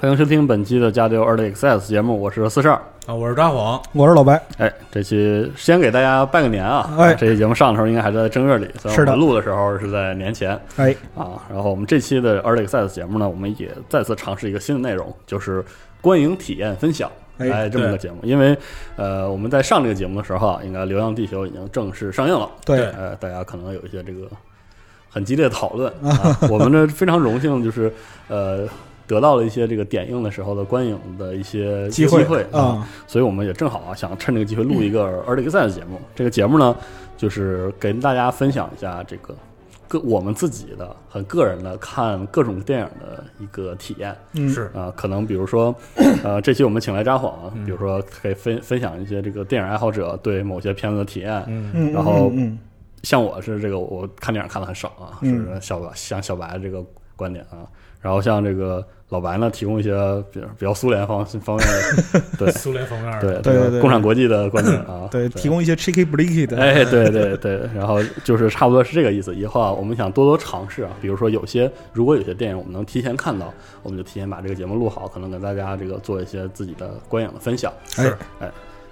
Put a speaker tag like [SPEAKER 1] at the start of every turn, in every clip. [SPEAKER 1] 欢迎收听本期的加六 Early Access 节目，我是四十二。
[SPEAKER 2] 啊，我是札幌，
[SPEAKER 3] 我是老白，
[SPEAKER 1] 哎，这期先给大家拜个年啊！
[SPEAKER 3] 哎
[SPEAKER 1] 这期节目上的时候应该还在正月里，虽然
[SPEAKER 3] 是的
[SPEAKER 1] 我们录的时候是在年前
[SPEAKER 3] 哎，
[SPEAKER 1] 啊。然后我们这期的 Early Access 节目呢，我们也再次尝试一个新的内容，就是观影体验分享。
[SPEAKER 3] 哎
[SPEAKER 1] 哎，这么个
[SPEAKER 2] 对
[SPEAKER 1] 节目，因为呃，我们在上这个节目的时候啊，应该《流浪地球》已经正式上映了。
[SPEAKER 3] 对
[SPEAKER 2] 对，
[SPEAKER 1] 呃，大家可能有一些这个很激烈的讨 论啊。我们呢非常荣幸，就是呃得到了一些这个点映的时候的观影的一些
[SPEAKER 3] 机
[SPEAKER 1] 会
[SPEAKER 3] 会
[SPEAKER 1] 啊
[SPEAKER 3] 啊，
[SPEAKER 1] 所以我们也正好啊想趁这个机会录一 个 Early Access 节目。这个节目呢，就是跟大家分享一下这个。个我们自己的很个人的看各种电影的一个体验，
[SPEAKER 3] 嗯，
[SPEAKER 2] 是
[SPEAKER 1] 啊、可能比如说，呃，这期我们请来札幌啊，比如说可以分分享一些这个电影爱好者对某些片子的体验，
[SPEAKER 2] 嗯，
[SPEAKER 3] 嗯，嗯，
[SPEAKER 1] 然后
[SPEAKER 3] 嗯，
[SPEAKER 1] 像我是这个，我看电影看的很少啊，
[SPEAKER 3] 嗯
[SPEAKER 1] 是小白像小白这个观点啊，然后像这个老白呢，提供一些比较比较苏联方方面的， 对
[SPEAKER 2] 苏联方面的，
[SPEAKER 1] 对
[SPEAKER 3] 对
[SPEAKER 1] 这个
[SPEAKER 3] 对
[SPEAKER 1] 共产国际的观点啊，
[SPEAKER 3] 对，提供一些 tricky blicky 的，
[SPEAKER 1] 哎，对对对，然后就是差不多是这个意思。以后啊，我们想多多尝试啊，比如说有些如果有些电影我们能提前看到，我们就提前把这个节目录好，可能给大家这个做一些自己的观影的分享。
[SPEAKER 3] 哎
[SPEAKER 1] 哎
[SPEAKER 2] 是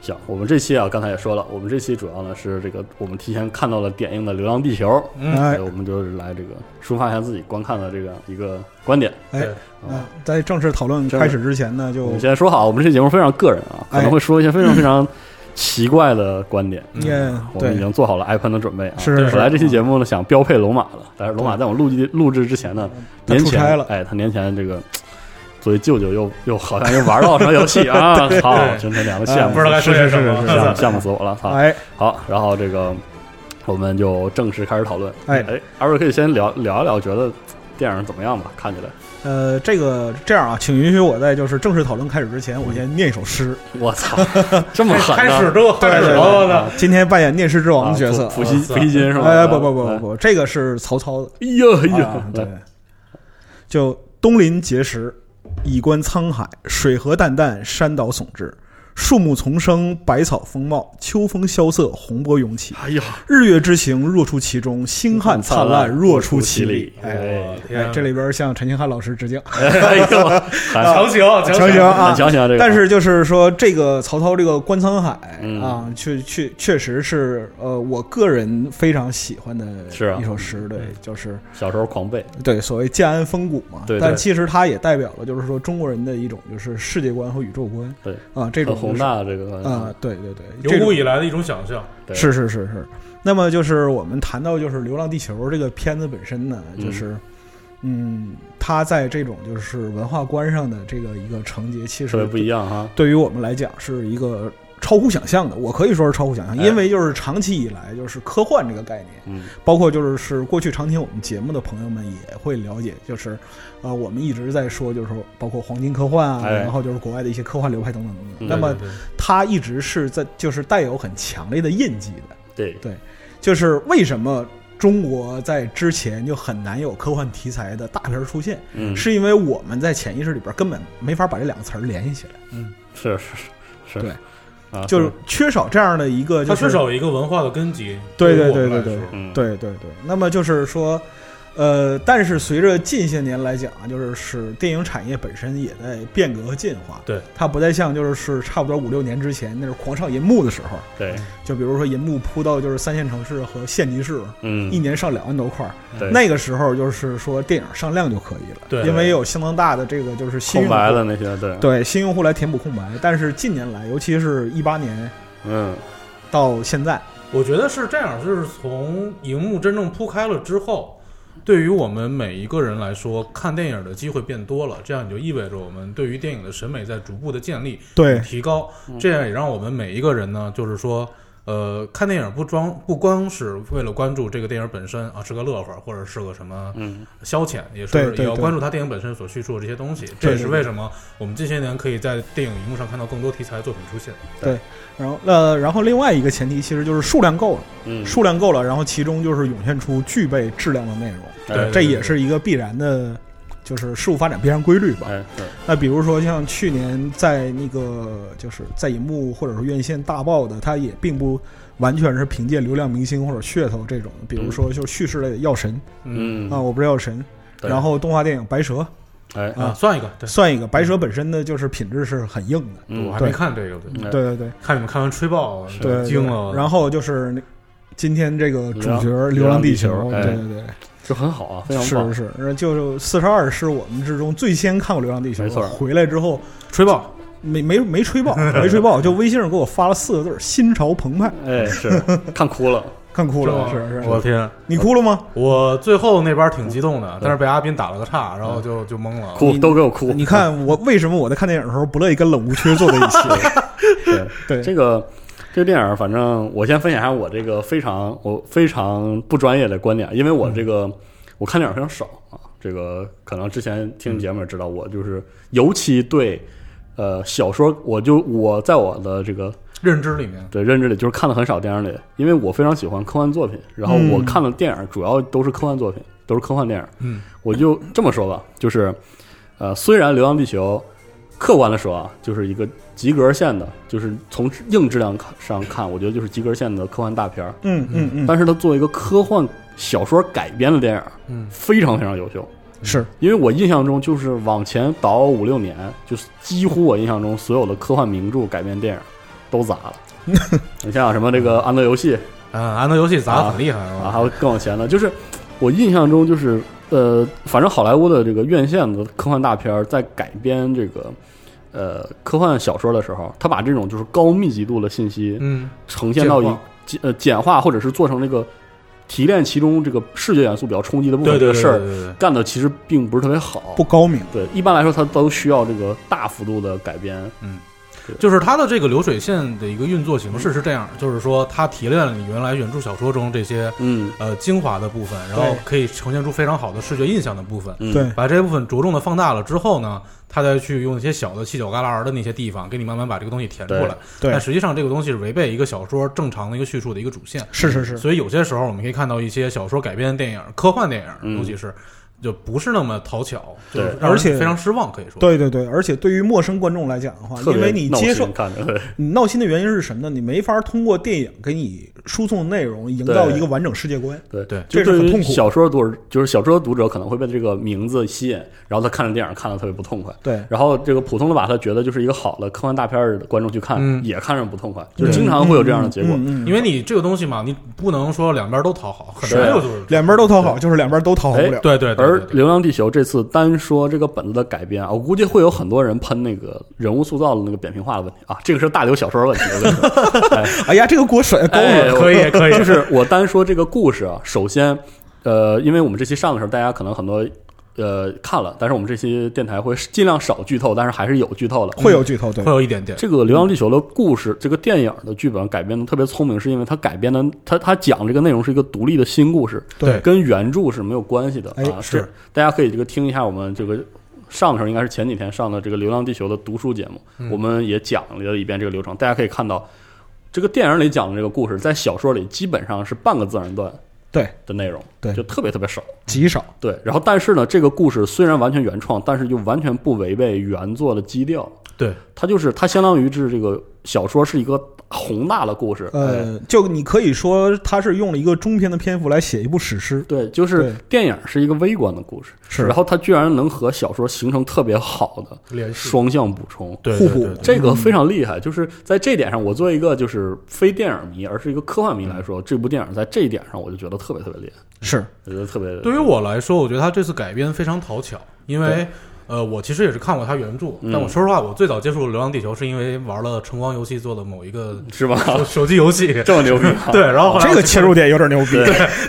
[SPEAKER 1] 行，我们这期啊，刚才也说了，我们这期主要呢是这个我们提前看到了点映的《流浪地球》，
[SPEAKER 2] 嗯
[SPEAKER 3] 哎
[SPEAKER 1] 所以我们就是来这个抒发一下自己观看的这个一个观点。
[SPEAKER 3] 哎
[SPEAKER 2] 对，
[SPEAKER 3] 嗯，在正式讨论开始之前呢，
[SPEAKER 1] 我
[SPEAKER 3] 就哎
[SPEAKER 1] 们先说好，我们这节目非常个人啊，可能会说一些非常非 常奇怪的观点。
[SPEAKER 3] 耶，
[SPEAKER 1] 嗯我们已
[SPEAKER 3] 对，
[SPEAKER 1] 经做好了 iPad 的准备啊。
[SPEAKER 3] 是
[SPEAKER 2] 对
[SPEAKER 3] 是
[SPEAKER 1] 本来这期节目呢想标配龙马的，但是龙马在我录制录制之前呢，
[SPEAKER 3] 嗯他
[SPEAKER 1] 年
[SPEAKER 3] 出差
[SPEAKER 1] 前
[SPEAKER 3] 了
[SPEAKER 1] 哎，他年前这个作为舅舅又又好像又玩到什么 游戏啊，操，真他娘的羡
[SPEAKER 3] 哎
[SPEAKER 1] 慕，
[SPEAKER 2] 不知道该说些什
[SPEAKER 3] 是
[SPEAKER 2] 么，
[SPEAKER 3] 是是
[SPEAKER 1] 羡慕羡慕死我了，操！
[SPEAKER 3] 哎，
[SPEAKER 1] 好，然后这个我们就正式开始讨论。
[SPEAKER 3] 哎
[SPEAKER 1] 哎，二位可以先聊聊一聊，觉得电影怎么样吧？看起来，
[SPEAKER 3] 呃，这个这样啊，请允许我在就是正式讨论开始之前，我先念一首诗。
[SPEAKER 1] 我 操，这么狠
[SPEAKER 2] 开
[SPEAKER 1] 呢
[SPEAKER 2] 始都开始了呢，
[SPEAKER 3] 今天扮演念诗之王的角色
[SPEAKER 1] 啊，普普希普希金是吗？
[SPEAKER 3] 哎，不不不不不，这个是曹操的。
[SPEAKER 1] 哎呦哎呦
[SPEAKER 3] 啊，，
[SPEAKER 1] 来
[SPEAKER 3] 对，就东临碣石，以观沧海，水何澹澹，山岛竦峙。树木丛生，百草丰茂，秋风萧瑟，洪波涌起。
[SPEAKER 1] 哎呦，
[SPEAKER 3] 日月之行，若出其中；星汉灿烂，若出其里。哎，
[SPEAKER 1] 哎
[SPEAKER 2] 天
[SPEAKER 3] 哎，这里边向陈清汉老师致敬。啊
[SPEAKER 1] 哎呦，很
[SPEAKER 2] 强行
[SPEAKER 3] 强行啊
[SPEAKER 1] 很强行啊这个，
[SPEAKER 3] 但是就是说，这个曹操这个观沧海
[SPEAKER 1] 嗯
[SPEAKER 3] 啊，确确确实是呃，我个人非常喜欢的
[SPEAKER 1] 是啊
[SPEAKER 3] 一首诗。对
[SPEAKER 2] 嗯，
[SPEAKER 3] 就是
[SPEAKER 1] 小时候狂背，
[SPEAKER 3] 对所谓建安风骨嘛。
[SPEAKER 1] 对对
[SPEAKER 3] 但其实它也代表了，就是说中国人的一种就是世界观和宇宙观。
[SPEAKER 1] 对
[SPEAKER 3] 啊，这种
[SPEAKER 1] 很宏
[SPEAKER 3] 就是
[SPEAKER 1] 大的这个
[SPEAKER 3] 啊，，对对对，这
[SPEAKER 2] 有
[SPEAKER 3] 种
[SPEAKER 2] 古以来的一种想象，
[SPEAKER 1] 对
[SPEAKER 3] 是是是是。那么就是我们谈到就是《流浪地球》这个片子本身呢，
[SPEAKER 1] 嗯
[SPEAKER 3] 就是嗯，它在这种就是文化观上的这个一个承接，其
[SPEAKER 1] 特别
[SPEAKER 3] 实
[SPEAKER 1] 不一样哈。
[SPEAKER 3] 对于我们来讲是一个超乎想象的。我可以说是超乎想象，
[SPEAKER 1] 哎
[SPEAKER 3] 因为就是长期以来就是科幻这个概念，
[SPEAKER 1] 嗯，
[SPEAKER 3] 包括就是是过去常听我们节目的朋友们也会了解，就是呃，我们一直在说就是说包括黄金科幻啊，
[SPEAKER 1] 哎
[SPEAKER 3] 然后就是国外的一些科幻流派等等等
[SPEAKER 1] 嗯
[SPEAKER 3] 等。那么
[SPEAKER 2] 对对
[SPEAKER 3] 它一直是在就是带有很强烈的印记的。
[SPEAKER 1] 对，
[SPEAKER 3] 就是为什么中国在之前就很难有科幻题材的大片儿出现，
[SPEAKER 1] 嗯，
[SPEAKER 3] 是因为我们在潜意识里边根本没法把这两个词儿联系起来，
[SPEAKER 1] 是是是是，
[SPEAKER 3] 对
[SPEAKER 1] 啊，
[SPEAKER 3] 就是缺少这样的一个，
[SPEAKER 2] 它
[SPEAKER 3] 就
[SPEAKER 2] 至
[SPEAKER 3] 是
[SPEAKER 2] 少有一个文化的根基，
[SPEAKER 3] 对
[SPEAKER 2] 对
[SPEAKER 3] 对
[SPEAKER 2] 于我们
[SPEAKER 3] 对
[SPEAKER 2] 来
[SPEAKER 3] 对
[SPEAKER 2] 说
[SPEAKER 1] 嗯，
[SPEAKER 3] 对对对。那么就是说，呃，但是随着近些年来讲啊，就是使电影产业本身也在变革和进化，
[SPEAKER 2] 对，
[SPEAKER 3] 它不再像就是是差不多五六年之前那是狂上银幕的时候，
[SPEAKER 1] 对，
[SPEAKER 3] 就比如说银幕铺到就是三线城市和县级市，
[SPEAKER 1] 嗯
[SPEAKER 3] 一，年上两万多块儿。
[SPEAKER 1] 对
[SPEAKER 3] 那个时候就是说电影上量就可以了，
[SPEAKER 2] 对
[SPEAKER 3] 因为有相当大的这个就是新
[SPEAKER 1] 空
[SPEAKER 3] 用户
[SPEAKER 1] 白的那些，对，
[SPEAKER 3] 对新用户来填补空白。但是近年来，尤其是一八年
[SPEAKER 1] 嗯，
[SPEAKER 3] 到现在，
[SPEAKER 2] 我觉得是这样，就是从荧幕真正铺开了之后，对于我们每一个人来说，看电影的机会变多了，这样也就意味着我们对于电影的审美在逐步的建立、
[SPEAKER 3] 对嗯
[SPEAKER 2] 提高，这样也让我们每一个人呢，就是说。呃，看电影不装不光是为了关注这个电影本身啊，是个乐呵，或者是个什么
[SPEAKER 1] 嗯
[SPEAKER 2] 消遣，也
[SPEAKER 3] 对
[SPEAKER 2] 是
[SPEAKER 3] 对
[SPEAKER 2] 也要
[SPEAKER 3] 对
[SPEAKER 2] 关注它电影本身所叙述的这些东西。这也是
[SPEAKER 3] 对
[SPEAKER 2] 为什么我们这些年可以在电影荧幕上看到更多题材的作品出现。
[SPEAKER 3] 然后呃，然后另外一个前提其实就是数量够了，
[SPEAKER 1] 嗯，
[SPEAKER 3] 数量够了，然后其中就是涌现出具备质量的内容，
[SPEAKER 1] 哎
[SPEAKER 2] 对
[SPEAKER 3] 这也是一个必然的，就是事物发展必然规律吧。
[SPEAKER 1] 哎，是
[SPEAKER 3] 那比如说像去年在那个就是在银幕或者说院线大爆的，它也并不完全是凭借流量明星或者噱头这种，比如说就是叙事类的《药神》
[SPEAKER 1] 嗯
[SPEAKER 3] 啊，，我不是药神，
[SPEAKER 1] 对
[SPEAKER 3] 然后动画电影《白蛇》
[SPEAKER 1] 哎，
[SPEAKER 2] 啊，算一个，对，
[SPEAKER 3] 算一个，白蛇本身的就是品质是很硬的，
[SPEAKER 1] 嗯
[SPEAKER 2] 我还没看这个，对，
[SPEAKER 1] 哎
[SPEAKER 3] 对对对
[SPEAKER 2] 看你们看完吹爆
[SPEAKER 1] 是
[SPEAKER 3] 对，
[SPEAKER 2] 惊了，
[SPEAKER 3] 然后就是那今天这个主角《
[SPEAKER 1] 流
[SPEAKER 3] 流
[SPEAKER 1] 浪
[SPEAKER 3] 浪
[SPEAKER 1] 地
[SPEAKER 3] 地
[SPEAKER 1] 球
[SPEAKER 3] 球》，
[SPEAKER 1] 哎
[SPEAKER 3] 对对
[SPEAKER 1] 这很好啊，非
[SPEAKER 3] 对，
[SPEAKER 1] 常
[SPEAKER 3] 是
[SPEAKER 1] 棒。
[SPEAKER 3] 是是，就是四十二是我们之中最先看过《流浪地球》，
[SPEAKER 1] 没错
[SPEAKER 3] 回来之后
[SPEAKER 2] 吹爆，
[SPEAKER 3] 没没没吹爆，没吹爆，就微信上给我发了四个字儿“心潮澎湃
[SPEAKER 1] 哎，是看哭了，”，
[SPEAKER 3] 看哭了，
[SPEAKER 2] 是吧
[SPEAKER 3] 是是，
[SPEAKER 2] 我的天！
[SPEAKER 3] 你哭了吗？
[SPEAKER 2] 我最后那边挺激动的，但是被阿斌打了个岔，然后就就懵了。
[SPEAKER 1] 哭都给我哭。
[SPEAKER 3] 你看我为什么我在看电影的时候不乐意跟冷无缺坐在一 起？
[SPEAKER 1] 对
[SPEAKER 3] 对
[SPEAKER 1] 这个这个电影，反正我先分享一下我这个非常我非常不专业的观点，因为我这个、我看电影非常少啊，这个可能之前听节目也知道，我就是尤其对呃小说，我就我在我的这个
[SPEAKER 2] 认知里面，
[SPEAKER 1] 对认知里就是看的很少电影里，因为我非常喜欢科幻作品，然后
[SPEAKER 3] 嗯
[SPEAKER 1] 我看的电影主要都是科幻作品，都是科幻电影。
[SPEAKER 2] 嗯，
[SPEAKER 1] 我就这么说吧，就是，呃，虽然《流浪地球》客观的说啊，就是一个及格线的，就是从硬质量看上看，我觉得就是及格线的科幻大片儿，
[SPEAKER 3] 嗯嗯嗯，
[SPEAKER 1] 但是它作为一个科幻小说改编的电影，
[SPEAKER 2] 嗯
[SPEAKER 1] 非常非常优秀。
[SPEAKER 3] 是
[SPEAKER 1] 因为我印象中，就是往前倒五六年，就是几乎我印象中所有的科幻名著改编电影都砸 了。你像什么这个《安德游戏》
[SPEAKER 2] 嗯，安德游戏砸的很厉害
[SPEAKER 1] 啊，
[SPEAKER 2] 啊，
[SPEAKER 1] 还有更往前的，就是我印象中就是呃，反正好莱坞的这个院线的科幻大片儿在改编这个呃科幻小说的时候，他把这种就是高密集度的信息
[SPEAKER 2] 嗯，
[SPEAKER 1] 呈现到一
[SPEAKER 2] 简化
[SPEAKER 1] 简呃简化，或者是做成这个提炼其中这个视觉元素比较冲击的部分
[SPEAKER 2] 对
[SPEAKER 1] 这
[SPEAKER 2] 对
[SPEAKER 1] 个
[SPEAKER 2] 对
[SPEAKER 1] 事儿，
[SPEAKER 2] 对对，
[SPEAKER 1] 干的其实并不是特别好
[SPEAKER 3] 不。高明，
[SPEAKER 1] 对，一般来说，它都需要这个大幅度的改编。
[SPEAKER 2] 就是它的这个流水线的一个运作形式是这样，就是说它提炼了你原来原著小说中这些
[SPEAKER 1] 嗯，
[SPEAKER 2] 呃精华的部分，然后
[SPEAKER 3] 对
[SPEAKER 2] 可以呈现出非常好的视觉印象的部分。
[SPEAKER 1] 嗯
[SPEAKER 3] 对
[SPEAKER 2] 把这部分着重的放大了之后呢，它再去用一些小的犄角旮旯儿的那些地方，给你慢慢把这个东西填出来
[SPEAKER 1] 对。
[SPEAKER 3] 对
[SPEAKER 2] 但，实际上这个东西是违背一个小说正常的一个叙述的一个主线。
[SPEAKER 3] 是是是，
[SPEAKER 2] 所以有些时候我们可以看到一些小说改编的电影、科幻电影，
[SPEAKER 1] 嗯
[SPEAKER 2] 尤其是就不是那么讨巧，
[SPEAKER 1] 对
[SPEAKER 2] 就是让人
[SPEAKER 3] 而且
[SPEAKER 2] 非常失望，可以说。
[SPEAKER 3] 对对对，而且对于陌生观众来讲的话，
[SPEAKER 1] 特
[SPEAKER 3] 因
[SPEAKER 1] 别
[SPEAKER 3] 为你
[SPEAKER 1] 啊闹
[SPEAKER 3] 接
[SPEAKER 1] 心
[SPEAKER 3] 受
[SPEAKER 1] 看 着，对
[SPEAKER 3] 你闹心的原因是什么呢？你没法通过电影给你输送内容，营造
[SPEAKER 1] 对
[SPEAKER 3] 一个完整世界观。
[SPEAKER 1] 对
[SPEAKER 2] 对
[SPEAKER 1] 就
[SPEAKER 3] 这是
[SPEAKER 1] 对
[SPEAKER 3] 很
[SPEAKER 1] 于
[SPEAKER 3] 痛苦
[SPEAKER 1] 小说读者就是小说读者可能会被这个名字吸引，然后他看着电影看的特别不痛快。
[SPEAKER 3] 对，
[SPEAKER 1] 然后这个普通的把他觉得就是一个好的科幻大片儿的观众去看，
[SPEAKER 2] 嗯
[SPEAKER 1] 也看着不痛快，就是
[SPEAKER 2] 对
[SPEAKER 1] 经常会有这样的结果。
[SPEAKER 3] 嗯嗯嗯嗯
[SPEAKER 2] 因为你这个东西嘛，你不能说两边都讨好，很
[SPEAKER 1] 是
[SPEAKER 2] 难有就是
[SPEAKER 3] 两边都讨好，就是两边都讨好不
[SPEAKER 1] 哎
[SPEAKER 3] 了。
[SPEAKER 2] 对对对
[SPEAKER 1] 而《
[SPEAKER 2] 对对
[SPEAKER 1] 流浪地球》这次单说这个本子的改编啊，我估计会有很多人喷那个人物塑造的那个扁平化的问题啊，这个是大刘小说的问题。我跟你说
[SPEAKER 3] 哎呀，这个锅甩得高
[SPEAKER 1] 哎
[SPEAKER 3] 了。
[SPEAKER 1] 我
[SPEAKER 2] 可以可以
[SPEAKER 1] 就是我单说这个故事啊，首先，呃，因为我们这期上的时候，大家可能很多呃看了，但是我们这期电台会尽量少剧透，但是还是有剧透的。
[SPEAKER 3] 会有剧透，
[SPEAKER 1] 嗯
[SPEAKER 3] 对
[SPEAKER 2] 会，有一点点。
[SPEAKER 1] 这个《流浪地球》的故事，这个电影的剧本改编的特别聪明，是因为它改编的，它它讲这个内容是一个独立的新故事，
[SPEAKER 2] 对
[SPEAKER 1] 跟原著是没有关系的
[SPEAKER 3] 哎
[SPEAKER 1] 啊。
[SPEAKER 2] 是
[SPEAKER 1] 这大家可以这个听一下我们这个上的时候，应该是前几天上的这个《流浪地球》的读书节目，
[SPEAKER 2] 嗯
[SPEAKER 1] 我们也讲了一遍这个流程。大家可以看到，这个电影里讲的这个故事，在小说里基本上是半个自然段
[SPEAKER 3] 对
[SPEAKER 1] 的内容，
[SPEAKER 3] 对
[SPEAKER 1] 就特别特别少。
[SPEAKER 3] 极少。
[SPEAKER 1] 对，然后但是呢，这个故事虽然完全原创，但是又完全不违背原作的基调。
[SPEAKER 2] 对，
[SPEAKER 1] 它就是它相当于是这个小说是一个宏大的故事，哎，
[SPEAKER 3] 呃，就你可以说他是用了一个中篇的篇幅来写一部史诗，
[SPEAKER 1] 对，就是
[SPEAKER 3] 对
[SPEAKER 1] 电影是一个微观的故事，
[SPEAKER 3] 是
[SPEAKER 1] 然后它居然能和小说形成特别好的
[SPEAKER 2] 联系
[SPEAKER 1] 双向补充，
[SPEAKER 2] 对
[SPEAKER 3] 互
[SPEAKER 2] 对
[SPEAKER 3] 补
[SPEAKER 2] 对对
[SPEAKER 1] 这个非常厉害。就是在这点上，我作为一个就是非电影迷，而是一个科幻迷来
[SPEAKER 2] 嗯
[SPEAKER 1] 说，这部电影在这一点上，我就觉得特别特别厉害，
[SPEAKER 3] 是
[SPEAKER 1] 我觉得特别
[SPEAKER 2] 对于我来说，我觉得他这次改编非常讨巧，因为呃，我其实也是看过他原著，
[SPEAKER 1] 嗯
[SPEAKER 2] 但我说实话，我最早接触《流浪地球》是因为玩了晨光游戏做的某一个
[SPEAKER 1] 是吧？
[SPEAKER 2] 手 手机游戏。
[SPEAKER 1] 这么牛逼，
[SPEAKER 2] 对，然
[SPEAKER 1] 哦
[SPEAKER 2] 后后来
[SPEAKER 3] 哦这个切入点有点牛逼，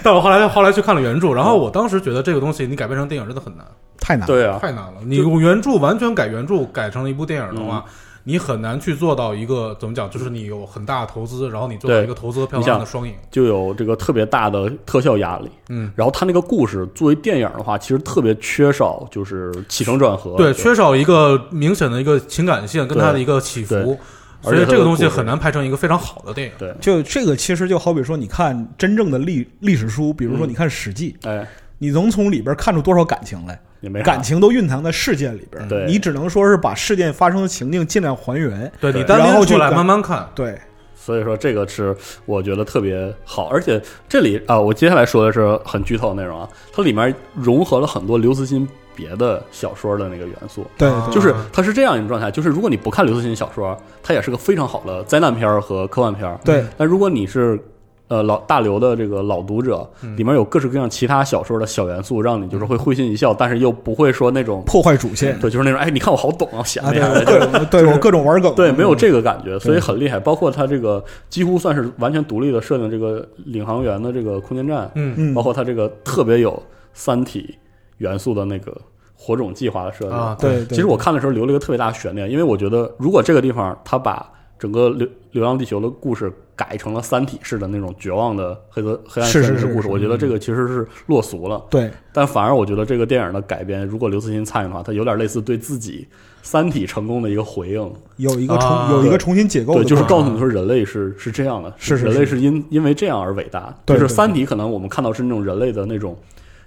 [SPEAKER 2] 但我后来后来去看了原著，然后我当时觉得这个东西你改编成电影真的很难，
[SPEAKER 3] 太难了。
[SPEAKER 1] 对啊，
[SPEAKER 2] 太难了。你用原著完全改原著改成了一部电影的话，
[SPEAKER 1] 嗯
[SPEAKER 2] 你很难去做到一个怎么讲，就是你有很大的投资，然后你做到
[SPEAKER 1] 对
[SPEAKER 2] 一个投资和票
[SPEAKER 1] 你想
[SPEAKER 2] 房的双赢。
[SPEAKER 1] 就有这个特别大的特效压力。
[SPEAKER 2] 嗯，
[SPEAKER 1] 然后他那个故事作为电影的话，其实特别缺少就是起承转合，
[SPEAKER 2] 对，缺少一个明显的一个情感线跟它的一个起
[SPEAKER 1] 哦对
[SPEAKER 2] 伏，
[SPEAKER 1] 而
[SPEAKER 2] 所
[SPEAKER 1] 且它
[SPEAKER 2] 以这
[SPEAKER 1] 的
[SPEAKER 2] 个东西
[SPEAKER 1] 故事
[SPEAKER 2] 很难拍成一个非常好的电影。
[SPEAKER 1] 对，
[SPEAKER 3] 就这个，其实就好比说，你看真正的历历史书，比如说
[SPEAKER 1] 嗯
[SPEAKER 3] 你看《史记》，
[SPEAKER 1] 哎，
[SPEAKER 3] 你能从里边看出多少感情来？
[SPEAKER 1] 也没啥
[SPEAKER 3] 感情都蕴藏在事件里边儿，
[SPEAKER 1] 哎对
[SPEAKER 3] 你只能说是把事件发生的情境尽量还原。
[SPEAKER 2] 对你
[SPEAKER 1] 对
[SPEAKER 2] 单
[SPEAKER 3] 然后
[SPEAKER 2] 拎
[SPEAKER 3] 就
[SPEAKER 2] 出来
[SPEAKER 3] 改
[SPEAKER 2] 慢慢看，
[SPEAKER 3] 对，
[SPEAKER 1] 所以说这个是我觉得特别好，而呃且这里啊、我接下来说的是很剧透的内容啊，它里面融合了很多刘慈欣别的小说的那个元素。
[SPEAKER 3] 对，
[SPEAKER 2] 啊
[SPEAKER 3] 对
[SPEAKER 1] 就是它是这样一种状态，就是如果你不看刘慈欣小说，它也是个非常好的灾难片儿和科幻片儿。
[SPEAKER 3] 对，
[SPEAKER 1] 但如果你是呃老大刘的这个老读者，
[SPEAKER 3] 嗯
[SPEAKER 1] 里面有各式各样其他小说的小元素，让你就是会会心一笑，但是又不会说那种
[SPEAKER 3] 破坏主线
[SPEAKER 1] 对，就是那种哎，你看我好懂啊，闲
[SPEAKER 3] 啊，
[SPEAKER 1] 的
[SPEAKER 3] 对
[SPEAKER 1] 呀，
[SPEAKER 3] 我各种对我各种玩梗，
[SPEAKER 1] 对，没有这个感觉，所以很厉害。包括它这个几乎算是完全独立的设定，这个领航员的这个空间站，
[SPEAKER 2] 嗯
[SPEAKER 3] 嗯，
[SPEAKER 1] 包括它这个特别有《三体》元素的那个火种计划的设定，
[SPEAKER 2] 啊，
[SPEAKER 3] 对，
[SPEAKER 1] 其
[SPEAKER 3] 对，
[SPEAKER 1] 实我看的时候留了一个特别大的悬念，因为我觉得如果这个地方他把整个流《流浪地球》的故事改成了《三体》式的那种绝望的黑色黑暗
[SPEAKER 3] 是
[SPEAKER 1] 森
[SPEAKER 3] 是
[SPEAKER 1] 林的
[SPEAKER 3] 是
[SPEAKER 1] 故事，
[SPEAKER 3] 是
[SPEAKER 1] 我觉得这个其实是落俗了。
[SPEAKER 3] 对
[SPEAKER 1] 但反而我觉得这个电影的改编，如果刘慈欣参与的话，他有点类似对自己《三体》成功的一个回应，
[SPEAKER 3] 有一个重
[SPEAKER 2] 啊
[SPEAKER 3] 有一个重新解构
[SPEAKER 1] 对，
[SPEAKER 3] 的过程，
[SPEAKER 1] 就是告诉你说人类是是这样的，
[SPEAKER 3] 是是
[SPEAKER 1] 人类
[SPEAKER 3] 是
[SPEAKER 1] 是因因为这样而伟大。
[SPEAKER 3] 对
[SPEAKER 1] 就是
[SPEAKER 3] 对
[SPEAKER 1] 《三体》可能我们看到是那种人类的那种。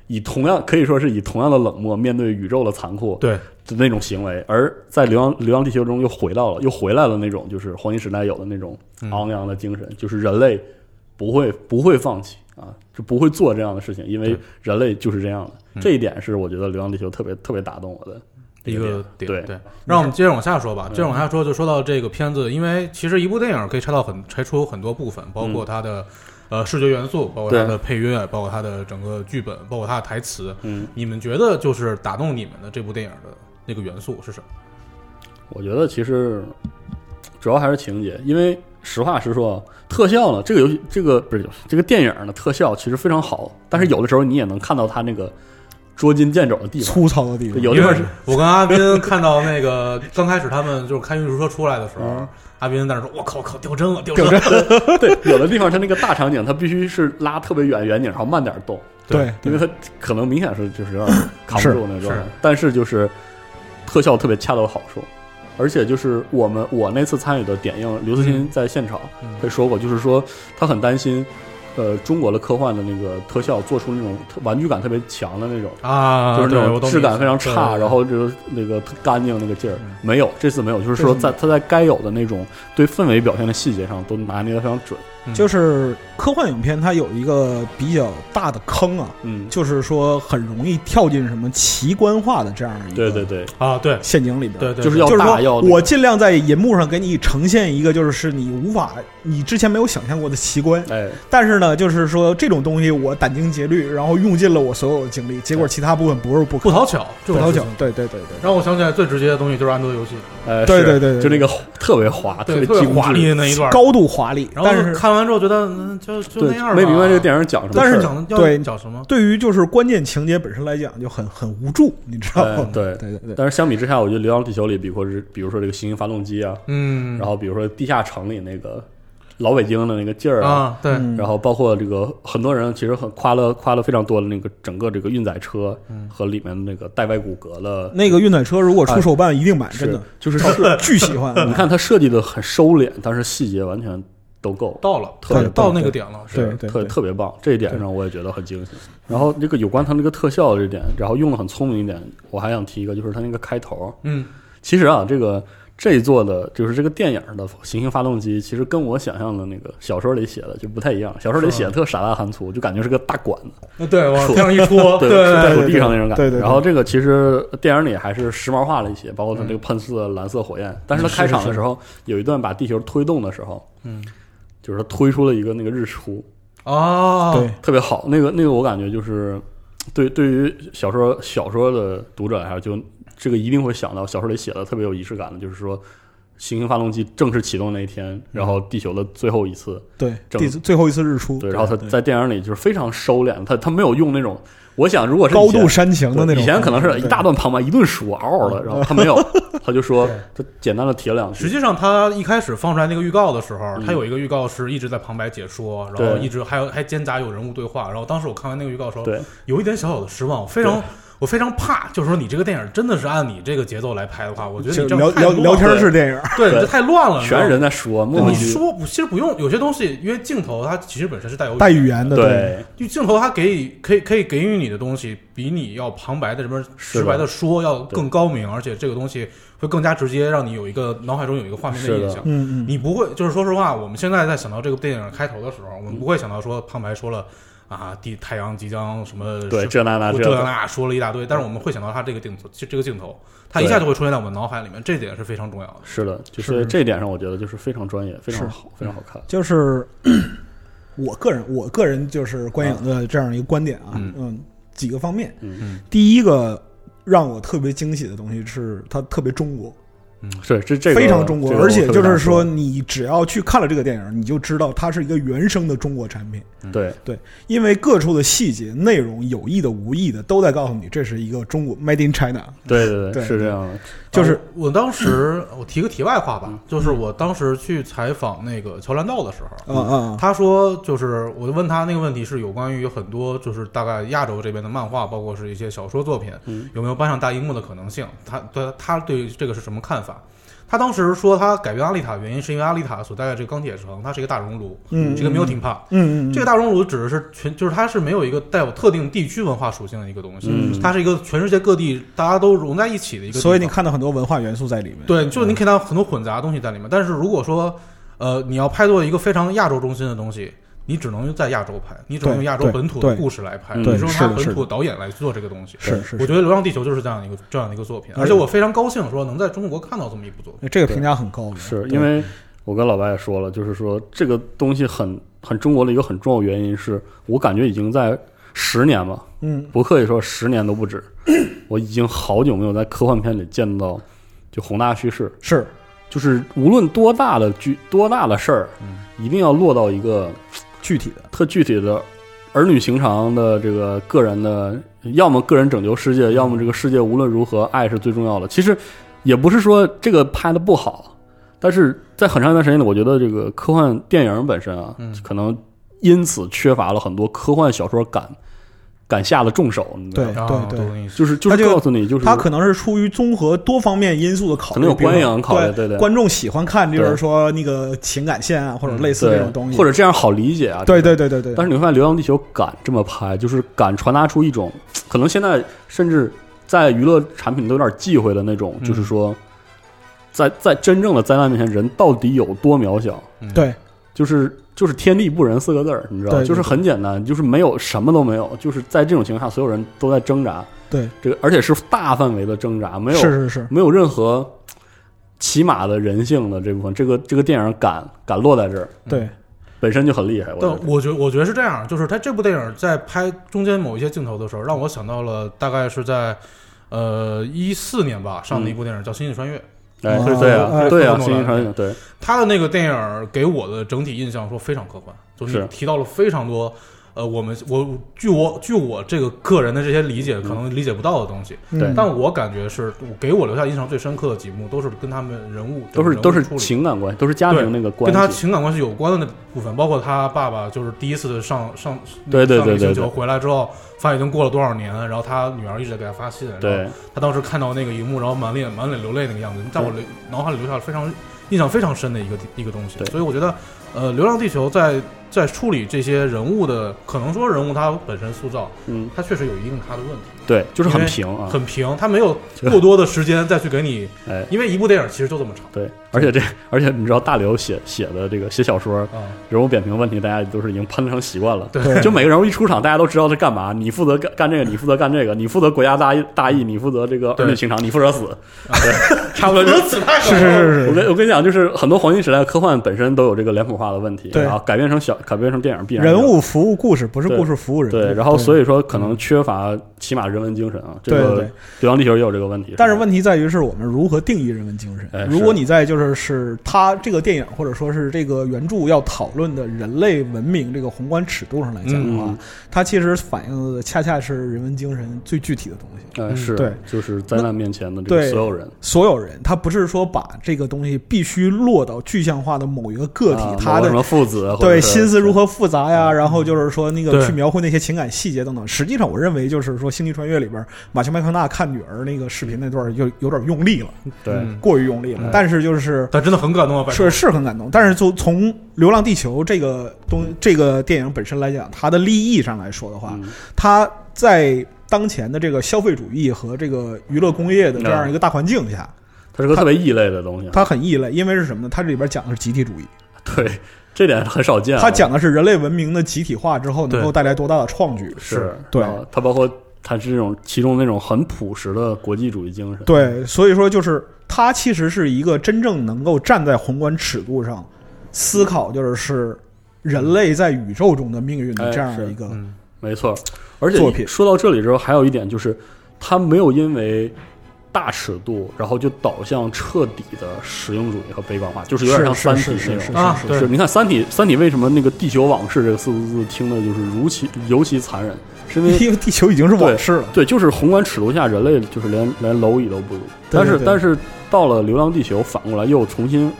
[SPEAKER 1] 以同样可以说是以同样的冷漠面对宇宙的残酷，
[SPEAKER 2] 对，
[SPEAKER 1] 的那种行为，而在流浪流浪地球中又回到了，又回来了那种就是黄金时代有的那种
[SPEAKER 3] 嗯
[SPEAKER 1] 昂扬的精神，就是人类不会不会放弃啊，就不会做这样的事情，因为
[SPEAKER 2] 对
[SPEAKER 1] 人类就是这样的。
[SPEAKER 3] 嗯
[SPEAKER 1] 这一点是我觉得流浪地球特别特别打动我的
[SPEAKER 2] 一
[SPEAKER 1] 个
[SPEAKER 2] 个
[SPEAKER 1] 点对
[SPEAKER 2] 点。
[SPEAKER 1] 嗯
[SPEAKER 2] 对，让我们接着往下说吧。接着往下说，就说到这个片子，因为其实一部电影可以拆到很拆出很多部分，包
[SPEAKER 1] 嗯
[SPEAKER 2] 括它的、呃视觉元素，包括它的配乐，包括它的整个剧本，包括它的台词。
[SPEAKER 1] 嗯，
[SPEAKER 2] 你们觉得就是打动你们的这部电影的那个元素是什么？
[SPEAKER 1] 我觉得其实主要还是情节，因为实话实说，特效呢，这个游戏这个不是这个电影的特效其实非常好，但是有的时候你也能看到它那个捉襟见肘的地 方。
[SPEAKER 3] 粗糙的地方，
[SPEAKER 1] 有的
[SPEAKER 2] 因
[SPEAKER 1] 地方
[SPEAKER 2] 为
[SPEAKER 1] 是
[SPEAKER 2] 我跟阿斌看到那个 刚开始他们就是开运输车出来的时候，
[SPEAKER 3] 嗯
[SPEAKER 2] 阿斌在那说：“我靠，我靠，掉针了，掉针了。
[SPEAKER 1] 对，有的地方它那个大场景，它必须是拉特别远远景，然后慢点动，
[SPEAKER 3] 对
[SPEAKER 1] 因为它可能明显是就是 有点扛不住那种
[SPEAKER 2] 是是，
[SPEAKER 1] 但是就是特效特别恰到好处，而且就是我们我那次参与的点映，刘慈欣在现场
[SPEAKER 2] 嗯嗯
[SPEAKER 1] 会说过，就是说他很担心。呃，中国的科幻的那个特效做出那种特玩具感特别强的那种，
[SPEAKER 2] 啊，
[SPEAKER 1] 就是
[SPEAKER 2] 对
[SPEAKER 1] 那
[SPEAKER 2] 我
[SPEAKER 1] 种
[SPEAKER 2] 懂
[SPEAKER 1] 质
[SPEAKER 2] 你
[SPEAKER 1] 感
[SPEAKER 2] 意思
[SPEAKER 1] 非常
[SPEAKER 2] 对
[SPEAKER 1] 差，
[SPEAKER 2] 对
[SPEAKER 1] 然后就是那个特干净那个劲儿
[SPEAKER 2] 嗯
[SPEAKER 1] 没有，这次没有，就是说
[SPEAKER 3] 这次没
[SPEAKER 1] 在他在该有的那种对氛围表现的细节上都拿捏的非常准，
[SPEAKER 3] 就是科幻影片它有一个比较大的坑啊，
[SPEAKER 1] 嗯，
[SPEAKER 3] 就是说很容易跳进什么奇观化的这样一
[SPEAKER 1] 对对
[SPEAKER 3] 个
[SPEAKER 1] 对，
[SPEAKER 2] 啊，对
[SPEAKER 3] 陷阱里边，
[SPEAKER 2] 对对，
[SPEAKER 1] 就是
[SPEAKER 2] 对
[SPEAKER 1] 要
[SPEAKER 3] 就是
[SPEAKER 1] 大要
[SPEAKER 3] 说，
[SPEAKER 1] 那个
[SPEAKER 3] 我尽量在银幕上给你呈现一个，就是是你无法、你之前没有想象过的奇观。
[SPEAKER 1] 哎，
[SPEAKER 3] 但是呢，就是说这种东西，我殚精竭虑，然后用尽了我所有的精力，结果其他部分不是不
[SPEAKER 2] 不
[SPEAKER 3] 可
[SPEAKER 2] 讨巧，这
[SPEAKER 3] 不
[SPEAKER 2] 种
[SPEAKER 3] 讨
[SPEAKER 2] 事
[SPEAKER 3] 巧
[SPEAKER 2] 情。
[SPEAKER 3] 对对对对，
[SPEAKER 2] 让我想起来最直接的东西就是安卓游戏，
[SPEAKER 1] 呃，
[SPEAKER 3] 对
[SPEAKER 1] 是
[SPEAKER 3] 对对对
[SPEAKER 1] 就那个特别滑，
[SPEAKER 2] 对，
[SPEAKER 1] 别
[SPEAKER 2] 特别
[SPEAKER 1] 精致
[SPEAKER 2] 华丽的那一段。
[SPEAKER 3] 高度华丽，
[SPEAKER 2] 然后
[SPEAKER 3] 但是
[SPEAKER 2] 看完之后觉得嗯就就
[SPEAKER 1] 对
[SPEAKER 2] 那样，
[SPEAKER 1] 没明白这个
[SPEAKER 2] 影，
[SPEAKER 1] 电影讲什么事儿，
[SPEAKER 2] 但是讲的要
[SPEAKER 3] 对
[SPEAKER 2] 讲什么？
[SPEAKER 3] 对于就是关键情节本身来讲，就很很无助，你知道
[SPEAKER 2] 哦
[SPEAKER 1] 哎
[SPEAKER 3] 吗？
[SPEAKER 1] 对。
[SPEAKER 3] 对对对，
[SPEAKER 1] 但是相比之下，我觉得《流浪地球》里，比如说是，比如说这个行星发动机啊，
[SPEAKER 2] 嗯，
[SPEAKER 1] 然后比如说地下城里那个老北京的那个劲儿啊，
[SPEAKER 2] 啊，对，
[SPEAKER 3] 嗯
[SPEAKER 1] 然后包括这个很多人其实很夸了夸了非常多的那个整个这个运载车
[SPEAKER 2] 嗯
[SPEAKER 1] 和里面那个带外骨骼的，
[SPEAKER 3] 那个运载车如果出手办一定买，
[SPEAKER 1] 是
[SPEAKER 3] 真的
[SPEAKER 1] 就是设
[SPEAKER 3] 巨喜欢。
[SPEAKER 1] 你看它设计的很收敛，但是细节完全都够，
[SPEAKER 2] 到了，
[SPEAKER 1] 特别
[SPEAKER 2] 对到那个点了，
[SPEAKER 3] 嗯对
[SPEAKER 2] 是
[SPEAKER 3] 对
[SPEAKER 1] 特
[SPEAKER 3] 对
[SPEAKER 1] 特别棒，这一点上我也觉得很惊喜。然后这个有关他那个特效的这点，然后用的很聪明一点，我还想提一个，就是他那个开头。
[SPEAKER 2] 嗯，
[SPEAKER 1] 其实啊，这个这一座的，就是这个电影的行星发动机，其实跟我想象的那个小说里写的就不太一样。小说里
[SPEAKER 2] 是吗
[SPEAKER 1] 写的特傻大憨粗，就感觉是个大管子，
[SPEAKER 2] 那对往
[SPEAKER 1] 戳
[SPEAKER 2] 天上一 戳，哦对
[SPEAKER 1] 在
[SPEAKER 2] 对
[SPEAKER 1] 土地上那种感觉。
[SPEAKER 3] 对对对对
[SPEAKER 1] 然后这个其实电影里还是时髦化了一些，包括它
[SPEAKER 2] 嗯
[SPEAKER 1] 这个喷射蓝色火焰。但是它开场的时候有一段把地球推动的时候，
[SPEAKER 2] 嗯，
[SPEAKER 1] 就是它推出了一个那个日出，
[SPEAKER 2] 啊，
[SPEAKER 3] 对，
[SPEAKER 1] 特别好。那个那个，我感觉就是对对于小说小说的读者来说，就这个一定会想到小说里写的特别有仪式感的，就是说行星发动机正式启动那一天，然后地球的最后一次，
[SPEAKER 3] 对，
[SPEAKER 1] 整
[SPEAKER 3] 第最后一次日出，
[SPEAKER 1] 嗯对，然后他
[SPEAKER 3] 对
[SPEAKER 1] 在电影里就是非常收敛，他他没有用那种，我想如果是以
[SPEAKER 3] 高
[SPEAKER 1] 前
[SPEAKER 3] 度煽情的那种，
[SPEAKER 1] 以前可能是一大段旁白一顿数嗷嗷的，然后他 没有，他就说
[SPEAKER 2] 对
[SPEAKER 1] 他简单的提了两
[SPEAKER 2] 实
[SPEAKER 1] 句，
[SPEAKER 2] 际上，他一开始放出来那个预告的时候，
[SPEAKER 1] 嗯
[SPEAKER 2] 他有一个预告是一直在旁白解说，然后
[SPEAKER 1] 对
[SPEAKER 2] 一直还有还兼杂有人物对话。然后当时我看完那个预告的时候，
[SPEAKER 1] 对
[SPEAKER 2] 有一点小小的失望，我非常我非常怕，就是说你这个电影真的是按你这个节奏来拍的话，我觉得
[SPEAKER 3] 就
[SPEAKER 2] 你这
[SPEAKER 3] 聊
[SPEAKER 2] 样太
[SPEAKER 3] 聊
[SPEAKER 2] 乱
[SPEAKER 3] 聊
[SPEAKER 2] 了，
[SPEAKER 3] 天式电影，
[SPEAKER 2] 对，
[SPEAKER 1] 对
[SPEAKER 2] 你这太乱了，
[SPEAKER 1] 全是人在说，
[SPEAKER 2] 你知
[SPEAKER 1] 默
[SPEAKER 2] 道
[SPEAKER 1] 默
[SPEAKER 2] 吗。你
[SPEAKER 1] 去
[SPEAKER 2] 说不，其实不用，有些东西，因为镜头它其实本身是带有
[SPEAKER 3] 带语言的，对，
[SPEAKER 1] 对
[SPEAKER 2] 就镜头它给予可以可以给予你的东西，比你要旁白在这边
[SPEAKER 1] 是
[SPEAKER 2] 直
[SPEAKER 1] 的
[SPEAKER 2] 白的说要更高明，而且这个东西会更加直接，让你有一个脑海中有一个画面
[SPEAKER 1] 是的
[SPEAKER 2] 印象。
[SPEAKER 3] 嗯嗯，
[SPEAKER 2] 你不会，就是说实话，我们现在在想到这个电影开头的时候，我们不会想到说旁白说了啊，地太阳即将什么
[SPEAKER 1] 对这那那
[SPEAKER 2] 这
[SPEAKER 1] 这
[SPEAKER 2] 那那说了一大堆，但是我们会想到他这个镜头，这这个镜头，他一下就会出现在我们脑海里面，这点是非常重要的。
[SPEAKER 1] 是的，就是是这一点上，我觉得就是非常专业，非常好，非常好看。
[SPEAKER 3] 就是我个人，我个人就是观影的这样一个观点啊，
[SPEAKER 2] 嗯
[SPEAKER 3] 嗯，几个方面，
[SPEAKER 1] 嗯
[SPEAKER 2] 嗯，
[SPEAKER 3] 第一个让我特别惊喜的东西是它特别中国，
[SPEAKER 1] 是这这个
[SPEAKER 3] 非常中国，
[SPEAKER 1] 这个我
[SPEAKER 3] 而且
[SPEAKER 1] 特别
[SPEAKER 3] 就是
[SPEAKER 1] 想
[SPEAKER 3] 说，
[SPEAKER 1] 说，
[SPEAKER 3] 你只要去看了这个电影，你就知道它是一个原生的中国产品，
[SPEAKER 1] 对
[SPEAKER 3] 因为各处的细节、内容，有意的、无意的，都在告诉你这是一个中国 Made in China。
[SPEAKER 1] 对对
[SPEAKER 3] 对
[SPEAKER 1] 是这嗯样的。
[SPEAKER 3] 就是
[SPEAKER 2] 啊我当时，我提个题外话吧，就是我当时去采访那个乔兰道的时候，
[SPEAKER 1] 哦
[SPEAKER 3] 啊啊，
[SPEAKER 2] 他说，就是我问他那个问题是有关于很多就是大概亚洲这边的漫画，包括是一些小说作品，
[SPEAKER 1] 嗯
[SPEAKER 2] 有没有搬上大荧幕的可能性？他对他对这个是什么看法？他当时说他改编阿丽塔，原因是因为阿丽塔所在的这个钢铁城，它是一个大熔炉，
[SPEAKER 3] 嗯，
[SPEAKER 2] 是一个 melting pot。
[SPEAKER 3] 嗯，嗯嗯，
[SPEAKER 2] 这个大熔炉指的是全，就是它是没有一个带有特定地区文化属性的一个东西，
[SPEAKER 1] 嗯
[SPEAKER 2] 它是一个全世界各地大家都融在一起的一个地方。
[SPEAKER 3] 所以你看到很多文化元素在里面。
[SPEAKER 2] 对，就是你看到很多混杂的东西在里面。但是如果说，呃，你要拍做一个非常亚洲中心的东西，你只能在亚洲拍，你只能用
[SPEAKER 3] 对
[SPEAKER 2] 亚洲本土
[SPEAKER 3] 对
[SPEAKER 2] 的故事来拍，
[SPEAKER 1] 对
[SPEAKER 2] 你用他
[SPEAKER 3] 是的是
[SPEAKER 2] 本
[SPEAKER 3] 的
[SPEAKER 2] 土的导演来做这个东西。
[SPEAKER 3] 是是
[SPEAKER 2] 我
[SPEAKER 3] 是，
[SPEAKER 2] 觉得《流浪地球》就是这样一个这样的一个作品，而且我非常高兴说能在中国看到这么一部作品。
[SPEAKER 3] 这个评价很高的，
[SPEAKER 1] 是
[SPEAKER 3] 嗯对
[SPEAKER 1] 因为我跟老白也说了，就是说这个东西很很中国的一个很重要原因是，我感觉已经在十年吧，
[SPEAKER 3] 嗯
[SPEAKER 1] 不客气说十年都不止， 我已经好久没有在科幻片里见到就宏大叙事，
[SPEAKER 3] 是
[SPEAKER 1] 就是无论多大的剧多大的事儿，一定要落到一个
[SPEAKER 3] 具体的，
[SPEAKER 1] 特具体的儿女情长的这个个人的，要么个人拯救世界，要么这个世界无论如何爱是最重要的。其实也不是说这个拍的不好，但是在很长一段时间里，我觉得这个科幻电影本身啊，
[SPEAKER 2] 嗯
[SPEAKER 1] 可能因此缺乏了很多科幻小说敢敢下的重手，你知道
[SPEAKER 3] 对
[SPEAKER 1] 吗？
[SPEAKER 2] 啊
[SPEAKER 3] 对对
[SPEAKER 2] 懂你意思
[SPEAKER 1] 就是就
[SPEAKER 3] 他
[SPEAKER 1] 是
[SPEAKER 3] 就
[SPEAKER 1] 告诉你，就是
[SPEAKER 3] 它可能是出于综合多方面因素的考虑，
[SPEAKER 1] 可能有观
[SPEAKER 3] 比如
[SPEAKER 1] 影考虑，
[SPEAKER 3] 对
[SPEAKER 1] 对对，
[SPEAKER 3] 观众喜欢看，就是
[SPEAKER 1] 对
[SPEAKER 3] 说那个情感线啊，或者类似这
[SPEAKER 1] 对
[SPEAKER 3] 种东西，
[SPEAKER 1] 或者这样好理解啊，
[SPEAKER 3] 对对对对对，
[SPEAKER 1] 但是你会发现，《流浪地球》敢这么拍，就是敢传达出一种可能现在甚至在娱乐产品都有点忌讳的那种，
[SPEAKER 2] 嗯
[SPEAKER 1] 就是说，在在真正的灾难面前，人到底有多渺小？
[SPEAKER 2] 嗯
[SPEAKER 3] 对
[SPEAKER 1] 就是就是天地不仁四个字儿，你知道，
[SPEAKER 3] 对
[SPEAKER 1] 就是很简单，就是没有什么都没有，就是在这种情况下，所有人都在挣扎，
[SPEAKER 3] 对
[SPEAKER 1] 这个而且是大范围的挣扎，没有
[SPEAKER 3] 是是是，
[SPEAKER 1] 没有任何起码的人性的这部分，这个这个电影敢敢落在这儿，
[SPEAKER 3] 对
[SPEAKER 1] 本身就很厉害，我觉得
[SPEAKER 2] 但我觉我觉得是这样，就是他这部电影在拍中间某一些镜头的时候，让我想到了大概是在呃一四年吧上的一部电影叫《星际穿越》，
[SPEAKER 1] 哎，
[SPEAKER 3] 哦
[SPEAKER 1] 是对啊，
[SPEAKER 3] 哎
[SPEAKER 1] 对啊，
[SPEAKER 2] 诺兰
[SPEAKER 1] 星际穿越，对，
[SPEAKER 2] 他的那个电影给我的整体印象说非常科幻，就是你
[SPEAKER 1] 是
[SPEAKER 2] 提到了非常多。呃，我们我据我据我这个个人的这些理解，可能理解不到的东西，
[SPEAKER 1] 对
[SPEAKER 3] 嗯
[SPEAKER 2] 但我感觉是我给我留下印象最深刻的几幕，都是跟他们人物
[SPEAKER 1] 都是
[SPEAKER 2] 人物
[SPEAKER 1] 都是
[SPEAKER 2] 处理
[SPEAKER 1] 情感关系，都是家庭那个
[SPEAKER 2] 跟
[SPEAKER 1] 关
[SPEAKER 2] 他
[SPEAKER 1] 系。
[SPEAKER 2] 情感关系有关的那部分，包括他爸爸就是第一次上上
[SPEAKER 1] 对对对
[SPEAKER 2] 上那
[SPEAKER 1] 对
[SPEAKER 2] 个星
[SPEAKER 1] 对
[SPEAKER 2] 球回来之后，发现已经过了多少年，然后他女儿一直在给他发信，然后
[SPEAKER 1] 对，
[SPEAKER 2] 他当时看到那个荧幕，然后满脸满脸流泪那个样子，在我留脑海里留下了非常印象非常深的一个一个东西。
[SPEAKER 1] 对
[SPEAKER 2] 所以我觉得，呃，《流浪地球在》在处理这些人物的，可能说人物他本身塑造，
[SPEAKER 1] 嗯，
[SPEAKER 2] 他确实有一定他的问题，
[SPEAKER 1] 对，就是
[SPEAKER 2] 因
[SPEAKER 1] 很
[SPEAKER 2] 为
[SPEAKER 1] 平啊，
[SPEAKER 2] 很平，他没有
[SPEAKER 1] 对
[SPEAKER 2] 过多的时间再去给你，
[SPEAKER 1] 哎，
[SPEAKER 2] 因为一部电影其实就这么长
[SPEAKER 1] 对，而且这，而且你知道大刘写写的这个写小说
[SPEAKER 2] 啊。
[SPEAKER 1] 人物扁平问题，大家都是已经喷成习惯了。
[SPEAKER 2] 对
[SPEAKER 1] 就每个人物一出场，大家都知道他干嘛。你负责干干这个，你负责干这个，你负责国家大义大义，你负责这个儿女
[SPEAKER 2] 对
[SPEAKER 1] 情长，你负责死，对，差不多就。
[SPEAKER 3] 是是
[SPEAKER 1] 我
[SPEAKER 3] 是是，
[SPEAKER 1] 跟我跟你讲，就是很多黄金时代的科幻本身都有这个脸谱化的问题，
[SPEAKER 3] 对
[SPEAKER 1] 然后改编成小改编成电影必然
[SPEAKER 3] 人
[SPEAKER 1] 有
[SPEAKER 3] 物服务故事，不是
[SPEAKER 1] 对
[SPEAKER 3] 故事服务人，
[SPEAKER 1] 对，然后所
[SPEAKER 3] 以。
[SPEAKER 1] 以说可能缺乏起码人文精神啊，这
[SPEAKER 3] 对对
[SPEAKER 1] 个
[SPEAKER 3] 对
[SPEAKER 1] 《流浪地球》也有这个问题。
[SPEAKER 3] 但是
[SPEAKER 1] 吧
[SPEAKER 3] 问题在于，是我们如何定义人文精神
[SPEAKER 1] 哎？是
[SPEAKER 3] 如果你在就是是它这个电影或者说是这个原著要讨论的人类文明这个宏观尺度上来讲的话
[SPEAKER 1] 嗯，
[SPEAKER 3] 它其实反映的恰恰是人文精神最具体的东西。
[SPEAKER 1] 哎，是，
[SPEAKER 3] 嗯对
[SPEAKER 1] 就是灾难面前的这个
[SPEAKER 3] 对
[SPEAKER 1] 所有人，
[SPEAKER 3] 所有人，他不是说把这个东西必须落到具象化的某一个个体，
[SPEAKER 1] 啊
[SPEAKER 3] 他
[SPEAKER 1] 某个
[SPEAKER 3] 的
[SPEAKER 1] 什么父子，
[SPEAKER 3] 对心思如
[SPEAKER 1] 何？
[SPEAKER 3] 何复杂呀，
[SPEAKER 1] 嗯
[SPEAKER 3] 然后就是说那个
[SPEAKER 2] 对
[SPEAKER 3] 去描绘那些情感细节等等。实际上，我认为就是说《星际穿越》里边马修麦康纳看女儿那个视频那段儿就有点用力了，
[SPEAKER 1] 对，
[SPEAKER 2] 嗯
[SPEAKER 3] 过于用力了
[SPEAKER 1] 嗯。
[SPEAKER 3] 但是就是
[SPEAKER 2] 但真的很感动啊！拜托
[SPEAKER 3] 是是很感动，但是就从《流浪地球》这个东这个电影本身来讲，它的立意上来说的话，
[SPEAKER 1] 嗯
[SPEAKER 3] 它在当前的这个消费主义和这个娱乐工业的这样一个大环境下，
[SPEAKER 1] 它是个特别异类的东西啊。
[SPEAKER 3] 它很异类，因为是什么呢？它这里边讲的是集体主义，
[SPEAKER 1] 对，这点很少见啊。
[SPEAKER 3] 他讲的是人类文明的集体化之后
[SPEAKER 2] 对
[SPEAKER 3] 能够带来多大的创举。
[SPEAKER 1] 是
[SPEAKER 3] 对，
[SPEAKER 1] 然后他包括他是这种其中那种很朴实的国际主义精神。
[SPEAKER 3] 对，所以说就是他其实是一个真正能够站在宏观尺度上思考，就是是人类在宇宙中的命运的这样的一个，
[SPEAKER 2] 嗯，
[SPEAKER 1] 没错，而且
[SPEAKER 3] 作品
[SPEAKER 1] 说到这里之后，还有一点就是，他没有因为大尺度，然后就导向彻底的实用主义和悲观化，就是有点像《
[SPEAKER 3] 是
[SPEAKER 1] 三体》
[SPEAKER 3] 是是
[SPEAKER 1] 那
[SPEAKER 3] 是
[SPEAKER 1] 种。
[SPEAKER 2] 啊
[SPEAKER 3] 是
[SPEAKER 2] 对
[SPEAKER 1] 是，你看《三体》，《三体》为什么那个“地球往事”这个四个字听的就是如其尤其残忍，是因为
[SPEAKER 3] 是，因为地球已经是往事了。
[SPEAKER 1] 对，就是宏观尺度下，人类就是连连蝼蚁都不如。
[SPEAKER 3] 对
[SPEAKER 1] 但是
[SPEAKER 3] 对
[SPEAKER 1] 但是到了《流浪地球》，反过来又重新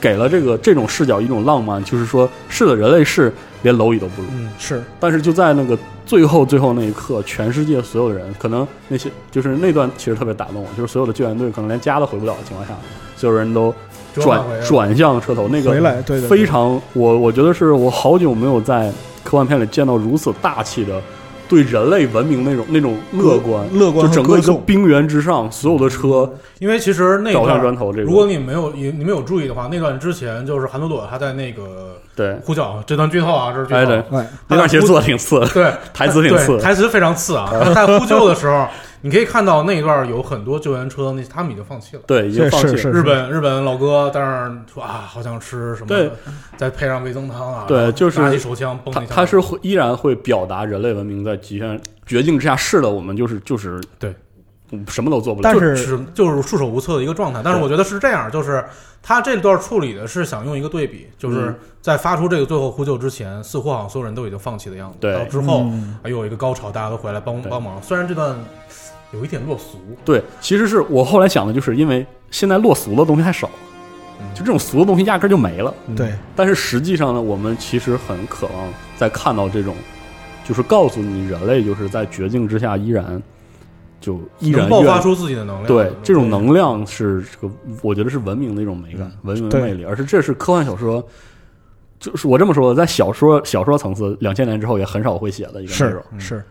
[SPEAKER 1] 给了这个这种视角一种浪漫，就是说，是的，人类是连蝼蚁都不如。
[SPEAKER 2] 嗯，
[SPEAKER 3] 是
[SPEAKER 1] 但是就在那个最后最后那一刻，全世界所有人，可能那些就是那段其实特别打动我，就是所有的救援队可能连家都回不了的情况下，所有人都
[SPEAKER 2] 折返
[SPEAKER 1] 转
[SPEAKER 2] 回来
[SPEAKER 1] 转向车头，那
[SPEAKER 3] 回
[SPEAKER 1] 个
[SPEAKER 3] 来，对对，对
[SPEAKER 1] 非常我我觉得是我好久没有在科幻片里见到如此大气的对人类文明那种那种乐观。
[SPEAKER 3] 乐
[SPEAKER 1] 就
[SPEAKER 3] 观和
[SPEAKER 1] 整个一
[SPEAKER 3] 歌
[SPEAKER 1] 个
[SPEAKER 3] 颂
[SPEAKER 1] 冰原之上，所有的车
[SPEAKER 2] 因为其实那
[SPEAKER 1] 倒向砖
[SPEAKER 2] 段，
[SPEAKER 1] 头，这个
[SPEAKER 2] 如果你没有你你没有注意的话，那段之前就是韩朵朵她在那个
[SPEAKER 1] 对
[SPEAKER 2] 呼叫啊，这段剧透啊，这是剧
[SPEAKER 1] 哎
[SPEAKER 2] 透
[SPEAKER 1] 对
[SPEAKER 2] 啊。
[SPEAKER 3] 哎，
[SPEAKER 1] 那段其实做的挺次的，
[SPEAKER 2] 对，
[SPEAKER 1] 台词挺
[SPEAKER 2] 对
[SPEAKER 1] 次的，
[SPEAKER 2] 台词非常 次啊。他在呼救的时候，你可以看到那一段有很多救援车，那他们已经放弃了。
[SPEAKER 1] 对，已经
[SPEAKER 3] 是
[SPEAKER 1] 放弃
[SPEAKER 3] 是
[SPEAKER 1] 了。
[SPEAKER 3] 是
[SPEAKER 2] 日本日本老哥在那儿说啊，好想吃什么，
[SPEAKER 1] 对，
[SPEAKER 2] 再配上味增汤啊，
[SPEAKER 1] 对
[SPEAKER 2] 然后
[SPEAKER 1] 就是
[SPEAKER 2] 拿起手枪崩
[SPEAKER 1] 他
[SPEAKER 2] 一下，
[SPEAKER 1] 他是会依然会表达人类文明在极限绝境之下，是的，我们就是就是
[SPEAKER 2] 对，
[SPEAKER 1] 嗯什么都做不了。
[SPEAKER 3] 但
[SPEAKER 2] 就是是就是束手无策的一个状态。但是
[SPEAKER 1] 对
[SPEAKER 2] 我觉得是这样，就是他这段处理的是想用一个对比，就是
[SPEAKER 1] 嗯
[SPEAKER 2] 在发出这个最后呼救之前，似乎好像所有人都已经放弃的样子。
[SPEAKER 1] 对
[SPEAKER 2] 到之后
[SPEAKER 3] 嗯
[SPEAKER 2] 哎有一个高潮，大家都回来帮
[SPEAKER 1] 对
[SPEAKER 2] 帮忙。虽然这段有一点落俗，
[SPEAKER 1] 对，其实是我后来想的，就是因为现在落俗的东西太少了，
[SPEAKER 2] 嗯
[SPEAKER 1] 就这种俗的东西压根儿就没了。
[SPEAKER 3] 对，
[SPEAKER 1] 但是实际上呢，我们其实很渴望在看到这种，就是告诉你人类就是在绝境之下依然就依然
[SPEAKER 2] 能爆
[SPEAKER 1] 愿
[SPEAKER 2] 发出自己的能量。
[SPEAKER 1] 对，这种能量是这个，我觉得是文明的一种美感
[SPEAKER 2] 嗯、
[SPEAKER 1] 文明的
[SPEAKER 3] 对
[SPEAKER 1] 魅力，而是这是科幻小说，就是我这么说，在小说小说层次，两千年之后也很少会写的一个内
[SPEAKER 3] 是
[SPEAKER 1] 容。嗯
[SPEAKER 2] 嗯
[SPEAKER 3] 是。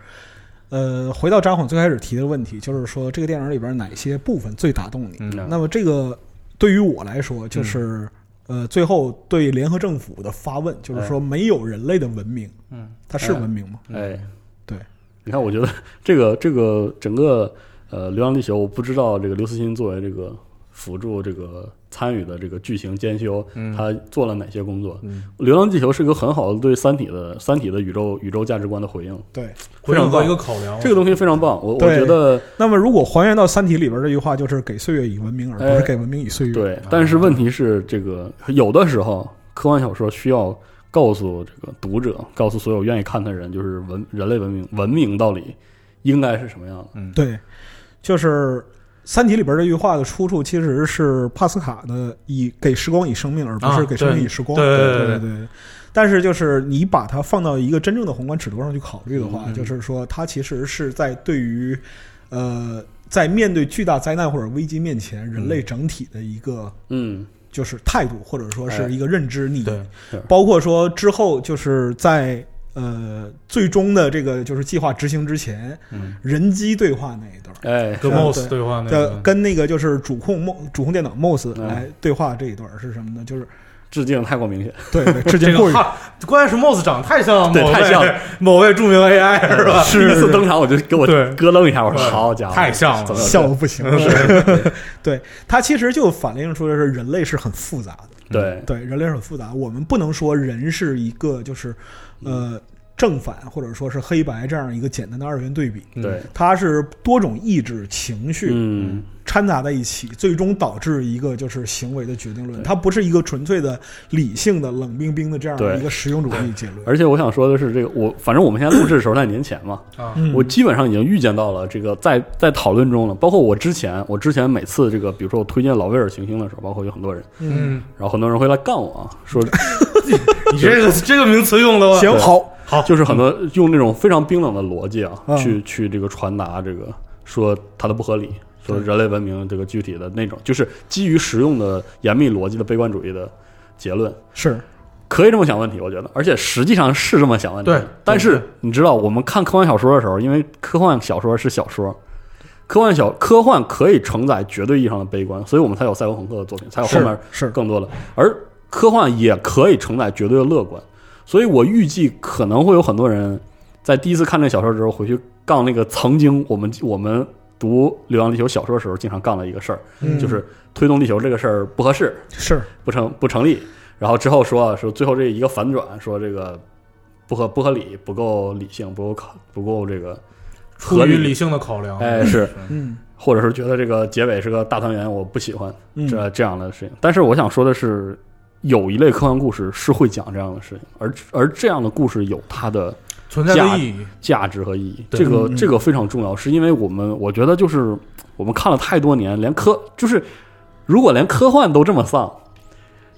[SPEAKER 3] 呃，回到张晃最开始提的问题，就是说这个电影里边哪些部分最打动你？
[SPEAKER 2] 嗯
[SPEAKER 1] 嗯
[SPEAKER 3] 那么这个对于我来说，就是、呃，最后对联合政府的发问，就是说没有人类的文明，
[SPEAKER 2] 嗯，
[SPEAKER 3] 它是文明吗？
[SPEAKER 1] 哎，
[SPEAKER 3] 对，
[SPEAKER 1] 你看，我觉得这个这个整个呃《流浪地球》，我不知道这个刘慈欣作为这个辅助这个参与的这个剧情监修，
[SPEAKER 2] 嗯
[SPEAKER 1] 他做了哪些工作？
[SPEAKER 2] 嗯
[SPEAKER 1] 流浪地球》是一个很好的对《三体》的《三体》的宇宙宇宙价值观的回应，
[SPEAKER 2] 哦
[SPEAKER 3] 对。
[SPEAKER 1] 非
[SPEAKER 2] 回
[SPEAKER 1] 常
[SPEAKER 2] 整
[SPEAKER 1] 棒
[SPEAKER 2] 个一。个考量，
[SPEAKER 1] 这个东西非常棒，我我
[SPEAKER 3] 对
[SPEAKER 1] 觉得
[SPEAKER 3] 那么如果还原到《三体》里边这句话，就是给岁月以文明，而不
[SPEAKER 1] 哎
[SPEAKER 3] 是给文明以岁月。
[SPEAKER 1] 对，但是问题是，这个有的时候科幻小说需要告诉这个读者，告诉所有愿意看的人，就是文人类文明文明到底应该是什么样的。
[SPEAKER 2] 嗯，
[SPEAKER 3] 对就是。《三体》里边这句话的出处其实是帕斯卡的“以给时光以生命”，而不
[SPEAKER 2] 啊
[SPEAKER 3] 是给生命
[SPEAKER 2] 对
[SPEAKER 3] 以时光。
[SPEAKER 2] 对对
[SPEAKER 3] 对
[SPEAKER 2] 对
[SPEAKER 3] 对但是就是你把它放到一个真正的宏观尺度上去考虑的话，
[SPEAKER 1] 嗯嗯
[SPEAKER 3] 就是说它其实是在对于，呃，在面对巨大灾难或者危机面前，人
[SPEAKER 2] 嗯
[SPEAKER 3] 类整体的一个
[SPEAKER 1] 嗯，
[SPEAKER 3] 就是态度，或者说
[SPEAKER 1] 哎
[SPEAKER 3] 是一个认知。你
[SPEAKER 2] 对，
[SPEAKER 3] 包括说之后就是在呃最终的这个就是计划执行之前，
[SPEAKER 2] 嗯
[SPEAKER 3] 人机对话那一段。
[SPEAKER 1] 哎，
[SPEAKER 2] 跟
[SPEAKER 3] 是
[SPEAKER 2] MOS
[SPEAKER 3] 对
[SPEAKER 2] 对话那
[SPEAKER 3] 呃
[SPEAKER 2] 个，
[SPEAKER 3] 跟那个就是主控 Mo 主控电脑 MOS
[SPEAKER 1] 嗯
[SPEAKER 3] 来对话这一段是什么呢？就是
[SPEAKER 1] 致敬太过明显。
[SPEAKER 3] 对对，致
[SPEAKER 2] 这
[SPEAKER 3] 敬过
[SPEAKER 2] 个
[SPEAKER 3] 于
[SPEAKER 2] 哈，关键是 MOS 长得太像
[SPEAKER 1] 对
[SPEAKER 2] 某
[SPEAKER 1] 太
[SPEAKER 2] 位
[SPEAKER 1] 像
[SPEAKER 2] 某位著名 AI 是吧？
[SPEAKER 1] 第一次登场我就给我
[SPEAKER 2] 对
[SPEAKER 1] 咯噔一下，我说
[SPEAKER 2] 对
[SPEAKER 1] 好家伙，
[SPEAKER 2] 太像
[SPEAKER 1] 怎
[SPEAKER 2] 了
[SPEAKER 1] 么有这
[SPEAKER 3] 笑的不行。 对，它其实就反映出来是人类是很复杂的，
[SPEAKER 1] 对
[SPEAKER 2] 嗯
[SPEAKER 3] 对，人类是很复杂。我们不能说人是一个就是呃正反或者说是黑白这样一个简单的二元对比，
[SPEAKER 2] 嗯
[SPEAKER 1] 对，
[SPEAKER 3] 它是多种意志情绪，
[SPEAKER 1] 嗯，
[SPEAKER 3] 掺杂在一起，最终导致一个就是行为的决定论。
[SPEAKER 1] 对
[SPEAKER 3] 它不是一个纯粹的理性的冷冰冰的这样的
[SPEAKER 1] 对
[SPEAKER 3] 一个实用主义结论。
[SPEAKER 1] 而且我想说的是，这个我反正我们现在录制的时候在年前嘛，
[SPEAKER 2] 啊，
[SPEAKER 3] 嗯
[SPEAKER 1] 我基本上已经预见到了这个在在讨论中了，包括我之前我之前每次这个，比如说我推荐老威尔行星的时候，包括有很多人，
[SPEAKER 3] 嗯，
[SPEAKER 2] 嗯，
[SPEAKER 1] 然后很多人会来干我啊，说
[SPEAKER 2] 你这个这个名词用的，
[SPEAKER 3] 行
[SPEAKER 1] 对
[SPEAKER 3] 好，
[SPEAKER 2] 好，
[SPEAKER 1] 就是很多用那种非常冰冷的逻辑啊，
[SPEAKER 3] 嗯
[SPEAKER 1] 去去这个传达这个说它的不合理，说
[SPEAKER 3] 对
[SPEAKER 1] 人类文明这个具体的那种，就是基于实用的严密逻辑的悲观主义的结论，
[SPEAKER 3] 是
[SPEAKER 1] 可以这么想问题，我觉得，而且实际上是这么想问题。
[SPEAKER 2] 对
[SPEAKER 1] 但
[SPEAKER 2] 对
[SPEAKER 1] 是
[SPEAKER 2] 对
[SPEAKER 1] 你知道，我们看科幻小说的时候，因为科幻小说是小说。科幻小科幻可以承载绝对意义上的悲观，所以我们才有赛博朋克的作品，才有后面
[SPEAKER 3] 是是
[SPEAKER 1] 更多的。而科幻也可以承载绝对的乐观，所以我预计可能会有很多人在第一次看这小说之后回去杠那个曾经我们我们读《流浪地球》小说的时候经常杠的一个事儿，
[SPEAKER 3] 嗯
[SPEAKER 1] 就是推动地球这个事儿不合适，
[SPEAKER 3] 是
[SPEAKER 1] 不成不成立。然后之后说说最后这一个反转，说这个不合不合理，不够理性，不够考，不够这个
[SPEAKER 2] 出
[SPEAKER 1] 合
[SPEAKER 2] 于
[SPEAKER 1] 理。
[SPEAKER 2] 理性的考量，
[SPEAKER 1] 哎是，
[SPEAKER 3] 嗯
[SPEAKER 1] 或者是觉得这个结尾是个大团圆，我不喜欢
[SPEAKER 3] 嗯
[SPEAKER 1] 这这样的事情。但是我想说的是，有一类科幻故事是会讲这样的事情，而而这样的故事有它的
[SPEAKER 2] 存在的意义，
[SPEAKER 1] 价值和意义，
[SPEAKER 2] 对
[SPEAKER 1] 这个
[SPEAKER 3] 嗯嗯
[SPEAKER 1] 这个非常重要，是因为我们我觉得就是我们看了太多年，连科就是如果连科幻都这么丧，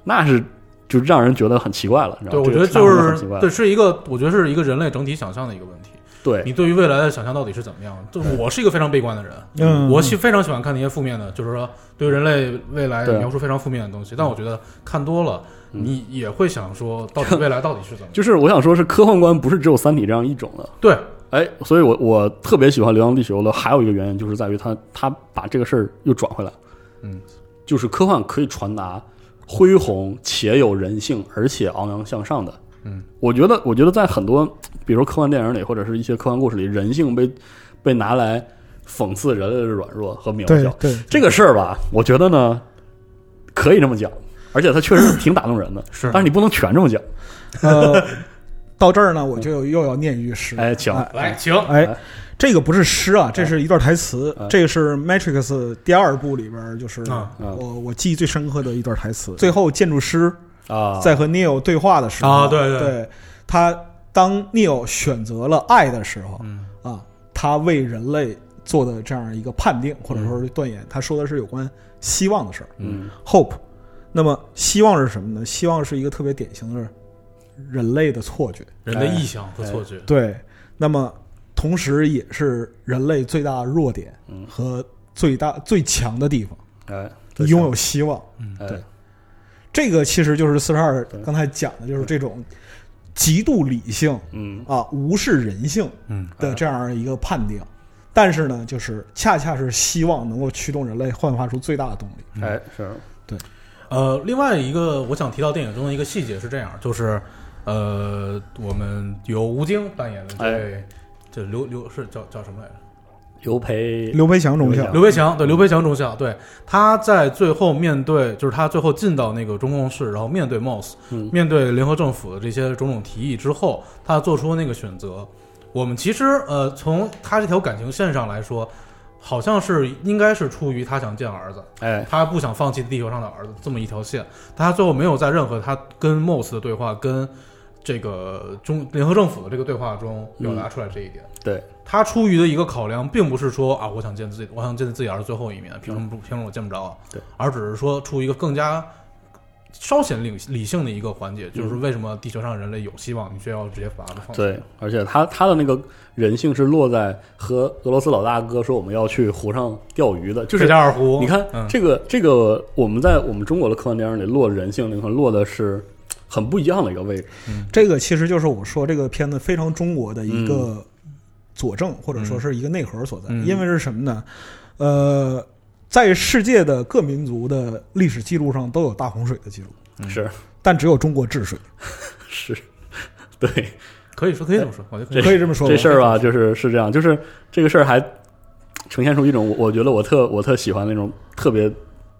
[SPEAKER 1] 那是就让人觉得很奇怪了。你知
[SPEAKER 2] 对
[SPEAKER 1] 道吗
[SPEAKER 2] 我觉得
[SPEAKER 1] 这个看
[SPEAKER 2] 就
[SPEAKER 1] 法很奇
[SPEAKER 2] 是
[SPEAKER 1] 怪
[SPEAKER 2] 对，是一个我觉得是一个人类整体想象的一个问题。
[SPEAKER 1] 对
[SPEAKER 2] 你对于未来的想象到底是怎么样的？就我是一个非常悲观的人，
[SPEAKER 3] 嗯，
[SPEAKER 2] 我喜非常喜欢看那些负面的，就是说对人类未来
[SPEAKER 1] 对
[SPEAKER 2] 描述非常负面的东西。但我觉得看多了，
[SPEAKER 1] 嗯
[SPEAKER 2] 你也会想说，到底未来到底是怎么样？
[SPEAKER 1] 就是我想说，是科幻观不是只有《三体》这样一种的。
[SPEAKER 2] 对，
[SPEAKER 1] 哎，所以我我特别喜欢《流浪地球》的，还有一个原因就是在于它它把这个事儿又转回来，
[SPEAKER 2] 嗯，
[SPEAKER 1] 就是科幻可以传达恢宏且有人性，而且昂扬向上的。
[SPEAKER 2] 嗯，，
[SPEAKER 1] 我觉得我觉得在很多比如说科幻电影里或者是一些科幻故事里，人性被被拿来讽刺人类的软弱和渺
[SPEAKER 3] 对
[SPEAKER 1] 小。
[SPEAKER 3] 对，
[SPEAKER 1] 这个事儿吧，我觉得呢可以这么讲，而且它确实挺打动人的
[SPEAKER 2] 是
[SPEAKER 1] 但是你不能全这么讲。
[SPEAKER 3] 呃，到这儿呢，我就又要念一句诗。
[SPEAKER 1] 哎，请
[SPEAKER 2] 来，请
[SPEAKER 3] 哎
[SPEAKER 1] 哎，
[SPEAKER 3] 这个不是诗啊，这是一段台词
[SPEAKER 1] 哎，
[SPEAKER 3] 这个是《Matrix》第二部里边，就是
[SPEAKER 2] 啊
[SPEAKER 1] 嗯
[SPEAKER 3] 我我记忆最深刻的一段台词。最后建筑师
[SPEAKER 1] 啊，
[SPEAKER 3] 在和 Neo 对话的时候
[SPEAKER 2] 啊对对
[SPEAKER 3] 对，他当 Neo 选择了爱的时候
[SPEAKER 2] 嗯
[SPEAKER 3] 啊，他为人类做的这样一个判定或者说是断言，他说的是有关希望的事儿
[SPEAKER 1] 嗯
[SPEAKER 3] ，hope。那么希望是什么呢？希望是一个特别典型的人类的错觉。
[SPEAKER 2] 人的臆
[SPEAKER 1] 哎
[SPEAKER 2] 想和错觉，
[SPEAKER 3] 对，那么同时也是人类最大弱点
[SPEAKER 1] 嗯
[SPEAKER 3] 和最大最强的地方，
[SPEAKER 1] 哎，
[SPEAKER 3] 你嗯拥有希望。
[SPEAKER 1] 哎
[SPEAKER 3] 对这个其实就是四十二
[SPEAKER 1] 对
[SPEAKER 3] 刚才讲的，就是这种极度理性
[SPEAKER 1] 嗯
[SPEAKER 3] 啊，无视人性
[SPEAKER 2] 嗯，
[SPEAKER 1] 哎
[SPEAKER 3] 的这样一个判定。但是呢，就是恰恰是希望能够驱动人类焕发出最大的动力。
[SPEAKER 1] 哎是
[SPEAKER 2] 呃，另外一个我想提到电影中的一个细节是这样，就是呃，我们由吴京扮演的
[SPEAKER 1] 哎
[SPEAKER 2] 这位，这刘刘是叫叫什么来着？
[SPEAKER 1] 刘培
[SPEAKER 3] 刘培强中校
[SPEAKER 1] 刘培强
[SPEAKER 2] 刘培强，对，刘培强中校，对，他在最后面对，就是他最后进到那个中控室，然后面对 MOS，、
[SPEAKER 1] 嗯
[SPEAKER 2] 面对联合政府的这些种种提议之后，他做出那个选择。我们其实呃，从他这条感情线上来说，好像是应该是出于他想见儿子，
[SPEAKER 1] 哎
[SPEAKER 2] 他不想放弃地球上的儿子这么一条线，但他最后没有在任何他跟 MOS 的对话跟这个中联合政府的这个对话中表达出来这一点。
[SPEAKER 1] 嗯对
[SPEAKER 2] 他出于的一个考量，并不是说啊，我想见自己，我想见自己儿子最后一面，凭什么不凭什么我见不着啊？
[SPEAKER 1] 对，
[SPEAKER 2] 而只是说出于一个更加稍显理理性的一个环节，就是为什么地球上人类有希望，你却要直接把它放弃？
[SPEAKER 1] 嗯对，而且他他的那个人性是落在和俄罗斯老大哥说我们要去湖上钓鱼的，就
[SPEAKER 2] 这
[SPEAKER 1] 是
[SPEAKER 2] 加二胡，
[SPEAKER 1] 你看
[SPEAKER 2] 嗯，
[SPEAKER 1] 这个这个我们在我们中国的科幻电影里落人性那块落的是很不一样的一个位置，
[SPEAKER 3] 这个其实就是我说这个片子非常中国的一
[SPEAKER 1] 嗯
[SPEAKER 3] 个佐证，或者说是一个内核所在。
[SPEAKER 2] 嗯
[SPEAKER 3] 因为是什么呢？呃，在世界的各民族的历史记录上都有大洪水的记录，
[SPEAKER 2] 嗯
[SPEAKER 1] 是
[SPEAKER 3] 但只有中国治水，
[SPEAKER 1] 是，对，
[SPEAKER 2] 可以说可以这么说，我觉得可以。
[SPEAKER 3] 可以这么说吧。
[SPEAKER 1] 这事儿吧，就是是这样，就是这个事儿还呈现出一种我我觉得我特我特喜欢那种特别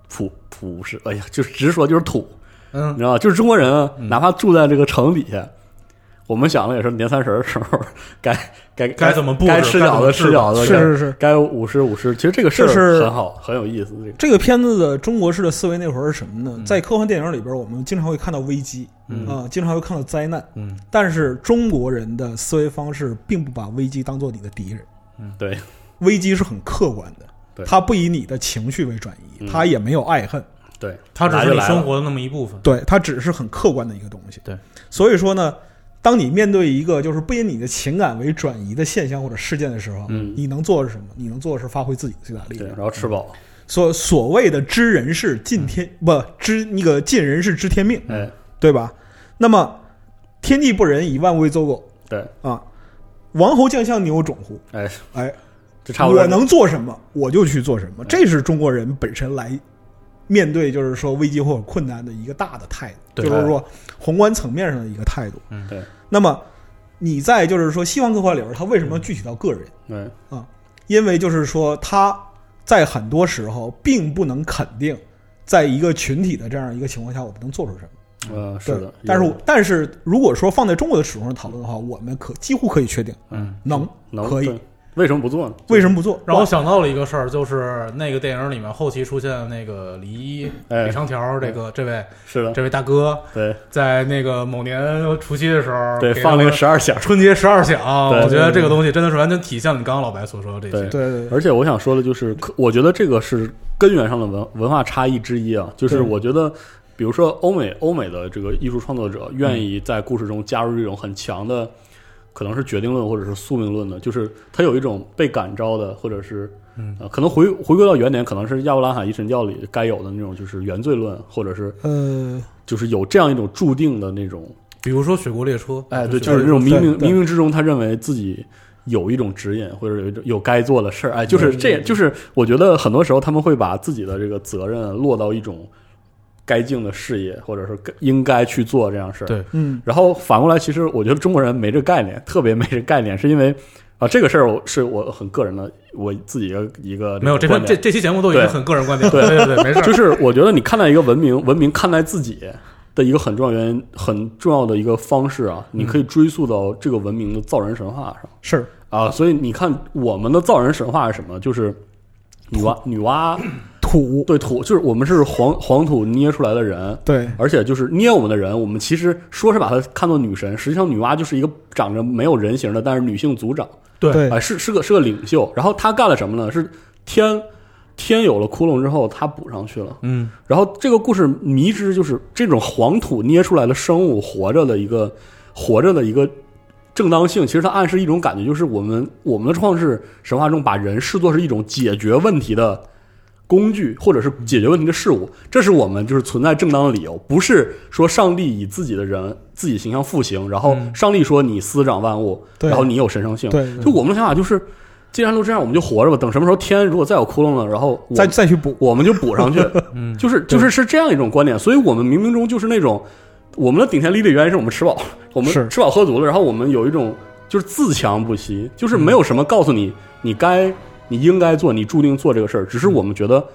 [SPEAKER 1] 朴朴实，哎呀，就是直说就是土，你
[SPEAKER 2] 嗯，
[SPEAKER 1] 知道吧，就是中国人啊，
[SPEAKER 2] 嗯
[SPEAKER 1] 哪怕住在这个城底下，我们想的也是年三十的时候 该该
[SPEAKER 2] 该怎么布置
[SPEAKER 1] 该吃
[SPEAKER 2] 该怎
[SPEAKER 1] 饺
[SPEAKER 2] 么
[SPEAKER 1] 子
[SPEAKER 2] 置
[SPEAKER 1] 吃饺
[SPEAKER 3] 是
[SPEAKER 1] 子，
[SPEAKER 3] 是是。
[SPEAKER 1] 该该舞狮舞狮。其实这个事
[SPEAKER 3] 这是
[SPEAKER 1] 儿很好，很有意思。这个
[SPEAKER 3] 这个片子的中国式的思维内核是什么呢
[SPEAKER 2] 嗯？
[SPEAKER 3] 在科幻电影里边，我们经常会看到危机
[SPEAKER 2] 嗯
[SPEAKER 3] 啊、经常会看到灾难，
[SPEAKER 2] 嗯，
[SPEAKER 3] 但是中国人的思维方式并不把危机当做你的敌人。
[SPEAKER 1] 嗯对，
[SPEAKER 3] 危机是很客观的，
[SPEAKER 1] 对
[SPEAKER 3] 它不以你的情绪为转移，
[SPEAKER 1] 嗯
[SPEAKER 3] 它也没有爱恨，
[SPEAKER 1] 对，
[SPEAKER 2] 它只
[SPEAKER 1] 来
[SPEAKER 2] 是
[SPEAKER 1] 就
[SPEAKER 2] 你
[SPEAKER 1] 来
[SPEAKER 2] 生
[SPEAKER 1] 了
[SPEAKER 2] 活的那么一部分。
[SPEAKER 3] 对，它只是很客观的一个东西。
[SPEAKER 2] 对，
[SPEAKER 3] 所以说呢，当你面对一个就是不以你的情感为转移的现象或者事件的时候，
[SPEAKER 1] 嗯
[SPEAKER 3] 你能做的是什么？你能做的是发挥自己的最大力
[SPEAKER 1] 对，
[SPEAKER 3] 量
[SPEAKER 1] 然。后吃饱，
[SPEAKER 3] 所所谓的知人事尽天、
[SPEAKER 1] 嗯
[SPEAKER 3] 不知那个尽人事知天命，
[SPEAKER 1] 哎，
[SPEAKER 3] 对吧？那么天地不仁，以万物为刍狗
[SPEAKER 1] 对，
[SPEAKER 3] 啊。王侯将相，宁有种乎？
[SPEAKER 1] 哎，
[SPEAKER 3] 哎，
[SPEAKER 1] 这差不多。嗯
[SPEAKER 3] 我能做什么，我就去做什么，这是中国人本身来面对就是说危机或者困难的一个大的态度，
[SPEAKER 2] 对
[SPEAKER 3] 就是说宏观层面上的一个态度。
[SPEAKER 2] 嗯
[SPEAKER 1] 对。
[SPEAKER 3] 那么你在就是说西方科幻里边，它为什么
[SPEAKER 1] 嗯
[SPEAKER 3] 具体到个人？
[SPEAKER 1] 对
[SPEAKER 3] 因为就是说他在很多时候并不能肯定，在一个群体的这样一个情况下，我们能做出什么。
[SPEAKER 1] 呃，
[SPEAKER 3] 对
[SPEAKER 1] 是的，
[SPEAKER 3] 但是
[SPEAKER 1] 有
[SPEAKER 3] 我但是如果说放在中国的史上讨论的话，我们可几乎可以确定，
[SPEAKER 1] 嗯，
[SPEAKER 3] 能
[SPEAKER 1] 能
[SPEAKER 3] 可以，
[SPEAKER 1] 对为什么不做呢？
[SPEAKER 3] 为什么不做？
[SPEAKER 2] 让我想到了一个事儿，就是那个电影里面后期出现那个李一、
[SPEAKER 1] 哎
[SPEAKER 2] 李长条这个这位
[SPEAKER 1] 是的，
[SPEAKER 2] 这位大哥，
[SPEAKER 1] 对
[SPEAKER 2] 在那个某年除夕的时候，
[SPEAKER 1] 对，
[SPEAKER 2] 给
[SPEAKER 1] 放了一
[SPEAKER 2] 他
[SPEAKER 1] 个
[SPEAKER 2] 们
[SPEAKER 1] 十二响。
[SPEAKER 2] 春节十二响，
[SPEAKER 1] 对
[SPEAKER 2] 我觉得这个东西真的是完全体现了你刚刚老白所说的这些。
[SPEAKER 1] 对哎
[SPEAKER 3] 对对对，
[SPEAKER 1] 而且我想说的就是，可我觉得这个是根源上的文文化差异之一啊。就是
[SPEAKER 3] 对
[SPEAKER 1] 我觉得，比如说欧美欧美的这个艺术创作者愿意在故事中加入这种很强的，可能是决定论或者是宿命论的，就是他有一种被感召的，或者是
[SPEAKER 2] 嗯
[SPEAKER 1] 呃，可能回回归到原点，可能是亚伯拉罕一神教里该有的那种，就是原罪论，或者是
[SPEAKER 3] 呃，
[SPEAKER 1] 就是有这样一种注定的那种
[SPEAKER 2] 比如说《雪国列车》，
[SPEAKER 1] 哎，对，就
[SPEAKER 2] 就
[SPEAKER 1] 是是那种冥冥
[SPEAKER 3] 对对
[SPEAKER 1] 冥冥之中，他认为自己有一种指引，或者有一种有该做的事儿。哎，就是这，就是我觉得很多时候他们会把自己的这个责任落到一种该尽的事业，或者是该应该去做这样事儿。
[SPEAKER 2] 对
[SPEAKER 3] 嗯，
[SPEAKER 1] 然后反过来，其实我觉得中国人没这概念，特别没这概念，是因为啊，这个事儿我是我很个人的，我自己的一个
[SPEAKER 2] 没有这
[SPEAKER 1] 观
[SPEAKER 2] 篇
[SPEAKER 1] 点啊
[SPEAKER 2] 这这期节目都已经
[SPEAKER 1] 对
[SPEAKER 2] 很个人观点了，
[SPEAKER 1] 对
[SPEAKER 2] 对对对，没 事 儿。
[SPEAKER 1] 就是我觉得你看待一个文明，文明看待自己的一个很重要原因，很重要的一个方式啊，你可以追溯到这个文明的造人神话上
[SPEAKER 3] 是
[SPEAKER 1] 啊。所以你看，我们的造人神话是什么？就是女娲，女娲
[SPEAKER 3] 土，
[SPEAKER 1] 对土，就是我们是黄黄土捏出来的人。
[SPEAKER 3] 对
[SPEAKER 1] 而且就是捏我们的人，我们其实说是把她看作女神，实际上女娲就是一个长着没有人形的，但是女性族长。
[SPEAKER 2] 对
[SPEAKER 1] 啊、
[SPEAKER 3] 对
[SPEAKER 1] 是是个是个领袖。然后他干了什么呢？是天天有了窟窿之后，他补上去了。
[SPEAKER 2] 嗯，
[SPEAKER 1] 然后这个故事迷之就是这种黄土捏出来的生物活着的一个活着的一个正当性，其实它暗示一种感觉，就是我们我们的创世神话中把人视作是一种解决问题的工具，或者是解决问题的事物，这是我们就是存在正当的理由，不是说上帝以自己的人自己形象复形，然后
[SPEAKER 2] 嗯
[SPEAKER 1] 上帝说你司掌万物，
[SPEAKER 3] 对
[SPEAKER 1] 然后你有神圣性，
[SPEAKER 3] 对，对
[SPEAKER 1] 就我们的想法就是，既然都这样，我们就活着吧。等什么时候天如果再有窟窿了，然后我
[SPEAKER 3] 再再去补，
[SPEAKER 1] 我们就补 上去，
[SPEAKER 2] 嗯
[SPEAKER 1] 就是就是是这样一种观点。所以我们冥冥中就是那种，我们的顶天立地原因是我们吃饱，我们
[SPEAKER 3] 是
[SPEAKER 1] 吃饱喝足了，然后我们有一种就是自强不息，就是没有什么告诉你你该你应该做，你注定做这个事儿，只是我们觉得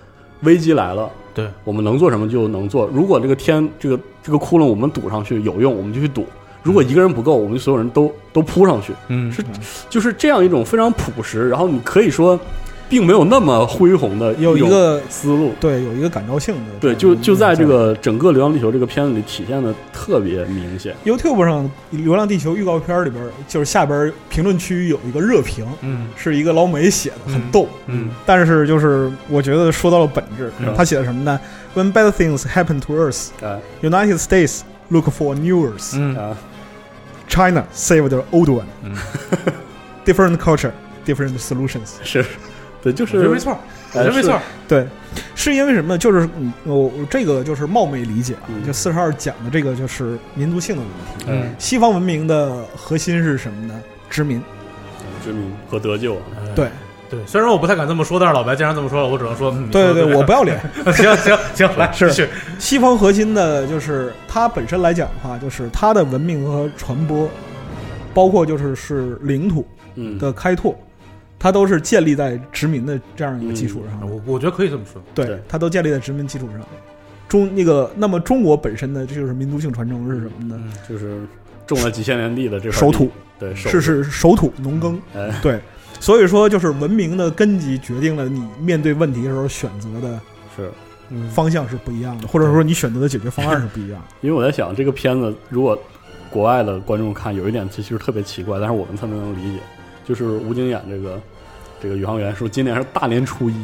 [SPEAKER 1] 危机来了。
[SPEAKER 2] 对，
[SPEAKER 1] 我们能做什么就能做。如果这个天这个这个窟窿我们堵上去有用，我们就去堵；如果一个人不够，我们就所有人都 都扑上去。
[SPEAKER 2] 嗯
[SPEAKER 1] 是就是这样一种非常朴实，然后你可以说，并没有那么恢宏的
[SPEAKER 3] 有
[SPEAKER 1] 一
[SPEAKER 3] 一
[SPEAKER 1] 种
[SPEAKER 3] 个
[SPEAKER 1] 思路。
[SPEAKER 3] 对有一个感召性的，
[SPEAKER 1] 对，
[SPEAKER 2] 嗯
[SPEAKER 1] 就就在这个整个《流浪地球》这个片子里体现的特别明显。
[SPEAKER 3] YouTube 上《流浪地球》预告片里边，就是下边评论区有一个热评，
[SPEAKER 2] 嗯
[SPEAKER 3] 是一个老美写的，很
[SPEAKER 2] 嗯
[SPEAKER 3] 逗。
[SPEAKER 2] 嗯
[SPEAKER 3] 但是就是我觉得说到了本质
[SPEAKER 1] 嗯，
[SPEAKER 3] 他写的什么呢？When bad things happen to Earth,
[SPEAKER 1] 哎
[SPEAKER 3] United States look for new Earth.
[SPEAKER 2] 嗯
[SPEAKER 1] 啊，
[SPEAKER 3] China save the old one.
[SPEAKER 2] 嗯
[SPEAKER 3] Different culture, different solutions.
[SPEAKER 1] 是，对，就
[SPEAKER 2] 我觉得
[SPEAKER 1] 是哎
[SPEAKER 2] 没错儿，我觉得没错儿。
[SPEAKER 3] 对，是因为什么呢？就是嗯我我这个就是冒昧理解啊，
[SPEAKER 1] 嗯
[SPEAKER 3] 就四十二讲的这个就是民族性的问题。
[SPEAKER 1] 嗯
[SPEAKER 2] 嗯，
[SPEAKER 3] 西方文明的核心是什么呢？殖民。
[SPEAKER 1] 殖民嗯和得救啊。
[SPEAKER 2] 哎
[SPEAKER 3] 对
[SPEAKER 2] 对，虽然我不太敢这么说，但是老白既然这么说了，我只能说，嗯，你
[SPEAKER 3] 对
[SPEAKER 2] 说得
[SPEAKER 3] 对，我不要脸。
[SPEAKER 2] 行行行，来
[SPEAKER 3] 是
[SPEAKER 2] 继续
[SPEAKER 3] 西方核心的就是它本身来讲的话，就是它的文明和传播，包括就是是领土
[SPEAKER 1] 嗯，
[SPEAKER 3] 的开拓，它都是建立在殖民的这样一个基础上的。
[SPEAKER 2] 我我觉得可以这么说，
[SPEAKER 1] 对
[SPEAKER 3] 对，它都建立在殖民基础上的。中那个，那么中国本身的就是民族性传承是什么呢？
[SPEAKER 2] 嗯
[SPEAKER 1] 就是种了几千年地的这块
[SPEAKER 3] 守土
[SPEAKER 1] 地，对，守
[SPEAKER 3] 是是守土农耕。
[SPEAKER 1] 土，哎，
[SPEAKER 3] 所以说，就是文明的根基决定了你面对问题的时候选择的
[SPEAKER 1] 是。
[SPEAKER 2] 嗯，
[SPEAKER 3] 方向是不一样的，或者说你选择的解决方案是不一样的。
[SPEAKER 1] 因为我在想，这个片子如果国外的观众看，有一点其实特别奇怪，但是我们特别能理解，就是吴京演这个这个宇航员说，今年是大年初一，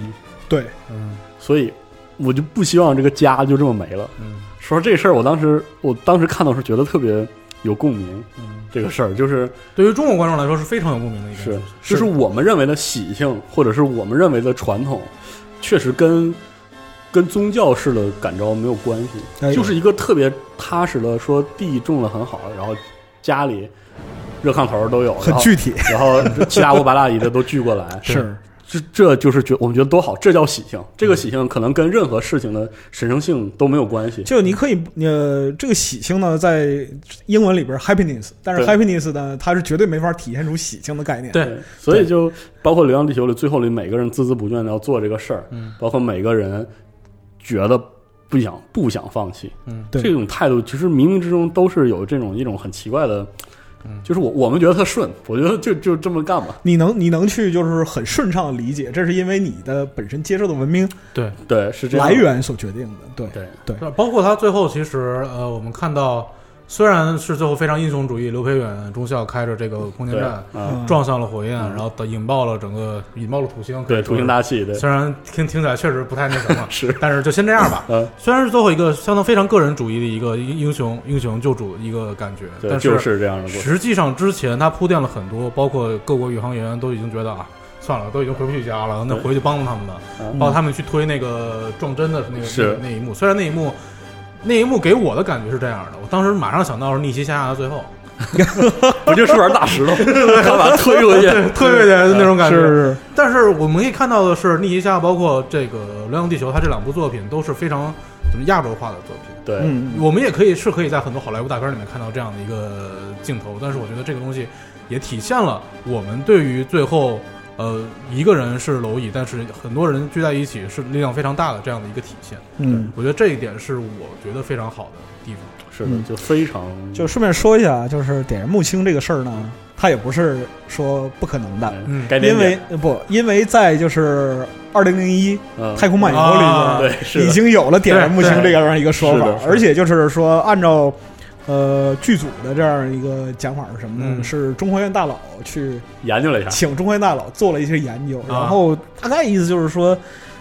[SPEAKER 3] 对，
[SPEAKER 2] 嗯
[SPEAKER 1] 所以我就不希望这个家就这么没了。
[SPEAKER 2] 嗯
[SPEAKER 1] 说这事儿，我当时我当时看到是觉得特别有共鸣，
[SPEAKER 2] 嗯，
[SPEAKER 1] 这个事儿就是
[SPEAKER 2] 对于中国观众来说是非常有共鸣的一件事
[SPEAKER 1] 是
[SPEAKER 3] 嗯
[SPEAKER 2] 情。
[SPEAKER 1] 就是是我们认为的喜庆，或者是我们认为的传统，确实跟跟宗教式的感召没有关系。
[SPEAKER 3] 哎
[SPEAKER 1] 就是一个特别踏实的，说地种的很好，然后家里热炕头都有，
[SPEAKER 3] 很具体，
[SPEAKER 1] 然后，然后七大姑八大姨的都聚过来，
[SPEAKER 3] 是
[SPEAKER 1] 这这就是觉我们觉得多好，这叫喜庆。这个喜庆可能跟任何事情的神圣性都没有关系。
[SPEAKER 3] 就你可以，呃，这个喜庆呢，在英文里边 happiness，但是
[SPEAKER 1] 对
[SPEAKER 3] happiness 呢，它是绝对没法体现出喜庆的概念。
[SPEAKER 2] 对，
[SPEAKER 1] 所以就包括《流浪地球》里最后里每个人孜孜不倦的要做这个事儿，
[SPEAKER 2] 嗯
[SPEAKER 1] 包括每个人觉得不想不想放弃，
[SPEAKER 2] 嗯
[SPEAKER 3] 对
[SPEAKER 1] 这种态度其实冥冥之中都是有这种一种很奇怪的，
[SPEAKER 3] 嗯
[SPEAKER 1] 就是我我们觉得特顺，我觉得就就这么干吧，
[SPEAKER 3] 你能你能去就是很顺畅的理解，这是因为你的本身接受的文明
[SPEAKER 2] 对，
[SPEAKER 1] 对，是这样
[SPEAKER 3] 来源所决定的。对，
[SPEAKER 1] 对。
[SPEAKER 2] 是吧包括他最后其实呃，我们看到虽然是最后非常英雄主义，刘培远中校开着这个空间
[SPEAKER 1] 对
[SPEAKER 2] 站
[SPEAKER 1] 啊，
[SPEAKER 2] 撞向了火焰，
[SPEAKER 1] 嗯
[SPEAKER 2] 然后的引爆了整个引爆了土星，可以
[SPEAKER 1] 对，
[SPEAKER 2] 说
[SPEAKER 1] 图形大气，对，，
[SPEAKER 2] 虽然听听起来确实不太那什么
[SPEAKER 1] 是，
[SPEAKER 2] 但是就先这样吧。
[SPEAKER 1] 呃，
[SPEAKER 2] 虽然是最后一个相当非常个人主义的一个英英雄英雄救主的一个感觉，
[SPEAKER 1] 对，
[SPEAKER 2] 但
[SPEAKER 1] 就是这样的过程，
[SPEAKER 2] 实际上之前他铺垫了很多，包括各国宇航员都已经觉得啊，算了，都已经回不去家了，那
[SPEAKER 1] 对
[SPEAKER 2] 回去帮帮他们吧，
[SPEAKER 1] 啊
[SPEAKER 2] 包括他们去推那个撞针的那个
[SPEAKER 1] 是
[SPEAKER 2] 那那一幕，虽然那一幕。那一幕给我的感觉是这样的，我当时马上想到是逆袭夏亚的最 后，
[SPEAKER 1] 不就是玩大 石头，他把它推过去，
[SPEAKER 2] 推回去的那种感觉。
[SPEAKER 3] 是
[SPEAKER 2] 但是我们可以看到的是，《逆袭夏》包括这个《流浪地球》，它这两部作品都是非常怎么亚洲化的作品。
[SPEAKER 1] 对，
[SPEAKER 3] 嗯，嗯
[SPEAKER 2] 我们也可以是可以在很多好莱坞大片里面看到这样的一个镜头，但是我觉得这个东西也体现了我们对于最后呃一个人是蝼蚁，但是很多人聚在一起是力量非常大的这样的一个体现。
[SPEAKER 3] 嗯。
[SPEAKER 2] 我觉得这一点是我觉得非常好的地方。
[SPEAKER 1] 是的，
[SPEAKER 3] 嗯
[SPEAKER 1] 就非常
[SPEAKER 3] 就顺便说一下，就是点燃木星这个事儿呢，它也不是说不可能的，
[SPEAKER 1] 嗯
[SPEAKER 2] 嗯，
[SPEAKER 1] 该点
[SPEAKER 3] 因为
[SPEAKER 1] 点
[SPEAKER 3] 呃不，因为在就是二零零一
[SPEAKER 1] 嗯
[SPEAKER 3] 太空漫游里边、
[SPEAKER 2] 啊
[SPEAKER 1] 对是的
[SPEAKER 3] 已经有了点燃木星
[SPEAKER 2] 对
[SPEAKER 3] 这
[SPEAKER 2] 对
[SPEAKER 3] 样一个说
[SPEAKER 1] 是
[SPEAKER 3] 法
[SPEAKER 1] 的是，的
[SPEAKER 3] 而且就是说按照呃剧组的这样一个讲法是什么呢？
[SPEAKER 2] 嗯
[SPEAKER 3] 是中科院大佬去
[SPEAKER 1] 研究了一下，
[SPEAKER 3] 请中科院大佬做了一些研究，
[SPEAKER 2] 啊
[SPEAKER 3] 然后大概意思就是说，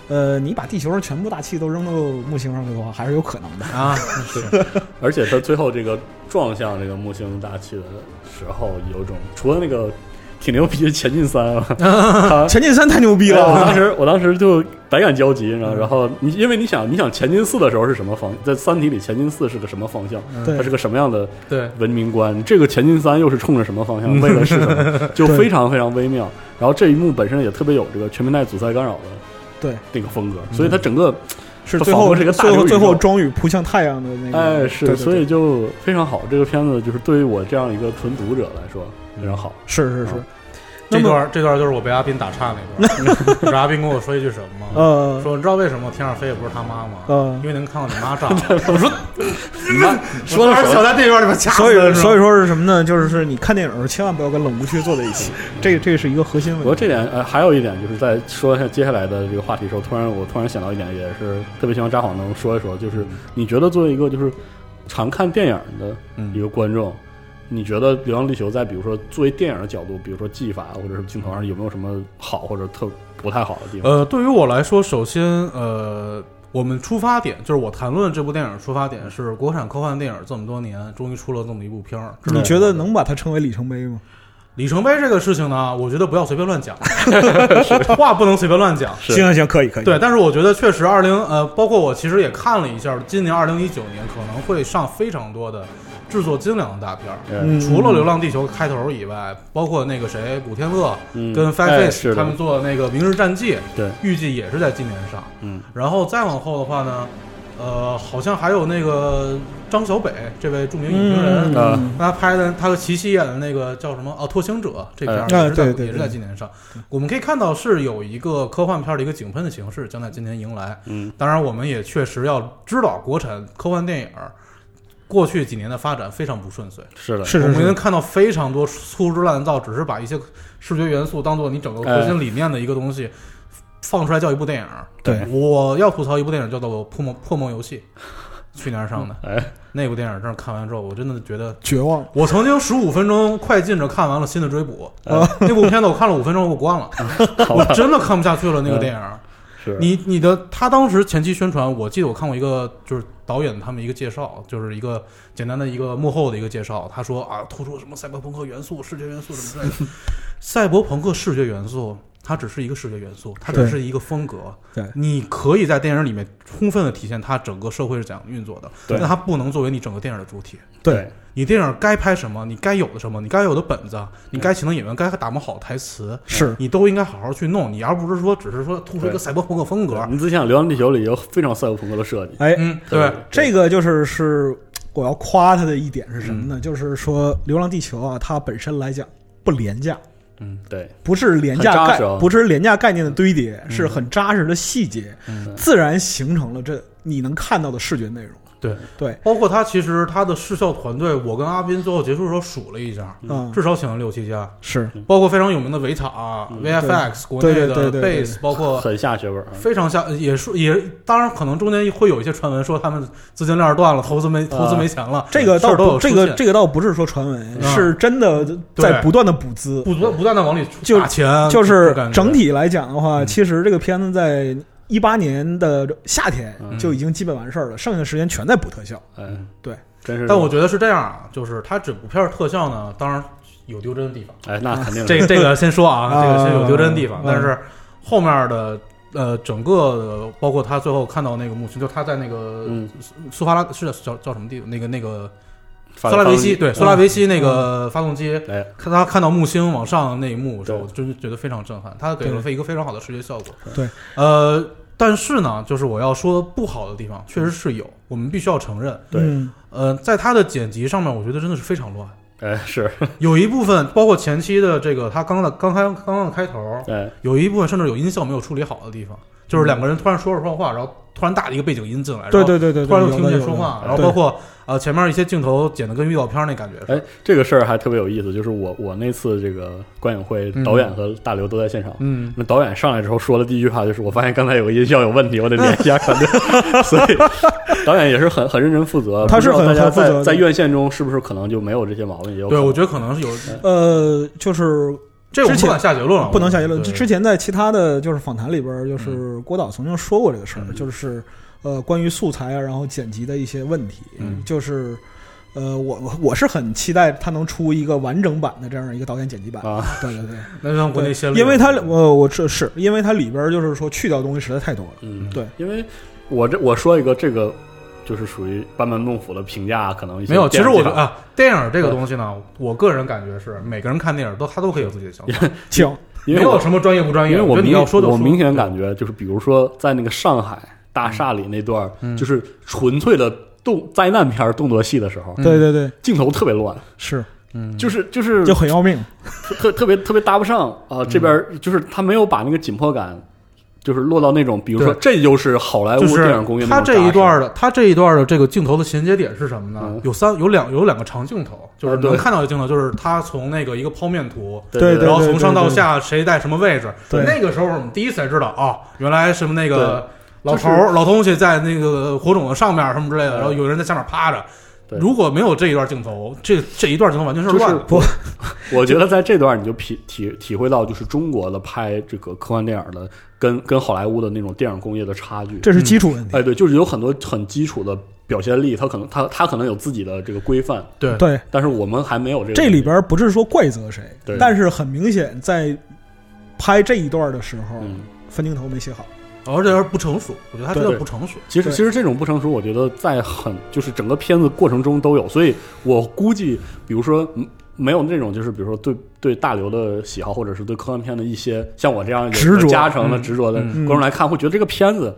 [SPEAKER 3] 呃，你把地球上全部大气都扔到木星上去的话，还是有可能 的。
[SPEAKER 2] 啊，是
[SPEAKER 1] 而且他最后这个撞向这个木星大气的时候，有种除了那个挺牛逼的前进三 啊，他
[SPEAKER 3] 前进三太牛逼
[SPEAKER 1] 哎我
[SPEAKER 3] 了
[SPEAKER 1] 当，时我当时就百感交集，
[SPEAKER 3] 嗯
[SPEAKER 1] 然后然后你因为你想你想前进四的时候是什么方，在《三体》里前进四是个什么方向，
[SPEAKER 2] 嗯
[SPEAKER 1] 它
[SPEAKER 3] 对
[SPEAKER 1] 是个什么样的
[SPEAKER 2] 对，
[SPEAKER 1] 文明观，这个前进三又是冲着什么方向，为了是什 么，就
[SPEAKER 3] 对
[SPEAKER 1] 非常非常微妙。然后这一幕本身也特别有这个全民带阻塞干扰的
[SPEAKER 3] 对
[SPEAKER 1] 那个风格，所以它整个
[SPEAKER 3] 是
[SPEAKER 1] 它
[SPEAKER 3] 最
[SPEAKER 1] 仿
[SPEAKER 3] 后
[SPEAKER 1] 佛是一个大
[SPEAKER 3] 最
[SPEAKER 1] 流
[SPEAKER 3] 后
[SPEAKER 1] 宇
[SPEAKER 3] 最后
[SPEAKER 1] 宙
[SPEAKER 3] 终于扑向太阳的那个，
[SPEAKER 1] 哎，是，
[SPEAKER 3] 嗯对对对
[SPEAKER 1] 所以就非常好。这个片子就是对于我这样一个纯读者来说非常好。
[SPEAKER 3] 是是是
[SPEAKER 1] 啊。
[SPEAKER 3] 那
[SPEAKER 2] 这
[SPEAKER 3] 么
[SPEAKER 2] 段这段就是我被阿斌打岔那段，然后阿斌跟我说一句什么吗？
[SPEAKER 3] 呃
[SPEAKER 2] 说你知道为什么天上飞也不是他妈吗？
[SPEAKER 3] 呃
[SPEAKER 2] 因，为能看到你 妈炸。我说
[SPEAKER 3] 嗯
[SPEAKER 1] 你看，
[SPEAKER 2] 说的想在电影院里面掐死
[SPEAKER 3] 所以
[SPEAKER 2] 人是吧
[SPEAKER 3] 所以说是什么呢？就是是你看电影儿千万不要跟冷无趣坐在一 起，这这是一个核心
[SPEAKER 1] 不
[SPEAKER 3] 问
[SPEAKER 1] 过
[SPEAKER 3] 题。
[SPEAKER 1] 这点呃，还有一点就是在说一下接下来的这个话题的时候，突然我突然想到一点，也是特别希望扎谎能说一说，就是你觉得作为一个就是常看电影的一
[SPEAKER 2] 嗯，
[SPEAKER 1] 个观众，你觉得《流浪地球》在比如说作为电影的角度，比如说技法或者是镜头上有没有什么好或者特不太好的地方？
[SPEAKER 2] 呃，对于我来说，首先呃，我们出发点就是我谈论这部电影的出发点是国产科幻电影这么多年，终于出了这么一部片儿。值
[SPEAKER 3] 你
[SPEAKER 2] 得
[SPEAKER 3] 觉得能把它称为里程碑吗？
[SPEAKER 2] 里程碑这个事情呢？我觉得不要随便 乱讲，话不能随便乱讲。
[SPEAKER 1] 是
[SPEAKER 3] 行行，可以可以。
[SPEAKER 2] 对，但是我觉得确实二零呃，包括我其实也看了一下，今年二零一九年可能会上非常多的制作精良的大片儿。
[SPEAKER 1] 嗯
[SPEAKER 3] 嗯，
[SPEAKER 2] 除了《流浪地球》开头以外，包括那个谁古天乐
[SPEAKER 1] 嗯
[SPEAKER 2] 跟
[SPEAKER 1] 哎
[SPEAKER 2] Five Face、
[SPEAKER 1] 是的
[SPEAKER 2] 他们做的那个《明日战记》，
[SPEAKER 1] 对，
[SPEAKER 2] 预计也是在今年上。
[SPEAKER 1] 嗯，
[SPEAKER 2] 然后再往后的话呢，呃，好像还有那个张小北这位著名影评人，
[SPEAKER 3] 嗯，
[SPEAKER 1] 呃
[SPEAKER 3] 嗯
[SPEAKER 2] 他拍的他和齐溪演的那个叫什么哦，《拓星者》这片儿、
[SPEAKER 3] 哎
[SPEAKER 2] 也是在、
[SPEAKER 3] 啊对对
[SPEAKER 2] 也是在今年上。我们可以看到是有一个科幻片儿的一个井喷的形式将在今年迎来。
[SPEAKER 1] 嗯，
[SPEAKER 2] 当然我们也确实要知道国产科幻电影儿过去几年的发展非常不顺遂。
[SPEAKER 1] 是的，
[SPEAKER 3] 是
[SPEAKER 2] 我
[SPEAKER 3] 是
[SPEAKER 2] 们能
[SPEAKER 3] 是，
[SPEAKER 2] 看到非常多粗制滥造，只是把一些视觉元素当做你整个
[SPEAKER 3] 哎
[SPEAKER 2] 核心理念的一个东西放出来叫一部电影。
[SPEAKER 3] 对，
[SPEAKER 2] 我要吐槽一部电影叫做《破梦破梦游戏》，去年上的
[SPEAKER 1] 哎，
[SPEAKER 2] 那部电影，真是看完之后，我真的觉得。
[SPEAKER 3] 绝望。
[SPEAKER 2] 我曾经十五分钟快进着看完了《新的追捕》啊那部片子，我看了五分钟我关了，
[SPEAKER 1] 好
[SPEAKER 2] 我
[SPEAKER 1] 吧，
[SPEAKER 2] 真的看不下去了。那个电影，
[SPEAKER 1] 是
[SPEAKER 2] 你你的他当时前期宣传，我记得我看过一个就是导演他们一个介绍，就是一个简单的一个幕后的一个介绍，他说啊，突出什么赛博朋克元素、视觉元素什么之类的，赛博朋克视觉元素它只是一个视觉元素，它
[SPEAKER 3] 对
[SPEAKER 2] 只是一个风格。
[SPEAKER 3] 对
[SPEAKER 2] 你可以在电影里面充分的体现它整个社会是怎样运作的，
[SPEAKER 1] 对
[SPEAKER 2] 但它不能作为你整个电影的主体。
[SPEAKER 3] 对
[SPEAKER 1] 对嗯
[SPEAKER 2] 你电影该拍什么，你该有的什么，你该有的本子，你该请的演员，该打磨好台词，
[SPEAKER 3] 是
[SPEAKER 2] 你都应该好好去弄。你而不是说只是说突出一个
[SPEAKER 1] 对
[SPEAKER 2] 赛博朋克风格，
[SPEAKER 1] 你仔细想，《流浪地球》里有非常赛博朋克的设计，
[SPEAKER 3] 哎，
[SPEAKER 2] 嗯，对，
[SPEAKER 3] 这个就是是我要夸他的一点是什么呢？就是说《流浪地球》啊，它本身来讲不廉价，
[SPEAKER 2] 嗯，
[SPEAKER 1] 对
[SPEAKER 3] 不是廉价
[SPEAKER 1] 很
[SPEAKER 3] 概
[SPEAKER 1] 扎实啊，
[SPEAKER 3] 不是廉价概念的堆叠，是很扎实的细节，
[SPEAKER 2] 嗯
[SPEAKER 3] 自然形成了这你能看到的视觉内容。
[SPEAKER 2] 对
[SPEAKER 3] 对，
[SPEAKER 2] 包括他其实他的视效团队，我跟阿斌最后结束的时候数了一下，
[SPEAKER 3] 嗯，
[SPEAKER 2] 至少请了六七家，
[SPEAKER 3] 是
[SPEAKER 2] 包括非常有名的维塔、
[SPEAKER 1] 嗯
[SPEAKER 2] VFX、国
[SPEAKER 3] 对
[SPEAKER 2] 内
[SPEAKER 3] 对
[SPEAKER 2] 的
[SPEAKER 3] 对对
[SPEAKER 2] Base，包括
[SPEAKER 1] 很下血本儿。啊
[SPEAKER 2] 非常像，也说也当然可能中间会有一些传闻说他们资金链断了，投资没投资没钱了，
[SPEAKER 3] 啊这个
[SPEAKER 2] 事
[SPEAKER 3] 倒
[SPEAKER 2] 儿都
[SPEAKER 3] 不
[SPEAKER 2] 有
[SPEAKER 3] 这个这个倒不是说传闻，
[SPEAKER 2] 嗯
[SPEAKER 3] 是真的在不断的补资。
[SPEAKER 2] 不断不断的往里
[SPEAKER 3] 就
[SPEAKER 2] 打钱，
[SPEAKER 3] 就是
[SPEAKER 2] 感觉
[SPEAKER 3] 整体来讲的话，
[SPEAKER 2] 嗯
[SPEAKER 3] 其实这个片子在一八年的夏天
[SPEAKER 1] 嗯
[SPEAKER 3] 就已经基本完事儿了，剩下的时间全在补特效。
[SPEAKER 1] 哎
[SPEAKER 2] 嗯，
[SPEAKER 3] 对，
[SPEAKER 1] 真是。
[SPEAKER 2] 但我觉得是这样啊，就是它这部片儿特效呢，当然有丢真的地方，
[SPEAKER 1] 哎，那肯定是
[SPEAKER 2] 这这个先说啊，
[SPEAKER 3] 啊
[SPEAKER 2] 这个先有丢真的地方
[SPEAKER 3] 啊，
[SPEAKER 2] 但是后面的。呃，整个的包括他最后看到那个母亲，就他在那个
[SPEAKER 1] 嗯
[SPEAKER 2] 苏苏发拉是叫叫什么地方？那个那个
[SPEAKER 1] 发
[SPEAKER 2] 苏拉维西，
[SPEAKER 1] 发
[SPEAKER 2] 对苏拉维西那个发动机，
[SPEAKER 1] 嗯哎
[SPEAKER 2] 看他看到木星往上那一幕的时候，
[SPEAKER 1] 对
[SPEAKER 2] 我真觉得非常震撼，他给了一个非常好的视觉效果。
[SPEAKER 3] 对，
[SPEAKER 2] 呃，但是呢，就是我要说不好的地方，确实是有，我们必须要承认。
[SPEAKER 1] 对
[SPEAKER 3] 嗯，
[SPEAKER 2] 呃，在他的剪辑上面，我觉得真的是非常乱，
[SPEAKER 1] 哎是
[SPEAKER 2] 有一部分包括前期的这个他刚的刚开刚刚的开头，
[SPEAKER 1] 哎
[SPEAKER 2] 有一部分甚至有音效没有处理好的地方，就是两个人突然说着说着话，然后突然大的一个背景音进来，
[SPEAKER 3] 对对对对，对
[SPEAKER 2] 然后突然又
[SPEAKER 3] 有
[SPEAKER 2] 听不
[SPEAKER 3] 的
[SPEAKER 2] 见
[SPEAKER 3] 有
[SPEAKER 2] 说
[SPEAKER 3] 的
[SPEAKER 2] 话，
[SPEAKER 1] 有的
[SPEAKER 2] 然后包括呃前面一些镜头剪的跟预告片那感觉似的。
[SPEAKER 1] 哎，这个事儿还特别有意思，就是我我那次这个观影会，导演和大刘都在现场。
[SPEAKER 2] 嗯，
[SPEAKER 1] 那导演上来之后说的第一句话就是：“我发现刚才有个音效有问题，我得联 系一下团队。”所以导演也是很很认真负责。
[SPEAKER 3] 他是
[SPEAKER 1] 不知道
[SPEAKER 3] 很
[SPEAKER 1] 大家
[SPEAKER 3] 很负责
[SPEAKER 1] 在
[SPEAKER 3] 的
[SPEAKER 1] 在院线中是不是可能就没有这些毛病？也有
[SPEAKER 2] 对，
[SPEAKER 1] 可能
[SPEAKER 2] 我觉得可能是有
[SPEAKER 3] 呃，就是
[SPEAKER 2] 这我们
[SPEAKER 3] 之
[SPEAKER 2] 不
[SPEAKER 3] 前
[SPEAKER 2] 敢下结论了，
[SPEAKER 3] 不能下结论。
[SPEAKER 2] 对嗯
[SPEAKER 3] 之前在其他的就是访谈里边儿，就是郭导曾经说过这个事儿，就是呃，关于素材啊，然后剪辑的一些问题，
[SPEAKER 2] 嗯
[SPEAKER 3] 就是呃，我我我是很期待他能出一个完整版的这样一个导演剪辑版。
[SPEAKER 1] 啊，
[SPEAKER 3] 对对对，
[SPEAKER 2] 那让国内先
[SPEAKER 3] 对
[SPEAKER 2] 录，
[SPEAKER 3] 因为它呃，我这是因为它里边儿就是说去掉东西实在太多了。
[SPEAKER 1] 嗯，
[SPEAKER 3] 对，
[SPEAKER 1] 因为我这我说一个这个就是属于班门弄斧的评价，可能一些
[SPEAKER 2] 没有。其实我
[SPEAKER 1] 电
[SPEAKER 2] 觉
[SPEAKER 1] 影技
[SPEAKER 2] 得
[SPEAKER 1] 巧
[SPEAKER 2] 啊，电影
[SPEAKER 3] 嗯
[SPEAKER 2] 这个东西呢，我个人感觉是每个人看电影都他都可以有自己的想法，
[SPEAKER 3] 请
[SPEAKER 1] 因
[SPEAKER 2] 呃没
[SPEAKER 1] 为
[SPEAKER 2] 有
[SPEAKER 1] 我
[SPEAKER 2] 什么专业不专
[SPEAKER 1] 因
[SPEAKER 2] 业。
[SPEAKER 1] 为我
[SPEAKER 2] 我觉得
[SPEAKER 1] 明
[SPEAKER 2] 你要说就
[SPEAKER 1] 我
[SPEAKER 2] 说，
[SPEAKER 1] 明显感觉就是，比如说在那个上海大厦里那段儿，
[SPEAKER 2] 嗯
[SPEAKER 1] 就是纯粹的动灾难片儿动作戏的时候，
[SPEAKER 2] 嗯
[SPEAKER 3] 对对对，
[SPEAKER 1] 镜头特别乱，
[SPEAKER 3] 是
[SPEAKER 2] 嗯
[SPEAKER 1] 就是就是
[SPEAKER 3] 就很要命。
[SPEAKER 1] 特特别特别搭不上啊、
[SPEAKER 2] 嗯
[SPEAKER 1] 这边儿就是他没有把那个紧迫感，就是落到那种，比如说这就是好莱
[SPEAKER 2] 就
[SPEAKER 1] 坞
[SPEAKER 2] 是
[SPEAKER 1] 哎电影工业那
[SPEAKER 2] 他
[SPEAKER 1] 种扎
[SPEAKER 2] 这
[SPEAKER 1] 实
[SPEAKER 2] 一段的，他这一段的这个镜头的衔接点是什么呢
[SPEAKER 1] 嗯？
[SPEAKER 2] 有三有两有两个长镜头，就是
[SPEAKER 1] 啊对
[SPEAKER 2] 能看到的镜头，就是他从那个一个剖面图，
[SPEAKER 1] 对
[SPEAKER 3] 对
[SPEAKER 1] 对
[SPEAKER 2] 然后
[SPEAKER 3] 对
[SPEAKER 2] 从上到下谁在什么位置。
[SPEAKER 3] 对
[SPEAKER 2] 那个时候我们第一次才知道啊，原来什么那个老头儿、老东西在那个火种的上面什么之类的，
[SPEAKER 1] 对
[SPEAKER 2] 然后有人在下面趴着。
[SPEAKER 1] 对
[SPEAKER 2] 如果没有这一段镜头，这这一段镜头完全是
[SPEAKER 1] 就是
[SPEAKER 2] 乱的。
[SPEAKER 1] 不，我觉得在这段你就体体体会到，就是中国的拍这个科幻电影的跟跟好莱坞的那种电影工业的差距。
[SPEAKER 3] 这是
[SPEAKER 2] 嗯
[SPEAKER 3] 基础问题。
[SPEAKER 1] 哎，对，就是有很多很基础的表现力，他可能他他可能有自己的这个规范，
[SPEAKER 2] 对，
[SPEAKER 3] 对，
[SPEAKER 1] 但是我们还没有这个。
[SPEAKER 3] 这里边不是说怪责谁
[SPEAKER 1] 对，
[SPEAKER 3] 但是很明显在拍这一段的时候，
[SPEAKER 1] 嗯，
[SPEAKER 3] 分镜头没写好。
[SPEAKER 2] 而且不成熟，我觉得他这
[SPEAKER 1] 对
[SPEAKER 2] 段
[SPEAKER 1] 对
[SPEAKER 2] 不成熟。
[SPEAKER 1] 其实
[SPEAKER 3] 对
[SPEAKER 1] 其实这种不成熟，我觉得在很就是整个片子过程中都有，所以我估计，比如说嗯没有那种就是比如说对对大刘的喜好，或者是对科幻片的一些像我这样有
[SPEAKER 3] 执着
[SPEAKER 1] 有加成的
[SPEAKER 2] 嗯
[SPEAKER 1] 执着的
[SPEAKER 2] 嗯
[SPEAKER 1] 观众来看，会觉得这个片子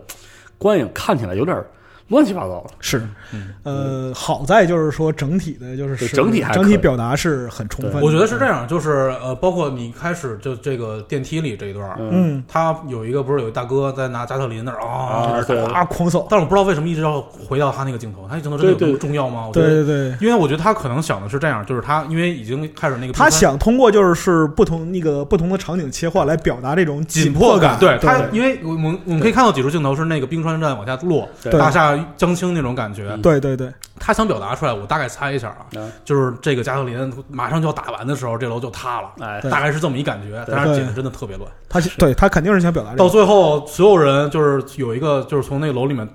[SPEAKER 1] 观影看起来有点儿乱七八糟了。
[SPEAKER 3] 是，
[SPEAKER 2] 嗯
[SPEAKER 3] 呃，好在就是说整体的，就是
[SPEAKER 1] 对
[SPEAKER 3] 是
[SPEAKER 1] 整体还
[SPEAKER 3] 整体
[SPEAKER 1] 可以
[SPEAKER 3] 表达是很充分的。
[SPEAKER 1] 对
[SPEAKER 2] 我觉得是这样，就是呃，包括你开始就这个电梯里这一段，
[SPEAKER 1] 嗯，
[SPEAKER 3] 嗯
[SPEAKER 2] 他有一个不是有一大哥在拿加特林那儿啊，
[SPEAKER 1] 啊对
[SPEAKER 3] 啊，狂扫，
[SPEAKER 2] 但是我不知道为什么一直要回到他那个镜头，他那镜头真的有
[SPEAKER 1] 对对
[SPEAKER 2] 那么重要吗？我觉得，
[SPEAKER 3] 对对对，
[SPEAKER 2] 因为我觉得他可能想的是这样，就是他因为已经开始那个
[SPEAKER 3] 他
[SPEAKER 2] 部分
[SPEAKER 3] 想通过就是不同那个不同的场景切换来表达这种
[SPEAKER 2] 紧
[SPEAKER 3] 迫
[SPEAKER 2] 感，
[SPEAKER 3] 对
[SPEAKER 2] 他
[SPEAKER 3] 对
[SPEAKER 2] 因为我们我们可以看到几处镜头是那个冰川站往下落，
[SPEAKER 1] 对
[SPEAKER 2] 大厦将倾那种感觉，
[SPEAKER 1] 嗯
[SPEAKER 3] 对对对，
[SPEAKER 2] 他想表达出来，我大概猜一下啊，
[SPEAKER 1] 嗯
[SPEAKER 2] 就是这个加特林马上就要打完的时候，这楼就塌了。
[SPEAKER 1] 哎
[SPEAKER 3] 对
[SPEAKER 2] 大概是这么一感觉，
[SPEAKER 1] 对
[SPEAKER 2] 但是剪的真的特别乱。
[SPEAKER 3] 他对他肯定是想表达这
[SPEAKER 2] 到
[SPEAKER 3] 个。
[SPEAKER 2] 最后，所有人就是有一个，就是从那个楼里面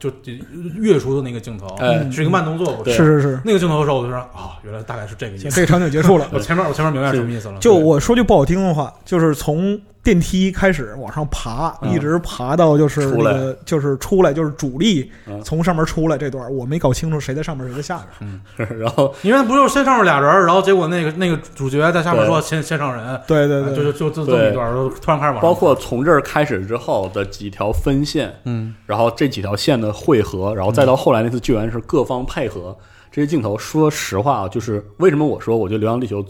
[SPEAKER 2] 就就跃出的那个镜头，
[SPEAKER 1] 哎，
[SPEAKER 2] 是一个慢动作。我
[SPEAKER 1] 对
[SPEAKER 3] 是是是，
[SPEAKER 2] 那个镜头的时候，我就说啊，原来大概是这个意
[SPEAKER 3] 这
[SPEAKER 2] 思。
[SPEAKER 3] 个场景结束了。
[SPEAKER 1] 啊
[SPEAKER 2] 我前面我前面明白什么意思了。
[SPEAKER 3] 就我说句不好听的话，就是从电梯开始往上爬，
[SPEAKER 1] 嗯
[SPEAKER 3] 一直爬到就是那
[SPEAKER 1] 出来
[SPEAKER 3] 个就是出来就是主力
[SPEAKER 1] 嗯
[SPEAKER 3] 从上面出来这段，我没搞清楚谁在上面谁在下面。
[SPEAKER 1] 然后
[SPEAKER 2] 因为不就是先上面俩人儿，然后结果那个那个主角在下面说先先上人，啊
[SPEAKER 3] 对对
[SPEAKER 1] 啊
[SPEAKER 3] 对，
[SPEAKER 2] 就就就就这么一段儿，然后突然开始往上
[SPEAKER 1] 包括从这儿开始之后的几条分线，
[SPEAKER 2] 嗯，
[SPEAKER 1] 然后这几条线的汇合，然后再到后来那次救援是各方配合，这些镜头，说实话啊，就是为什么我说我觉得《流浪地球》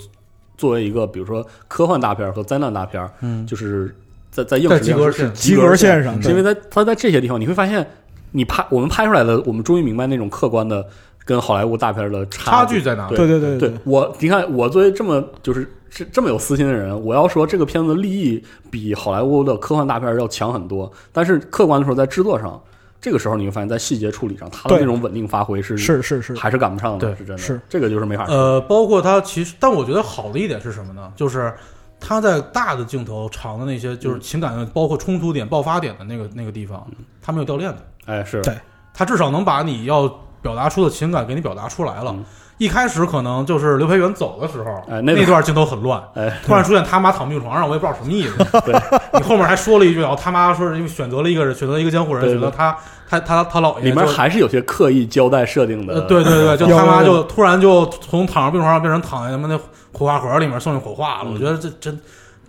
[SPEAKER 1] 作为一个比如说科幻大片儿和灾难大片儿，
[SPEAKER 2] 嗯
[SPEAKER 1] 就是在在硬
[SPEAKER 2] 在
[SPEAKER 1] 实力
[SPEAKER 2] 及格
[SPEAKER 1] 上是
[SPEAKER 2] 线
[SPEAKER 1] 及
[SPEAKER 3] 及
[SPEAKER 1] 格
[SPEAKER 3] 格
[SPEAKER 1] 线
[SPEAKER 3] 线上，
[SPEAKER 1] 是因为
[SPEAKER 3] 对
[SPEAKER 1] 它它在这些地方你会发现，你拍我们拍出来的，我们终于明白那种客观的跟好莱坞大片儿的
[SPEAKER 2] 差
[SPEAKER 1] 距
[SPEAKER 2] 距在哪儿？
[SPEAKER 1] 对
[SPEAKER 3] 对对对
[SPEAKER 1] 对我，你看我作为这么就是这这么有私心的人，我要说这个片子立意比好莱坞的科幻大片要强很多，但是客观的说，在制作上，这个时候你会发现在细节处理上，他的
[SPEAKER 3] 对
[SPEAKER 1] 那种稳定发挥是
[SPEAKER 3] 是是是，
[SPEAKER 1] 还是赶不上的，
[SPEAKER 2] 对
[SPEAKER 1] 是真的，
[SPEAKER 3] 是
[SPEAKER 1] 这个就是没法说。
[SPEAKER 2] 呃，包括它其实，但我觉得好的一点是什么呢？就是它在大的镜头、长的那些，
[SPEAKER 1] 嗯
[SPEAKER 2] 就是情感的，包括冲突点、爆发点的那个那个地方，它没有掉链子，
[SPEAKER 1] 哎，是
[SPEAKER 3] 对
[SPEAKER 2] 它至少能把你要表达出的情感给你表达出来了
[SPEAKER 1] 嗯。
[SPEAKER 2] 一开始可能就是刘培元走的时候，
[SPEAKER 1] 哎那
[SPEAKER 2] 那
[SPEAKER 1] 个
[SPEAKER 2] 段镜头很乱，
[SPEAKER 1] 哎，
[SPEAKER 2] 突然出现他妈躺病床上，我也不知道什么意思。
[SPEAKER 1] 对，
[SPEAKER 2] 你后面还说了一句，然后他妈说是因为选择了一个人，选择了一个监护人，
[SPEAKER 1] 对对
[SPEAKER 2] 选择他他他他姥爷
[SPEAKER 1] 里面
[SPEAKER 2] 就
[SPEAKER 1] 还是有些刻意交代设定的，
[SPEAKER 2] 呃，对 对对，就
[SPEAKER 3] 有
[SPEAKER 2] 他妈
[SPEAKER 3] 有
[SPEAKER 2] 就突然就从躺在病床上变成躺在他妈那火化盒里面送进火化了，
[SPEAKER 1] 嗯
[SPEAKER 2] 我觉得这真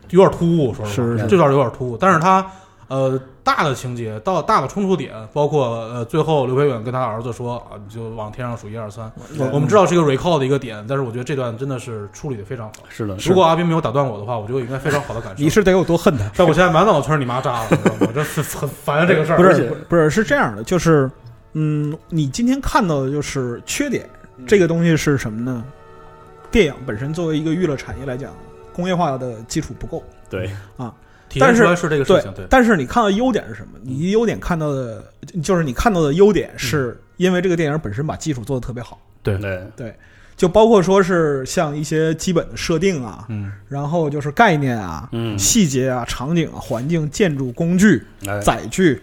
[SPEAKER 2] 有点突兀，说实话
[SPEAKER 3] 是是
[SPEAKER 2] 这段有点突兀。但是他呃大的情节到大的冲突点，包括呃最后刘培远跟他儿子说啊，你就往天上数一二三，
[SPEAKER 3] 对
[SPEAKER 2] 我们知道是一个 recall 的一个点，但是我觉得这段真的是处理的非常好。
[SPEAKER 1] 是的，
[SPEAKER 2] 如果阿斌没有打断我的话，我觉得我应该非常好的感受
[SPEAKER 3] 你。是得有多恨他？
[SPEAKER 2] 但我现在满脑子全是你妈渣了，你知道吗？我这很很烦啊这个事儿。
[SPEAKER 3] 不
[SPEAKER 1] 而
[SPEAKER 3] 是
[SPEAKER 1] 且
[SPEAKER 3] 不是是这样的，就是嗯，你今天看到的就是缺点，
[SPEAKER 1] 嗯
[SPEAKER 3] 这个东西是什么呢？电影本身作为一个娱乐产业来讲，工业化的基础不够，
[SPEAKER 1] 对
[SPEAKER 2] 体现出来是这个事
[SPEAKER 3] 对
[SPEAKER 2] 情，对，
[SPEAKER 3] 但是你看到优点是什么？你优点看到的，就是你看到的优点
[SPEAKER 1] 嗯
[SPEAKER 3] 是因为这个电影本身把技术做得特别好，
[SPEAKER 1] 对，
[SPEAKER 3] 就包括说是像一些基本的设定啊，
[SPEAKER 2] 嗯，
[SPEAKER 3] 然后就是概念啊、
[SPEAKER 1] 嗯，
[SPEAKER 3] 细节啊、场景啊、环境、建筑、工具、
[SPEAKER 1] 哎，
[SPEAKER 3] 载具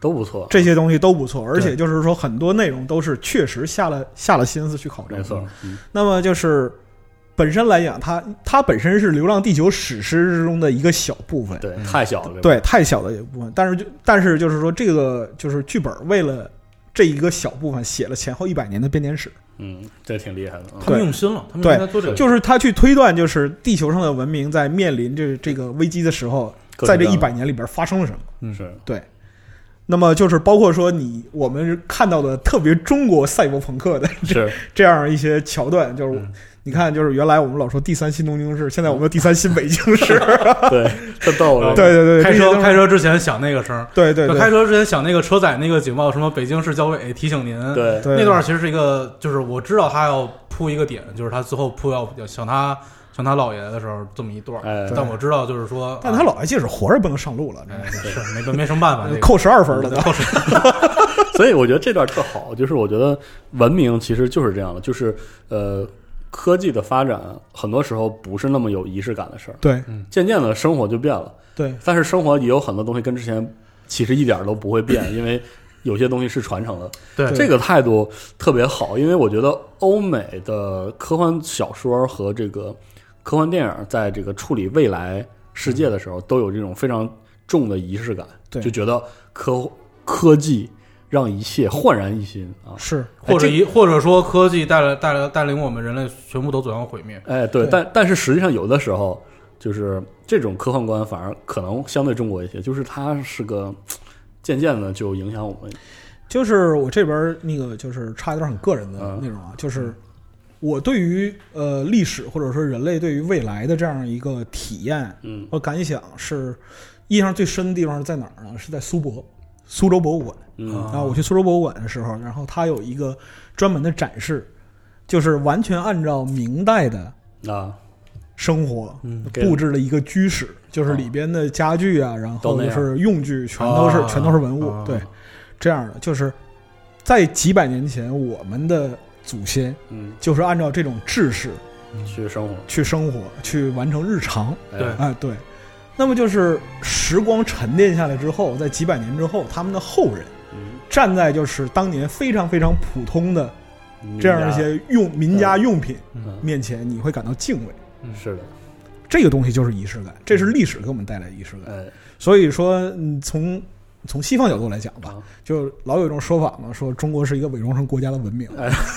[SPEAKER 1] 都不错，
[SPEAKER 3] 这些东西都不错，而
[SPEAKER 2] 对
[SPEAKER 3] 且就是说很多内容都是确实下了下了心思去考证。
[SPEAKER 1] 没错，嗯
[SPEAKER 3] 那么就是本身来讲，它它本身是《流浪地球》史诗之中的一个小部分，
[SPEAKER 1] 对，
[SPEAKER 2] 嗯
[SPEAKER 1] 太小了，
[SPEAKER 3] 对，太小的一部分。但是就但是就是说，这个就是剧本为了这一个小部分写了前后一百年的编年史，
[SPEAKER 1] 嗯，这挺厉害的，嗯
[SPEAKER 2] 他们用心了，他们应该做这个。
[SPEAKER 3] 就是他去推断，就是地球上的文明在面临这这个危机的时候，
[SPEAKER 1] 各
[SPEAKER 3] 在
[SPEAKER 1] 种各
[SPEAKER 3] 这一
[SPEAKER 1] 样的
[SPEAKER 3] 百年里边发生了什么。
[SPEAKER 1] 是
[SPEAKER 3] 那么就是包括说你我们看到的特别中国赛博朋克的
[SPEAKER 1] 是
[SPEAKER 3] 这样一些桥段，就是
[SPEAKER 2] 嗯
[SPEAKER 3] 你看，就是原来我们老说第三新东京市，现在我们第三新北京市，
[SPEAKER 1] 哦对，这逗了，
[SPEAKER 3] 对对对，
[SPEAKER 2] 开车开车
[SPEAKER 3] 车，
[SPEAKER 2] 之前响那个声儿，
[SPEAKER 3] 对对
[SPEAKER 2] 就
[SPEAKER 3] 对，
[SPEAKER 2] 开车之前响那个车载那个警报，什么北京市交委提醒您。，
[SPEAKER 1] 对
[SPEAKER 3] 对
[SPEAKER 2] 那段其实是一个，就是我知道他要铺一个点，就是他最后铺要要想他想他姥爷的时候这么一段儿。
[SPEAKER 1] 哎
[SPEAKER 2] 但我知道就是说，啊
[SPEAKER 3] 但他姥爷即使活着不能上路了，
[SPEAKER 2] 哎是没没什么办 法，这个
[SPEAKER 3] 扣十二分了，
[SPEAKER 2] 扣 是
[SPEAKER 1] 所以我觉得这段特好，就是我觉得文明其实就是这样的，就是呃，科技的发展很多时候不是那么有仪式感的事儿，
[SPEAKER 3] 对
[SPEAKER 1] 渐渐的生活就变了，
[SPEAKER 3] 对
[SPEAKER 1] 但是生活也有很多东西跟之前其实一点儿都不会变，因为有些东西是传承的。
[SPEAKER 2] 对
[SPEAKER 1] 哎这个态度特别好，因为我觉得欧美的科幻小说和这个科幻电影在这个处理未来世界的时候，都有这种非常重的仪式感，
[SPEAKER 3] 对
[SPEAKER 1] 就觉得科科技让一切焕然一新啊。
[SPEAKER 3] 是，
[SPEAKER 2] 或者一或者说科技带来带来带领我们人类全部都走向毁灭。
[SPEAKER 1] 哎，对，
[SPEAKER 3] 对
[SPEAKER 1] 但但是实际上有的时候，就是这种科幻观反而可能相对中国一些，就是它是个渐渐的就影响我们。
[SPEAKER 3] 就是我这边儿那个就是插一段很个人的内容啊，就是我对于呃历史或者说人类对于未来的这样一个体验
[SPEAKER 1] 嗯
[SPEAKER 3] 和感想是印象最深的地方是在哪儿呢？是在苏博。苏州博物馆
[SPEAKER 1] 嗯
[SPEAKER 2] 啊
[SPEAKER 3] 啊，我去苏州博物馆的时候，然后它有一个专门的展示，就是完全按照明代的
[SPEAKER 1] 啊，
[SPEAKER 3] 生活
[SPEAKER 2] 嗯，
[SPEAKER 1] 给哦
[SPEAKER 3] 布置了一个居室，就是里边的家具啊，然
[SPEAKER 1] 都
[SPEAKER 3] 后
[SPEAKER 1] 那
[SPEAKER 3] 就
[SPEAKER 1] 样哦
[SPEAKER 3] 是用具，全都是
[SPEAKER 2] 啊
[SPEAKER 3] 全都是文物
[SPEAKER 2] 啊，
[SPEAKER 3] 对，这样的，就是在几百年前，我们的祖先
[SPEAKER 1] 嗯，
[SPEAKER 3] 就是按照这种制式
[SPEAKER 1] 去生活，
[SPEAKER 3] 去生活，去完成日常，
[SPEAKER 1] 哎
[SPEAKER 2] 对
[SPEAKER 3] 哎，对。那么就是时光沉淀下来之后，在几百年之后，他们的后人
[SPEAKER 1] 嗯
[SPEAKER 3] 站在就是当年非常非常普通的这样一些用民家用品
[SPEAKER 1] 嗯
[SPEAKER 3] 面前，你会感到敬畏。
[SPEAKER 1] 是的，
[SPEAKER 3] 这个东西就是仪式感，这是历史给我们带来的仪式感。
[SPEAKER 1] 哎，
[SPEAKER 3] 所以说，嗯从从西方角度来讲吧
[SPEAKER 1] 啊，
[SPEAKER 3] 就老有一种说法嘛，说中国是一个伪装成国家的文明。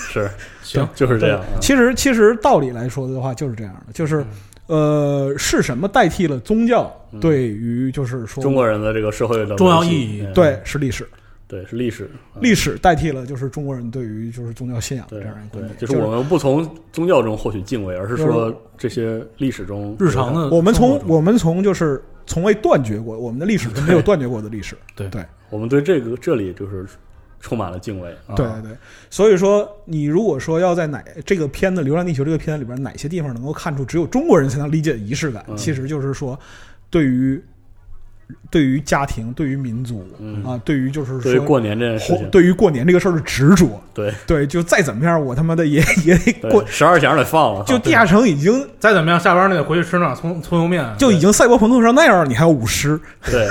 [SPEAKER 1] 是
[SPEAKER 2] 行，
[SPEAKER 1] 就是这样啊。
[SPEAKER 3] 其实，其实道理来说的话，就是这样的，就是呃，是什么代替了宗教
[SPEAKER 1] 嗯
[SPEAKER 3] 对于就是说
[SPEAKER 1] 中国人的这个社会的
[SPEAKER 2] 重要
[SPEAKER 1] 维系
[SPEAKER 2] 意义
[SPEAKER 1] 嗯
[SPEAKER 3] 对是历史，
[SPEAKER 1] 对是历史，嗯
[SPEAKER 3] 历史代替了就是中国人对于就是宗教信仰的
[SPEAKER 1] 对
[SPEAKER 3] 这样一个观
[SPEAKER 1] 对
[SPEAKER 3] 点，，
[SPEAKER 1] 就是我们不从宗教中获取敬畏，而是
[SPEAKER 3] 就是
[SPEAKER 1] 说这些历史中
[SPEAKER 2] 日常的
[SPEAKER 3] 我们
[SPEAKER 2] 生活
[SPEAKER 3] 从
[SPEAKER 2] 中
[SPEAKER 3] 我们从就是从未断绝过我们的历史，是没有断绝过的历史。
[SPEAKER 2] 对
[SPEAKER 3] 对
[SPEAKER 1] 我们对这个这里就是充满了敬畏。啊、
[SPEAKER 3] 对对对，所以说你如果说要在哪这个片子《流浪地球》这个片子里边哪些地方能够看出只有中国人才能理解的仪式感，
[SPEAKER 1] 嗯
[SPEAKER 3] 其实就是说对于对于家庭、对于民族
[SPEAKER 1] 嗯
[SPEAKER 3] 啊，对于就是
[SPEAKER 1] 对于
[SPEAKER 3] 说。
[SPEAKER 1] 过年这件事情，
[SPEAKER 3] 对于过年这个事儿的执着，
[SPEAKER 1] 对
[SPEAKER 3] 对，就再怎么样，我他妈的也也得过
[SPEAKER 1] 对，。十二响得放了，
[SPEAKER 3] 就地下城已经
[SPEAKER 2] 再怎么样，下班儿那得回去吃那葱葱油面，
[SPEAKER 3] 就已经赛博朋克成那样，你还有舞狮，
[SPEAKER 1] 对，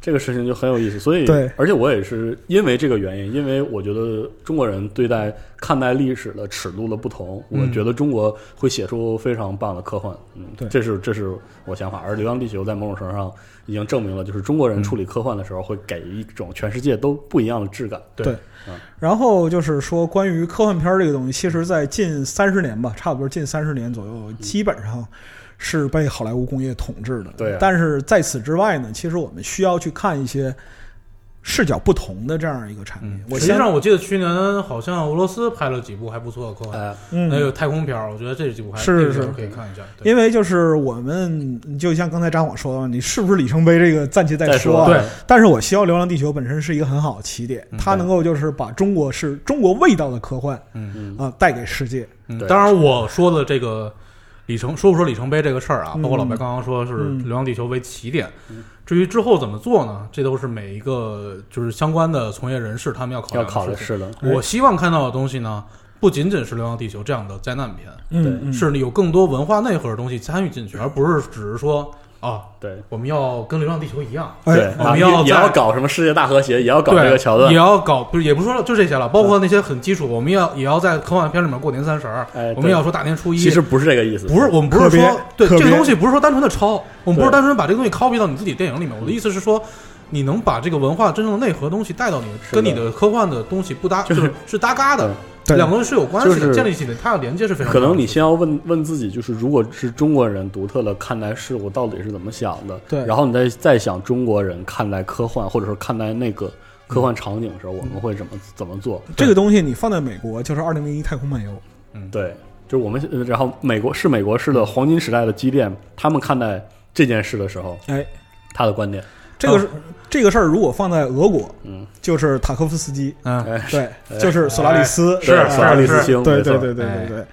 [SPEAKER 1] 这个事情就很有意思。所以，
[SPEAKER 3] 对
[SPEAKER 1] 而且我也是因为这个原因，因为我觉得中国人对待看待历史的尺度的不同，
[SPEAKER 2] 嗯
[SPEAKER 1] 我觉得中国会写出非常棒的科幻。嗯，
[SPEAKER 3] 对
[SPEAKER 1] 这是这是我想法。而《流浪地球》在某种程度上已经证明了，就是中国
[SPEAKER 3] 嗯
[SPEAKER 1] 人处理科幻的时候会给一种全世界都不一样的质感。
[SPEAKER 2] 对
[SPEAKER 3] 然后就是说，关于科幻片儿这个东西，其实，在近三十年吧，差不多近三十年左右，基本上是被好莱坞工业统治的。
[SPEAKER 1] 对啊
[SPEAKER 3] 但是在此之外呢，其实我们需要去看一些视角不同的这样一个产品
[SPEAKER 2] 嗯。
[SPEAKER 3] 我
[SPEAKER 2] 实际
[SPEAKER 3] 先
[SPEAKER 2] 上我记得去年好像俄罗斯拍了几部还不错的科幻，
[SPEAKER 1] 哎，
[SPEAKER 3] 嗯，
[SPEAKER 2] 那个太空片儿，我觉得这几部还
[SPEAKER 3] 是
[SPEAKER 2] 这
[SPEAKER 3] 是
[SPEAKER 2] 个可以看一下。对
[SPEAKER 3] 因为就是我们就像刚才张广说的，你是不是里程碑这个暂且再
[SPEAKER 1] 再
[SPEAKER 3] 说啊。
[SPEAKER 2] 对，
[SPEAKER 3] 但是我希望《流浪地球》本身是一个很好的起点，
[SPEAKER 2] 嗯
[SPEAKER 3] 它
[SPEAKER 1] 对
[SPEAKER 3] 能够就是把中国是中国味道的科幻
[SPEAKER 2] 嗯，
[SPEAKER 1] 嗯，
[SPEAKER 3] 啊、带给世界。
[SPEAKER 2] 嗯
[SPEAKER 1] 对
[SPEAKER 2] 当然我说的这个里程，说不说里程碑这个事儿啊，
[SPEAKER 3] 嗯
[SPEAKER 2] 包括老白刚刚说是
[SPEAKER 3] 嗯
[SPEAKER 2] 《流浪地球》为起点
[SPEAKER 1] 嗯，
[SPEAKER 2] 至于之后怎么做呢？这都是每一个就是相关的从业人士他们要考
[SPEAKER 1] 要
[SPEAKER 2] 量
[SPEAKER 1] 考虑
[SPEAKER 2] 的
[SPEAKER 1] 是
[SPEAKER 2] 事情。
[SPEAKER 1] 的，
[SPEAKER 3] 虑
[SPEAKER 2] 我希望看到的东西呢，不仅仅是《流浪地球》这样的灾难片，
[SPEAKER 1] 对
[SPEAKER 3] 嗯，
[SPEAKER 2] 是有更多文化内核的东西参与进去，而不是只是说啊，
[SPEAKER 1] 对。
[SPEAKER 2] 我们要跟《流浪地球》一样，
[SPEAKER 3] 哎
[SPEAKER 1] 对，
[SPEAKER 2] 我
[SPEAKER 1] 啊
[SPEAKER 2] 们
[SPEAKER 1] 也
[SPEAKER 2] 要
[SPEAKER 1] 也
[SPEAKER 2] 在
[SPEAKER 1] 要搞什么世界大和谐，也要搞
[SPEAKER 2] 对
[SPEAKER 1] 这个桥段嗯
[SPEAKER 2] 也，要搞，不是也不是说就这些了，包括那些很基础，我们要也要在科幻片里面过年三十儿，
[SPEAKER 1] 哎，
[SPEAKER 2] 我们
[SPEAKER 1] 对
[SPEAKER 2] 也要说大年初一，
[SPEAKER 1] 其实不是这个意思，
[SPEAKER 2] 不是，我们不是
[SPEAKER 3] 特别
[SPEAKER 2] 说对
[SPEAKER 3] 特
[SPEAKER 2] 这
[SPEAKER 3] 别
[SPEAKER 2] 个东西不是说单纯的抄，我们不是
[SPEAKER 1] 对
[SPEAKER 2] 单纯把这个东西 copy 到你自己电影里面。我的意思是说，你能把这个文化真正的内核的东西带到你的，
[SPEAKER 1] 是的
[SPEAKER 2] 跟你的科幻的东西不搭，
[SPEAKER 1] 就嗯
[SPEAKER 2] 就是是是搭嘎的，
[SPEAKER 3] 对
[SPEAKER 2] 两个人是有关系
[SPEAKER 1] 就
[SPEAKER 2] 的，
[SPEAKER 1] 是
[SPEAKER 2] 建立起的它的连接是非常
[SPEAKER 1] 可
[SPEAKER 2] 重要的。
[SPEAKER 1] 能你先要问问自己，就是如果是中国人独特的看待事物，到底是怎么想的？
[SPEAKER 3] 对
[SPEAKER 1] 然后你再再想中国人看待科幻，或者说看待那个科幻场景的时候，我们会怎
[SPEAKER 3] 嗯
[SPEAKER 1] 么怎么做？
[SPEAKER 3] 这个东西你放在美国就是二零零一太空漫游，
[SPEAKER 1] 对，就是我们，呃然后美国是美国式的黄金时代的积淀，他们看待这件事的时候，
[SPEAKER 3] 哎，
[SPEAKER 1] 他的观点，
[SPEAKER 3] 这个是、这个事儿如果放在俄国，
[SPEAKER 1] 嗯，
[SPEAKER 3] 就是塔科夫斯基，
[SPEAKER 2] 嗯，
[SPEAKER 1] 哎，
[SPEAKER 3] 啊对，
[SPEAKER 1] 哎
[SPEAKER 3] 就是索拉里斯，
[SPEAKER 2] 是
[SPEAKER 3] 哎
[SPEAKER 1] 索拉里斯
[SPEAKER 2] 是
[SPEAKER 1] 星，
[SPEAKER 3] 对
[SPEAKER 1] 没
[SPEAKER 3] 对
[SPEAKER 1] 错
[SPEAKER 3] 对对
[SPEAKER 2] 哎
[SPEAKER 3] 对对。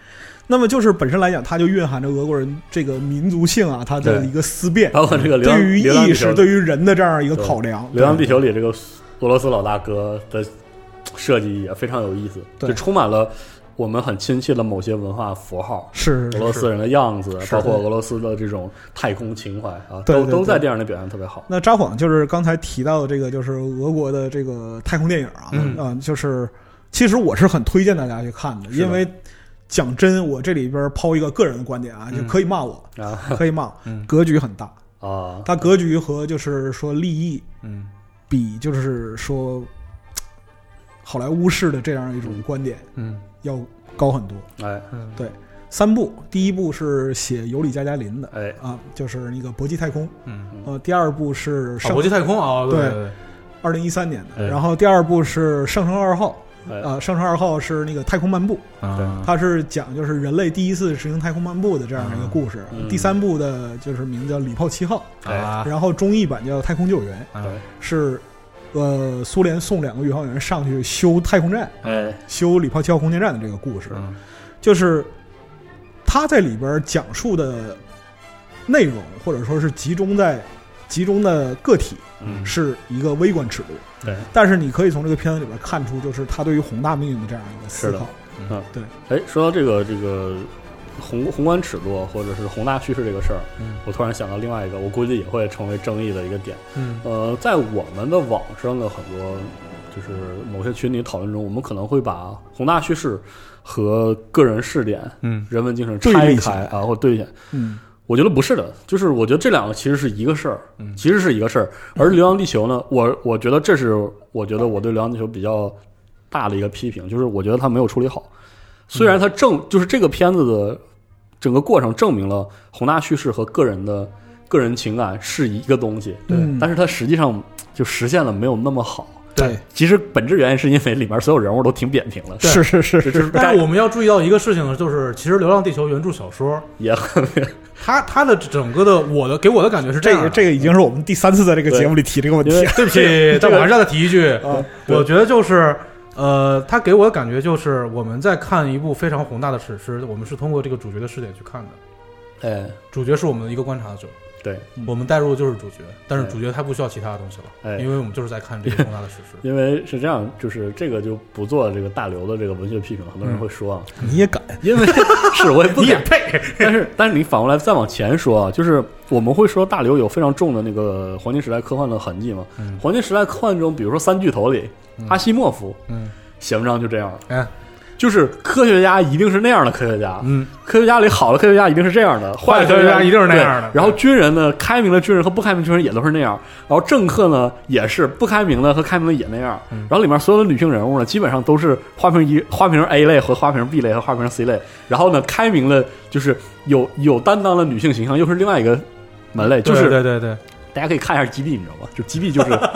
[SPEAKER 3] 那么就是本身来讲，它就蕴含着俄国人这个民族性啊，它的
[SPEAKER 1] 对
[SPEAKER 3] 一个思辨，
[SPEAKER 1] 包括这个流浪
[SPEAKER 3] 对于
[SPEAKER 1] 流浪
[SPEAKER 3] 意
[SPEAKER 1] 地球
[SPEAKER 3] 识、对于人的这样一个
[SPEAKER 1] 对
[SPEAKER 3] 考量。
[SPEAKER 1] 流浪地
[SPEAKER 3] 对
[SPEAKER 1] 球里这个俄罗斯老大哥的设计也非常有意思，
[SPEAKER 3] 对
[SPEAKER 1] 就充满了我们很亲切的某些文化符号，
[SPEAKER 3] 是
[SPEAKER 1] 俄罗斯人的样子，
[SPEAKER 2] 是
[SPEAKER 1] 包括俄罗斯的这种太空情怀啊，
[SPEAKER 3] 对
[SPEAKER 1] 都
[SPEAKER 3] 对
[SPEAKER 1] 都在
[SPEAKER 3] 对
[SPEAKER 1] 电影里表现特别好。
[SPEAKER 3] 那札幌就是刚才提到的这个，就是俄国的这个太空电影啊，
[SPEAKER 2] 嗯
[SPEAKER 3] 呃就是其实我是很推荐大家去看的，
[SPEAKER 1] 是的
[SPEAKER 3] 因为讲真，我这里边抛一个个人的观点啊，
[SPEAKER 2] 嗯
[SPEAKER 3] 就可以 骂我，
[SPEAKER 1] 啊
[SPEAKER 3] 可以骂我，
[SPEAKER 2] 嗯
[SPEAKER 3] 格局很大，
[SPEAKER 1] 啊，
[SPEAKER 3] 它格局和就是说利益
[SPEAKER 2] 嗯，
[SPEAKER 3] 比就是说嘖好莱坞式的这样一种观点
[SPEAKER 2] 嗯
[SPEAKER 3] 要高很多。
[SPEAKER 1] 哎
[SPEAKER 2] 嗯，
[SPEAKER 3] 三部，第一部是写尤里加加林的
[SPEAKER 1] 哎，
[SPEAKER 3] 啊，就是那个《搏击太空》，
[SPEAKER 2] 嗯，
[SPEAKER 3] 呃，第二部是
[SPEAKER 2] 啊
[SPEAKER 3] 上
[SPEAKER 2] 国际太空啊，
[SPEAKER 3] 对
[SPEAKER 2] 对
[SPEAKER 3] 二零一三年的，
[SPEAKER 1] 哎
[SPEAKER 3] 然后第二部是《上升二号》
[SPEAKER 1] 哎嗯
[SPEAKER 3] 啊，《上升二号》是那个太空漫步，
[SPEAKER 2] 对，啊
[SPEAKER 3] 它是讲就是人类第一次执行太空漫步的这样一个故事。
[SPEAKER 1] 嗯
[SPEAKER 3] 第三部的就是名字叫《礼炮七号
[SPEAKER 1] 哎
[SPEAKER 2] 啊》，，
[SPEAKER 3] 然后中译版叫《太空救援》，
[SPEAKER 2] 啊
[SPEAKER 3] 是呃苏联送两个宇航员上去修太空站、
[SPEAKER 1] 哎
[SPEAKER 3] 修礼炮七号空间站的这个故事，
[SPEAKER 2] 嗯
[SPEAKER 3] 就是他在里边讲述的内容或者说是集中在集中的个体
[SPEAKER 1] 嗯
[SPEAKER 3] 是一个微观尺度。
[SPEAKER 1] 对，
[SPEAKER 3] 但是你可以从这个片子里边看出，就是他对于宏大命运的这样一个思考。
[SPEAKER 1] 哎，说到这个这个宏宏观尺度或者是宏大叙事这个事儿，
[SPEAKER 2] 嗯
[SPEAKER 1] 我突然想到另外一个，我估计也会成为争议的一个点。
[SPEAKER 2] 嗯
[SPEAKER 1] 呃，在我们的网上的很多就是某些群体讨论中，我们可能会把宏大叙事和个人视点、
[SPEAKER 2] 嗯
[SPEAKER 1] 人文精神
[SPEAKER 3] 对
[SPEAKER 1] 拆
[SPEAKER 3] 立起
[SPEAKER 1] 开
[SPEAKER 3] 来
[SPEAKER 1] 啊，或者对立起来。
[SPEAKER 3] 嗯，
[SPEAKER 1] 我觉得不是的，就是我觉得这两个其实是一个事儿，
[SPEAKER 2] 嗯
[SPEAKER 1] 其实是一个事儿。而《流浪地球》呢，我我觉得这是我觉得我对《流浪地球》比较大的一个批评，就是我觉得他没有处理好。虽然他证就是这个片子的整个过程证明了宏大叙事和个人的个人情感是一个东西，
[SPEAKER 2] 对
[SPEAKER 3] 嗯
[SPEAKER 1] 但是它实际上就实现了没有那么好。
[SPEAKER 3] 对，
[SPEAKER 1] 其实本质原因是因为里面所有人物都挺扁平的，
[SPEAKER 3] 是是是，
[SPEAKER 1] 就是
[SPEAKER 2] 但是
[SPEAKER 1] 该
[SPEAKER 2] 我们要注意到一个事情，就是其实《流浪地球》原著小说，
[SPEAKER 1] 也很
[SPEAKER 2] 它它的整个的我的给我的感觉是这
[SPEAKER 3] 这
[SPEAKER 2] 样
[SPEAKER 3] 个
[SPEAKER 2] 的。
[SPEAKER 3] 这个已经是我们第三次在这个
[SPEAKER 1] 对
[SPEAKER 3] 节目里提这个问题
[SPEAKER 1] 因为
[SPEAKER 3] 了
[SPEAKER 2] 对不起， 但我还是要再提一句，
[SPEAKER 3] 啊。
[SPEAKER 2] 我觉得就是，呃，他给我的感觉就是，我们在看一部非常宏大的史诗，我们是通过这个主角的视点去看的。
[SPEAKER 1] 哎
[SPEAKER 2] 主角是我们的一个观察者，
[SPEAKER 1] 对，
[SPEAKER 2] 我们带入的就是主角，但是
[SPEAKER 1] 哎
[SPEAKER 2] 主角他不需要其他的东西
[SPEAKER 1] 哎。
[SPEAKER 2] 了，因为我们就是在看这个宏大的史诗
[SPEAKER 1] 因为是这样，就是这个就不做这个大刘的这个文学批评了，很多人会说啊，
[SPEAKER 3] 你也敢？
[SPEAKER 2] 哎
[SPEAKER 1] 因为是我也 不敢，
[SPEAKER 2] 配？
[SPEAKER 1] 但是但是你反过来再往前说啊，就是我们会说大刘有非常重的那个黄金时代科幻的痕迹嘛，
[SPEAKER 2] 嗯
[SPEAKER 1] 黄金时代科幻中，比如说三巨头里，阿西莫夫
[SPEAKER 2] 嗯
[SPEAKER 1] 写文章就这样了，
[SPEAKER 2] 哎
[SPEAKER 3] 啊
[SPEAKER 1] 就是科学家一定是那样的科学家，
[SPEAKER 2] 嗯，
[SPEAKER 1] 科学家里好的科学家一定是这样的，
[SPEAKER 2] 坏
[SPEAKER 1] 的
[SPEAKER 2] 的
[SPEAKER 1] 科学
[SPEAKER 2] 科学
[SPEAKER 1] 家
[SPEAKER 2] 家一定是那样的
[SPEAKER 1] 对然后军人呢，开明的军人和不开明军人也都是那样。然后政客呢，也是不开明的和开明的也那样。
[SPEAKER 2] 嗯
[SPEAKER 1] 然后里面所有的女性人物呢，基本上都是花瓶一、花瓶 A 类和花瓶 B 类和花瓶 C 类。然后呢，开明的就是有有担当的女性形象，又是另外一个门类，就是
[SPEAKER 2] 对对对对，
[SPEAKER 1] 大家可以看一下 GB，你知道吗？就 GB 就是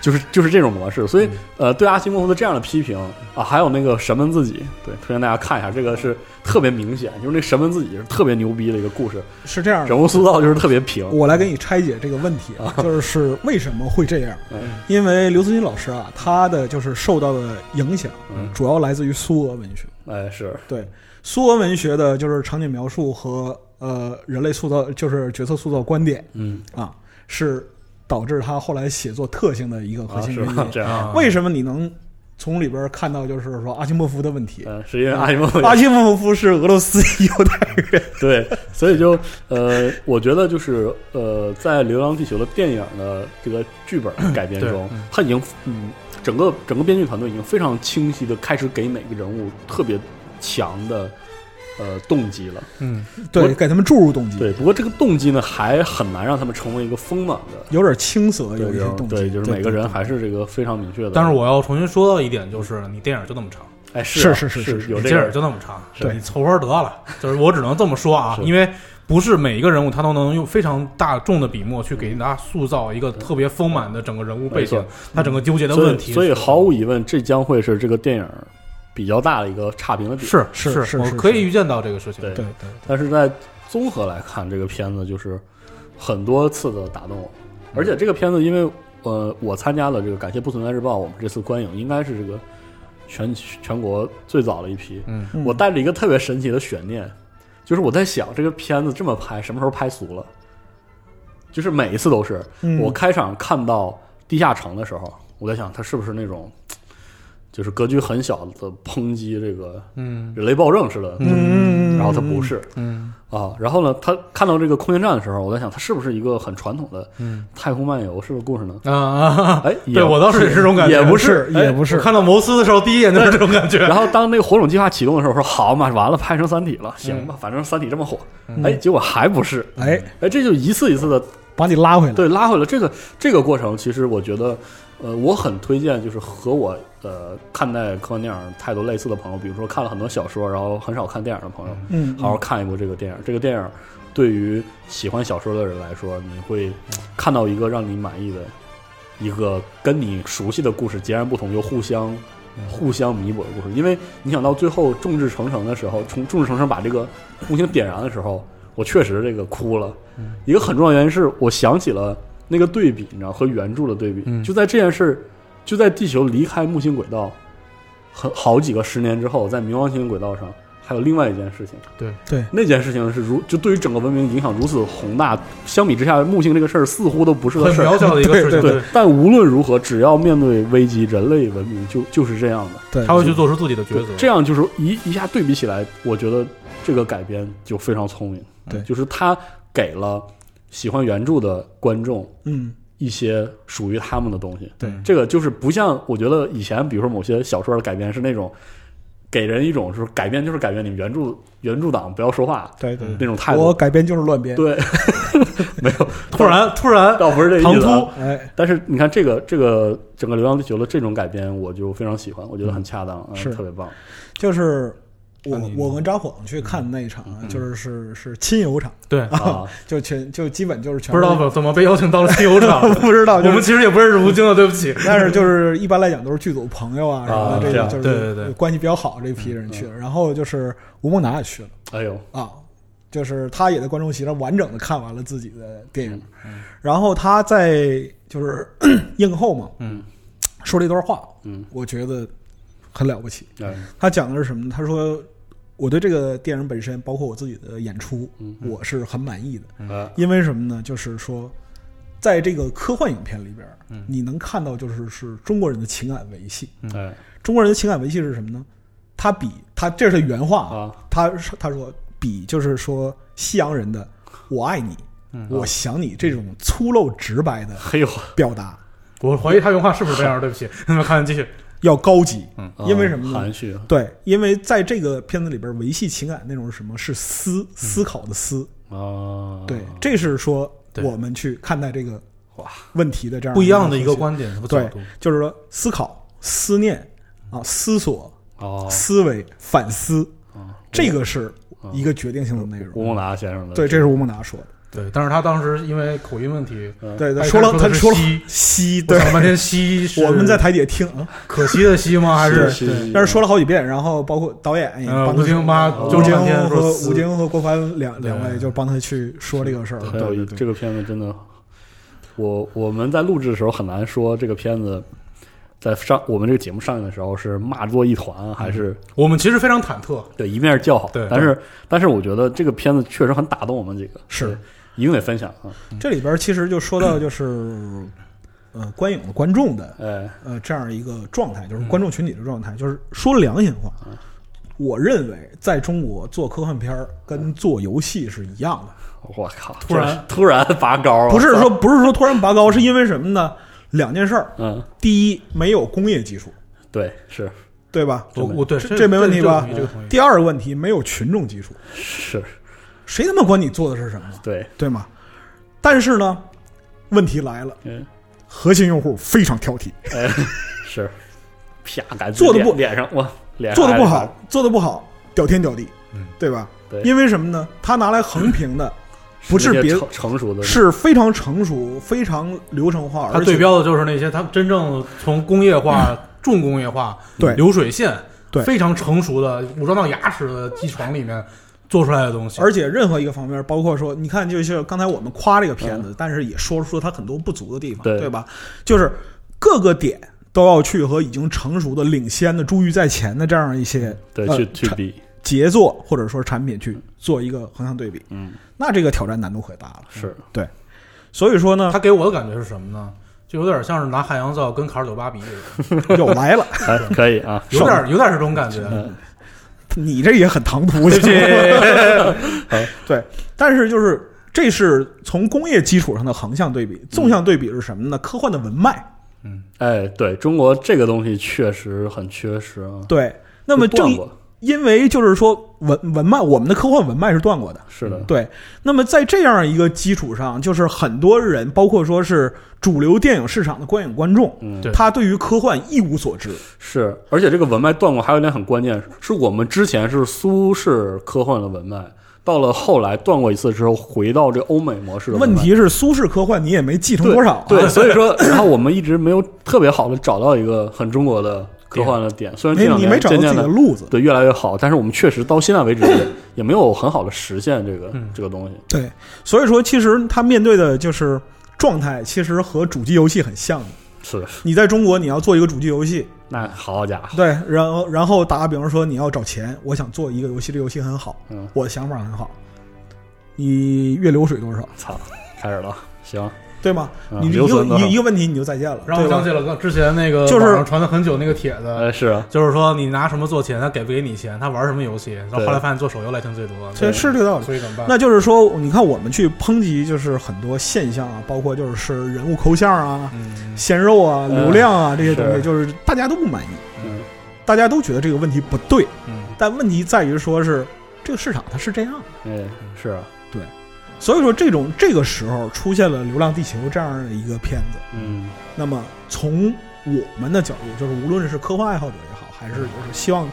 [SPEAKER 1] 就是就是这种模式，所以
[SPEAKER 2] 嗯
[SPEAKER 1] 呃，对阿西莫夫的这样的批评啊，还有那个神门自己，对，推荐大家看一下，这个是特别明显，就是那神门自己是特别牛逼的一个故事，
[SPEAKER 3] 是这样的
[SPEAKER 1] 人，物塑造就是特别平，
[SPEAKER 3] 嗯我来给你拆解这个问题嗯啊，就是为什么会这样？
[SPEAKER 1] 嗯
[SPEAKER 3] 因为刘慈欣老师啊，他的就是受到的影响
[SPEAKER 1] 嗯
[SPEAKER 3] 主要来自于苏俄文学。
[SPEAKER 1] 哎是，
[SPEAKER 3] 对，苏俄文学的就是场景描述和呃人类塑造，就是角色塑造观点
[SPEAKER 1] 嗯
[SPEAKER 3] 啊，是导致他后来写作特性的一个核
[SPEAKER 1] 啊
[SPEAKER 3] 心
[SPEAKER 1] 是
[SPEAKER 3] 原因。
[SPEAKER 1] 吧？这样啊，
[SPEAKER 2] 啊
[SPEAKER 3] 为什么你能从里边看到就是说阿西莫夫的问 题？
[SPEAKER 1] 嗯，是因为阿西莫夫
[SPEAKER 3] 阿西莫夫是俄罗斯犹太人，
[SPEAKER 1] 对，所以就呃，我觉得就是呃，在《流浪地球》的电影的这个剧本改编
[SPEAKER 2] 对
[SPEAKER 1] 中
[SPEAKER 2] 嗯，
[SPEAKER 1] 他已经嗯，整个整个编剧团队已经非常清晰的开始给每个人物特别强的呃动机了。
[SPEAKER 2] 嗯，
[SPEAKER 3] 对，给他们注入动机，
[SPEAKER 1] 对，不过这个动机呢，还很难让他们成为一个丰满的。
[SPEAKER 3] 有点青涩，有
[SPEAKER 1] 对
[SPEAKER 3] 一些动机。
[SPEAKER 1] 对，就是每个人还
[SPEAKER 3] 是
[SPEAKER 1] 是这个非常明确的。
[SPEAKER 2] 但是我要重新说到一点，就是你电影就那么长，
[SPEAKER 1] 哎啊
[SPEAKER 3] 是
[SPEAKER 1] 是
[SPEAKER 3] 是是是
[SPEAKER 1] 有
[SPEAKER 2] 你
[SPEAKER 1] 这
[SPEAKER 2] 电影
[SPEAKER 1] 个
[SPEAKER 2] 就那么长，
[SPEAKER 3] 对
[SPEAKER 2] 你凑合得了。就是我只能这么说啊
[SPEAKER 1] 是，
[SPEAKER 2] 因为不是每一个人物他都能用非常大众的笔墨去给大家塑造一个特别丰满的整个人物背
[SPEAKER 1] 没
[SPEAKER 2] 景
[SPEAKER 1] 错，
[SPEAKER 2] 他整个纠结的
[SPEAKER 1] 所
[SPEAKER 2] 问
[SPEAKER 1] 以
[SPEAKER 2] 题。
[SPEAKER 1] 所以毫无疑问，这将会是这个电影比较大的一个差评的点。
[SPEAKER 2] 是
[SPEAKER 3] 是是
[SPEAKER 2] 我
[SPEAKER 3] 是
[SPEAKER 2] 可以预见到这个事情。
[SPEAKER 1] 对
[SPEAKER 3] 对
[SPEAKER 2] 对，
[SPEAKER 1] 但是在综合来看，这个片子就是很多次的打动我，而且这个片子因为呃，我参加了这个感谢不存在日报，我们这次观影应该是这个全全国最早的一批。
[SPEAKER 2] 嗯
[SPEAKER 3] 嗯
[SPEAKER 1] 我带着一个特别神奇的悬念，就是我在想这个片子这么拍，什么时候拍俗了？就是每一次都是，
[SPEAKER 3] 嗯
[SPEAKER 1] 我开场看到地下城的时候，我在想它是不是那种。就是格局很小的抨击这个
[SPEAKER 2] 嗯
[SPEAKER 1] 人类暴政似的，
[SPEAKER 3] 嗯
[SPEAKER 1] 然后它不是，
[SPEAKER 2] 嗯
[SPEAKER 1] 啊，然后呢，他看到这个空间站的时候，我在想，他是不是一个很传统的
[SPEAKER 2] 嗯
[SPEAKER 1] 太空漫游式的故事呢？
[SPEAKER 2] 啊啊！
[SPEAKER 1] 哎，也
[SPEAKER 2] 对我倒是也是这种感觉，
[SPEAKER 1] 也不哎
[SPEAKER 3] 是
[SPEAKER 2] 哎
[SPEAKER 3] 也不是
[SPEAKER 2] 我看到摩斯的时候，第一眼就是这种感 觉。
[SPEAKER 1] 然后当那个火种计划启动的时候，我说好嘛，完了，拍成《三体》了，行吧，反正《三体》这么火，哎，结果还不是，
[SPEAKER 3] 哎，
[SPEAKER 1] 哎，这就一次一次的
[SPEAKER 3] 把你拉回来。
[SPEAKER 1] 对拉回来。这个这个过程，其实我觉得，呃，我很推荐，就是和我呃看待科幻电影态度类似的朋友，比如说看了很多小说，然后很少看电影的朋友，
[SPEAKER 3] 嗯，
[SPEAKER 1] 好好看一部这个电影。这个电影对于喜欢小说的人来说，你会看到一个让你满意的，一个跟你熟悉的故事截然不同又互相互相弥补的故事。因为你想到最后众志成城的时候，从众志成城把这个木星点燃的时候，我确实这个哭了。一个很重要的原因是我想起了那个对比，你知道和原著的对比。
[SPEAKER 2] 嗯
[SPEAKER 1] 就在这件事儿，就在地球离开木星轨道。很好几个十年之后，在冥王星轨道上，还有另外一件事情，
[SPEAKER 3] 对，
[SPEAKER 1] 那件事情是如就对于整个文明影响如此宏大，相比之下，木星这个事儿似乎都不是个
[SPEAKER 2] 很
[SPEAKER 1] 事儿。
[SPEAKER 2] 渺小的一个事情，
[SPEAKER 1] 对，但无论如何，只要面对危机，人类文明就就是这样的。
[SPEAKER 3] 对，
[SPEAKER 2] 他会去做出自己的抉择。
[SPEAKER 1] 这样就是一一下对比起来，我觉得这个改编就非常聪明。嗯
[SPEAKER 3] 对
[SPEAKER 1] 就是他给了喜欢原著的观众
[SPEAKER 3] 嗯，
[SPEAKER 1] 一些属于他们的东西。
[SPEAKER 3] 对
[SPEAKER 1] 这个就是不像我觉得以前，比如说某些小说的改编是那种给人一种就是改编就是改编，你原著原著党不要说话
[SPEAKER 3] 对对，
[SPEAKER 1] 那种态度。
[SPEAKER 3] 嗯我改编就是乱编。
[SPEAKER 1] 对， 没有，
[SPEAKER 2] 突然突然
[SPEAKER 1] 倒不是这个
[SPEAKER 2] 唐
[SPEAKER 1] 意思啊。
[SPEAKER 2] 突，
[SPEAKER 3] 哎，
[SPEAKER 1] 但是你看这个这个整个《流浪地球》的这种改编，我就非常喜欢，我觉得很恰当，嗯、
[SPEAKER 3] 是
[SPEAKER 1] 特别棒。
[SPEAKER 3] 就是我
[SPEAKER 2] 那你
[SPEAKER 3] 我跟张晃去看那一场啊，
[SPEAKER 1] 嗯
[SPEAKER 3] 就是是是亲友场，
[SPEAKER 2] 对，
[SPEAKER 1] 啊，
[SPEAKER 3] 就全就基本就是全
[SPEAKER 2] 不知道
[SPEAKER 3] 是
[SPEAKER 2] 怎怎么被邀请到了西 游场，
[SPEAKER 3] 不知道，
[SPEAKER 2] 我
[SPEAKER 3] 就是
[SPEAKER 2] 们其实也不认识吴京的，对不起。
[SPEAKER 3] 但是就是一般来讲都是剧组朋友啊什么
[SPEAKER 1] 啊
[SPEAKER 3] 的，这
[SPEAKER 1] 这
[SPEAKER 3] 个
[SPEAKER 1] 样
[SPEAKER 3] 就是
[SPEAKER 2] 对对对
[SPEAKER 3] 关系比较好这批人去了。然后就是吴孟达也去了
[SPEAKER 1] 哎呦，
[SPEAKER 3] 啊，就是他也在观众席上完整的看完了自己的电影，然后他在就是 映后嘛，
[SPEAKER 2] 嗯，
[SPEAKER 3] 说了一段话，
[SPEAKER 1] 嗯，
[SPEAKER 3] 我觉得很了不起。
[SPEAKER 1] 哎
[SPEAKER 3] 他讲的是什么呢？他说我对这个电影本身，包括我自己的演出，
[SPEAKER 1] 嗯
[SPEAKER 3] 我是很满意的。
[SPEAKER 1] 呃
[SPEAKER 3] 因为什么呢？就是说，在这个科幻影片里边，
[SPEAKER 2] 嗯
[SPEAKER 3] 你能看到就是是中国人的情感维系。
[SPEAKER 1] 哎
[SPEAKER 3] 中国人的情感维系是什么呢？他比他这是原话，
[SPEAKER 1] 啊，
[SPEAKER 3] 他他说比就是说西洋人的“我爱你”
[SPEAKER 2] 嗯
[SPEAKER 3] 我想你”这种粗陋直白的
[SPEAKER 1] 哎嘿呦，
[SPEAKER 3] 表达
[SPEAKER 2] 我怀疑他原话是不是这样，对不 起。那么看继续，
[SPEAKER 3] 要高级。
[SPEAKER 2] 嗯
[SPEAKER 1] 啊
[SPEAKER 3] 嗯因为什么呢
[SPEAKER 1] 含蓄，
[SPEAKER 3] 对，因为在这个片子里边维系情感内容是什么？是思
[SPEAKER 2] 嗯
[SPEAKER 3] 思考的思。
[SPEAKER 1] 啊，
[SPEAKER 3] 对，这是说
[SPEAKER 2] 对
[SPEAKER 3] 我们去看待这个
[SPEAKER 1] 哇
[SPEAKER 3] 问题的这样
[SPEAKER 2] 不一样的一
[SPEAKER 3] 核
[SPEAKER 2] 个
[SPEAKER 3] 心
[SPEAKER 2] 观点，什么角
[SPEAKER 3] 对
[SPEAKER 2] 度？，
[SPEAKER 3] 就是说思考、思念啊、思索、
[SPEAKER 1] 哦，
[SPEAKER 3] 思维、反思，
[SPEAKER 1] 啊
[SPEAKER 3] 这个是
[SPEAKER 1] 啊
[SPEAKER 3] 一个决定性的内
[SPEAKER 1] 吴
[SPEAKER 3] 容。
[SPEAKER 1] 孟达先生的
[SPEAKER 3] 对，这是吴孟达说的。
[SPEAKER 2] 对，但是他当时因为口音问题，
[SPEAKER 3] 对，
[SPEAKER 2] 哎他
[SPEAKER 3] 他
[SPEAKER 2] 一开始
[SPEAKER 3] 说了，他
[SPEAKER 2] 的是
[SPEAKER 3] 说了
[SPEAKER 2] 西
[SPEAKER 3] 西，
[SPEAKER 2] 我
[SPEAKER 3] 对
[SPEAKER 2] 想，了半天西是
[SPEAKER 3] 我们在台底下听啊，
[SPEAKER 2] 可惜的惜 吗？还
[SPEAKER 1] 是
[SPEAKER 2] 是对
[SPEAKER 1] 是，
[SPEAKER 3] 但是说了好几遍，然后包括导演也
[SPEAKER 2] 呃
[SPEAKER 3] 帮
[SPEAKER 2] 吴
[SPEAKER 3] 他
[SPEAKER 2] 京妈
[SPEAKER 1] 哦
[SPEAKER 3] 吴
[SPEAKER 2] 纠
[SPEAKER 3] 京
[SPEAKER 2] 正半天说
[SPEAKER 3] 和
[SPEAKER 2] 撕
[SPEAKER 3] 吴京和郭帆两
[SPEAKER 2] 对
[SPEAKER 3] 两位就帮他去说这个事儿。
[SPEAKER 1] 很有意
[SPEAKER 3] 对对
[SPEAKER 1] 这个片子真的，我我们在录制的时候很难说这个片子在上我们这个节目上映的时候是骂作一团，还是
[SPEAKER 2] 我们其实非常忐忑，
[SPEAKER 1] 对一面叫好
[SPEAKER 2] 对。
[SPEAKER 1] 但是但是我觉得这个片子确实很打动我们几个，
[SPEAKER 3] 是
[SPEAKER 1] 对一定得分享啊！
[SPEAKER 3] 这里边其实就说到就是，呃，观影的观众的
[SPEAKER 1] 哎，
[SPEAKER 3] 呃这样一个状态，就是观众群体的状态，就是说良心话。我认为，在中国做科幻片儿跟做游戏是一样的，
[SPEAKER 1] 我靠，
[SPEAKER 2] 突然
[SPEAKER 1] 这是突然拔高啊了，
[SPEAKER 3] 不是说不是说突然拔高，是因为什么呢？两件事儿，
[SPEAKER 1] 嗯，
[SPEAKER 3] 第一，没有工业技术，
[SPEAKER 1] 对，是
[SPEAKER 3] 对吧？
[SPEAKER 2] 我我对
[SPEAKER 3] 这没问题吧
[SPEAKER 2] 这个同意这个同意
[SPEAKER 3] 第二个问题，没有群众基础，
[SPEAKER 1] 是，
[SPEAKER 3] 谁他妈管你做的是什么，
[SPEAKER 1] 对，
[SPEAKER 3] 对吗？但是呢，问题来了，
[SPEAKER 1] 嗯，
[SPEAKER 3] 核心用户非常挑剔，
[SPEAKER 1] 哎，是，啪，感觉
[SPEAKER 3] 做得
[SPEAKER 1] 脸
[SPEAKER 3] 不
[SPEAKER 1] 脸上我脸上
[SPEAKER 3] 做的不
[SPEAKER 1] 还是
[SPEAKER 3] 好，做的不好，屌天屌地，
[SPEAKER 2] 嗯
[SPEAKER 3] 对吧？
[SPEAKER 1] 对
[SPEAKER 3] 因为什么呢？他拿来横屏的，不
[SPEAKER 1] 那
[SPEAKER 3] 是
[SPEAKER 1] 些
[SPEAKER 3] 别
[SPEAKER 1] 成成熟的
[SPEAKER 3] 是非常成熟、非常流程化，
[SPEAKER 2] 他
[SPEAKER 3] 而且
[SPEAKER 2] 对标的就是那些他们真正从工业化、重工业化、
[SPEAKER 3] 对
[SPEAKER 2] 流水线、
[SPEAKER 3] 对
[SPEAKER 2] 非常成熟的武装到牙齿的机床里面做出来的东西，
[SPEAKER 3] 而且任何一个方面，包括说，你看，就是刚才我们夸这个片子，但是也说出它很多不足的地方，
[SPEAKER 1] 嗯对
[SPEAKER 3] 对吧？就是各个点都要去和已经成熟的、领先的、珠玉在前的这样一些
[SPEAKER 1] 对
[SPEAKER 3] 呃
[SPEAKER 1] 去去
[SPEAKER 3] 产
[SPEAKER 1] 比，
[SPEAKER 3] 杰作或者说产品去做一个横向对比，
[SPEAKER 1] 嗯，
[SPEAKER 3] 那这个挑战难度可大了。
[SPEAKER 1] 是
[SPEAKER 3] 所以说呢
[SPEAKER 2] 他，给我的感觉是什么呢？就有点像是拿汉阳造跟卡尔九八比，
[SPEAKER 3] 又来了，
[SPEAKER 1] 还可以啊，
[SPEAKER 2] 有点有点是这种感觉。
[SPEAKER 3] 嗯你这也很唐突，
[SPEAKER 2] 对不 起，
[SPEAKER 3] 对，但是就是这是从工业基础上的横向对比，纵向对比是什么呢？科幻的文脉。
[SPEAKER 1] 哎，对中国这个东西确实很缺失啊。
[SPEAKER 3] 对，那么
[SPEAKER 1] 就断
[SPEAKER 3] 正
[SPEAKER 1] 过
[SPEAKER 3] 因为就是说文文脉，我们的科幻文脉是断过的。
[SPEAKER 1] 是的，
[SPEAKER 3] 对，那么在这样一个基础上，就是很多人，包括说是主流电影市场的观影观众，
[SPEAKER 1] 嗯
[SPEAKER 2] 对
[SPEAKER 3] 他对于科幻一无所知。
[SPEAKER 1] 是，而且这个文脉断过还有一点很关键，是我们之前是苏式科幻的文脉，到了后来断过一次之后，回到这欧美模式的文
[SPEAKER 3] 问
[SPEAKER 1] 脉
[SPEAKER 3] 题是苏式科幻你也没继承
[SPEAKER 1] 对
[SPEAKER 3] 多少、啊
[SPEAKER 1] 对，所以说，然后我们一直没有特别好的找到一个很中国的科幻的点，虽然这
[SPEAKER 3] 没
[SPEAKER 1] 两
[SPEAKER 3] 你没
[SPEAKER 1] 年
[SPEAKER 3] 找到
[SPEAKER 1] 渐
[SPEAKER 3] 自己
[SPEAKER 1] 渐的
[SPEAKER 3] 的路子。
[SPEAKER 1] 对越来越好，但是我们确实到现在为止也也没有很好的实现这个
[SPEAKER 2] 嗯
[SPEAKER 1] 这个东西。
[SPEAKER 3] 对，所以说其实他面对的就是状态，其实和主机游戏很像的。
[SPEAKER 1] 是，
[SPEAKER 3] 你在中国你要做一个主机游戏，
[SPEAKER 1] 那好家伙，
[SPEAKER 3] 对，然后然后打个比方说你要找钱，我想做一个游戏，这游戏很好，
[SPEAKER 1] 嗯，
[SPEAKER 3] 我的想法很好，你月流水多少，
[SPEAKER 1] 操，开始了，行，
[SPEAKER 3] 对吗？
[SPEAKER 1] 嗯
[SPEAKER 3] 你一
[SPEAKER 1] 留存
[SPEAKER 3] 个
[SPEAKER 1] 多少
[SPEAKER 3] 一一个问题你就再见了，
[SPEAKER 2] 让我
[SPEAKER 3] 对
[SPEAKER 2] 想
[SPEAKER 3] 吧
[SPEAKER 2] 起？了刚之前那个
[SPEAKER 3] 就是嗯
[SPEAKER 2] 网上传了很久那个帖子，
[SPEAKER 1] 呃，是啊，
[SPEAKER 2] 就是说你拿什么做钱，他给不给你钱，他玩什么游戏，然后
[SPEAKER 1] 对
[SPEAKER 2] 后来发现做手游来钱最多，
[SPEAKER 3] 这是这个道
[SPEAKER 1] 嗯
[SPEAKER 3] 理。
[SPEAKER 2] 所以怎么办？
[SPEAKER 3] 那就是说，你看我们去抨击，就是很多现象啊，包括就是人物抠像啊、
[SPEAKER 2] 嗯，
[SPEAKER 3] 鲜肉啊、
[SPEAKER 1] 嗯
[SPEAKER 3] 流量啊这些东西，
[SPEAKER 1] 是
[SPEAKER 3] 就是大家都不满意。
[SPEAKER 1] 嗯，
[SPEAKER 3] 大家都觉得这个问题不对，
[SPEAKER 2] 嗯，
[SPEAKER 3] 但问题在于说是这个市场它是这样的，
[SPEAKER 1] 哎，是啊，
[SPEAKER 3] 所以说这种这个时候出现了《流浪地球》这样的一个片子，
[SPEAKER 1] 嗯
[SPEAKER 3] 那么从我们的角度，就是无论是科幻爱好者也好，还是就是希望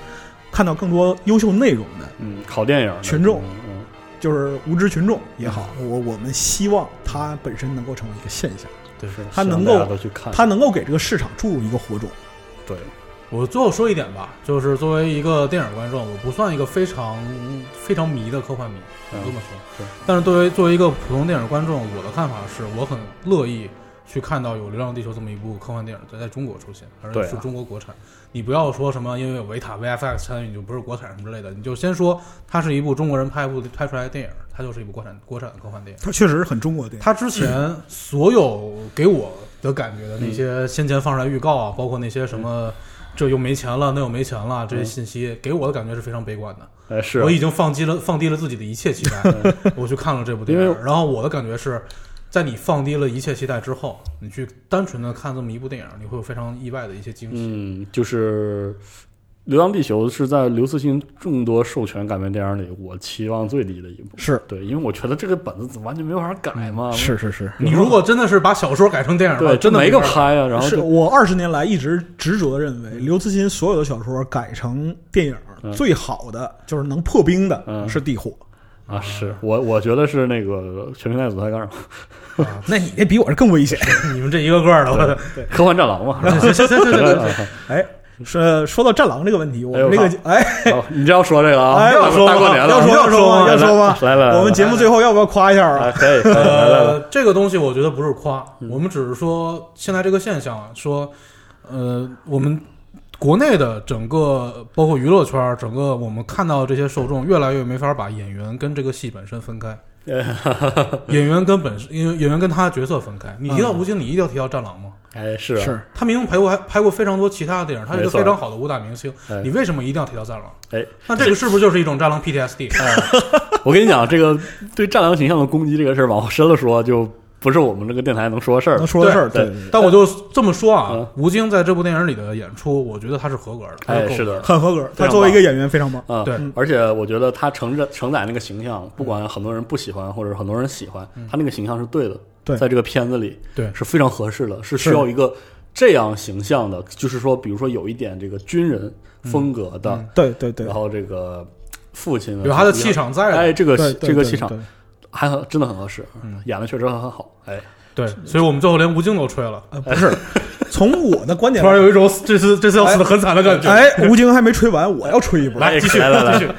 [SPEAKER 3] 看到更多优秀内容的，
[SPEAKER 1] 嗯，考电影的
[SPEAKER 3] 群众，
[SPEAKER 1] 嗯
[SPEAKER 3] 就是无知群众也好，我我们希望它本身能够成为一个现象，
[SPEAKER 1] 嗯，是
[SPEAKER 3] 他
[SPEAKER 1] 希望
[SPEAKER 3] 能
[SPEAKER 1] 大家
[SPEAKER 3] 够
[SPEAKER 1] 都去看，
[SPEAKER 3] 它能够给这个市场注入一个火种。
[SPEAKER 1] 对，
[SPEAKER 2] 我最后说一点吧，就是作为一个电影观众，我不算一个非常非常迷的科幻迷，我这么
[SPEAKER 1] 是
[SPEAKER 2] 说。但是作为作为一个普通电影观众，我的看法是我很乐意去看到有《流浪地球》这么一部科幻电影在在中国出现，而
[SPEAKER 1] 对啊
[SPEAKER 2] 是中国国产。你不要说什么因为有维塔 VFX 参与你就不是国产什么之类的，你就先说它是一部中国人拍部拍出来的电影，它就是一部国产国产科幻电影。
[SPEAKER 3] 它确实是很中国的电影，
[SPEAKER 2] 他之前所有给我的感觉的那些先前放出来预告啊，包括那些什么这又没钱了，那又没钱了这些信息，给我的感觉是非常悲观的。
[SPEAKER 1] 哎是
[SPEAKER 2] 我，已经放低了放低了自己的一切期 待，我去看了这部电
[SPEAKER 1] 因为
[SPEAKER 2] 影，然后我的感觉是。在你放低了一切期待之后，你去单纯的看这么一部电影，你会有非常意外的一些惊喜。
[SPEAKER 1] 嗯，就是《流浪地球》是在刘慈欣众多授权改编电影里，我期望最低的一部。
[SPEAKER 3] 是
[SPEAKER 1] 对，因为我觉得这个本子完全没法改嘛，
[SPEAKER 3] 是是是。
[SPEAKER 2] 你如果真的是把小说改成电影了，
[SPEAKER 1] 对，
[SPEAKER 2] 真的
[SPEAKER 1] 没
[SPEAKER 2] 法
[SPEAKER 1] 个拍啊，然后
[SPEAKER 3] 是
[SPEAKER 1] 就
[SPEAKER 3] 我二十年来一直执着的认为，刘慈欣所有的小说改成电影，
[SPEAKER 1] 嗯
[SPEAKER 3] 最好的就是能破冰的
[SPEAKER 1] 嗯
[SPEAKER 3] 是《地火》
[SPEAKER 1] 啊，是我我觉得是那个《全民太子太干扰》
[SPEAKER 2] 啊
[SPEAKER 3] 那你那比我这更危险。
[SPEAKER 2] 你们这一个个的，我
[SPEAKER 1] 科幻战狼嘛。 啊是吧
[SPEAKER 2] 行行行行 行行，
[SPEAKER 3] 哎，说说到战狼这个问题，我
[SPEAKER 1] 哎
[SPEAKER 3] 们
[SPEAKER 1] 呦
[SPEAKER 3] 这个哎
[SPEAKER 1] 好你这要说这个啊，
[SPEAKER 3] 哎
[SPEAKER 1] 大
[SPEAKER 3] 要说
[SPEAKER 1] 大过年了，啊
[SPEAKER 3] 要说
[SPEAKER 2] 要说
[SPEAKER 3] 吗要说吗
[SPEAKER 1] 来来来来，
[SPEAKER 3] 我们节目最后要不要夸一下啊
[SPEAKER 1] 来？哎可以，可以来来来，
[SPEAKER 2] 呃，这个东西我觉得不是夸，
[SPEAKER 1] 嗯
[SPEAKER 2] 我们只是说现在这个现象，说，呃，我们国内的整个包括娱乐圈儿，整个我们看到这些受众越来越没法把演员跟这个戏本身分开，
[SPEAKER 1] 哎
[SPEAKER 2] 演员跟本身，因为演员跟他的角色分开。你提到吴京，你一定要提到战狼吗？
[SPEAKER 1] 哎 是啊
[SPEAKER 3] 是
[SPEAKER 2] 他明明拍过还拍过非常多其他的电影，他是一个
[SPEAKER 1] 没错
[SPEAKER 2] 非常好的武打明星
[SPEAKER 1] 哎，
[SPEAKER 2] 你为什么一定要提到战狼？
[SPEAKER 1] 哎，
[SPEAKER 2] 那这个是不是就是一种战狼 PTSD？
[SPEAKER 1] 我跟你讲，这个对战狼形象的攻击这个 事儿，往深了说，就不是我们这个电台能说的事儿
[SPEAKER 3] 能。说的事儿，
[SPEAKER 1] 对
[SPEAKER 3] 对，对对
[SPEAKER 2] 但我就这么说啊
[SPEAKER 1] 嗯，
[SPEAKER 2] 吴京在这部电影里的演出，我觉得他是合格的，他
[SPEAKER 1] 哎，
[SPEAKER 2] 够
[SPEAKER 1] 是的，
[SPEAKER 3] 很合格。
[SPEAKER 1] 非
[SPEAKER 3] 他
[SPEAKER 1] 常
[SPEAKER 3] 作为一个演员非常棒，
[SPEAKER 1] 啊，
[SPEAKER 2] 对
[SPEAKER 1] 而且我觉得他承载承载那个形象，不管很多人不喜欢或者很多人喜欢，他那个形象是对的，
[SPEAKER 3] 对
[SPEAKER 1] 在这个片子里，
[SPEAKER 2] 嗯对
[SPEAKER 1] 是非常合适的，是需要一个这样形象的，就是说，比如说有一点这个军人风格的，
[SPEAKER 3] 对对对
[SPEAKER 1] 然，后这个父亲
[SPEAKER 2] 嗯
[SPEAKER 1] 啊
[SPEAKER 2] 有他的气，场在的。
[SPEAKER 1] 哎，这个
[SPEAKER 3] 对对
[SPEAKER 1] 这个
[SPEAKER 3] 对
[SPEAKER 1] 气场
[SPEAKER 3] 对
[SPEAKER 1] 还很真的很合适
[SPEAKER 2] 嗯，
[SPEAKER 1] 演的确实很好，哎，
[SPEAKER 2] 对，所以我们最后连吴京都吹了，
[SPEAKER 3] 呃不是，从我的观 点
[SPEAKER 2] 突然，有一种这次这次要死的很惨的感觉。
[SPEAKER 3] 哎，吴京还没吹完，我要吹一波。
[SPEAKER 2] 来继续
[SPEAKER 1] 来来来
[SPEAKER 2] 继续，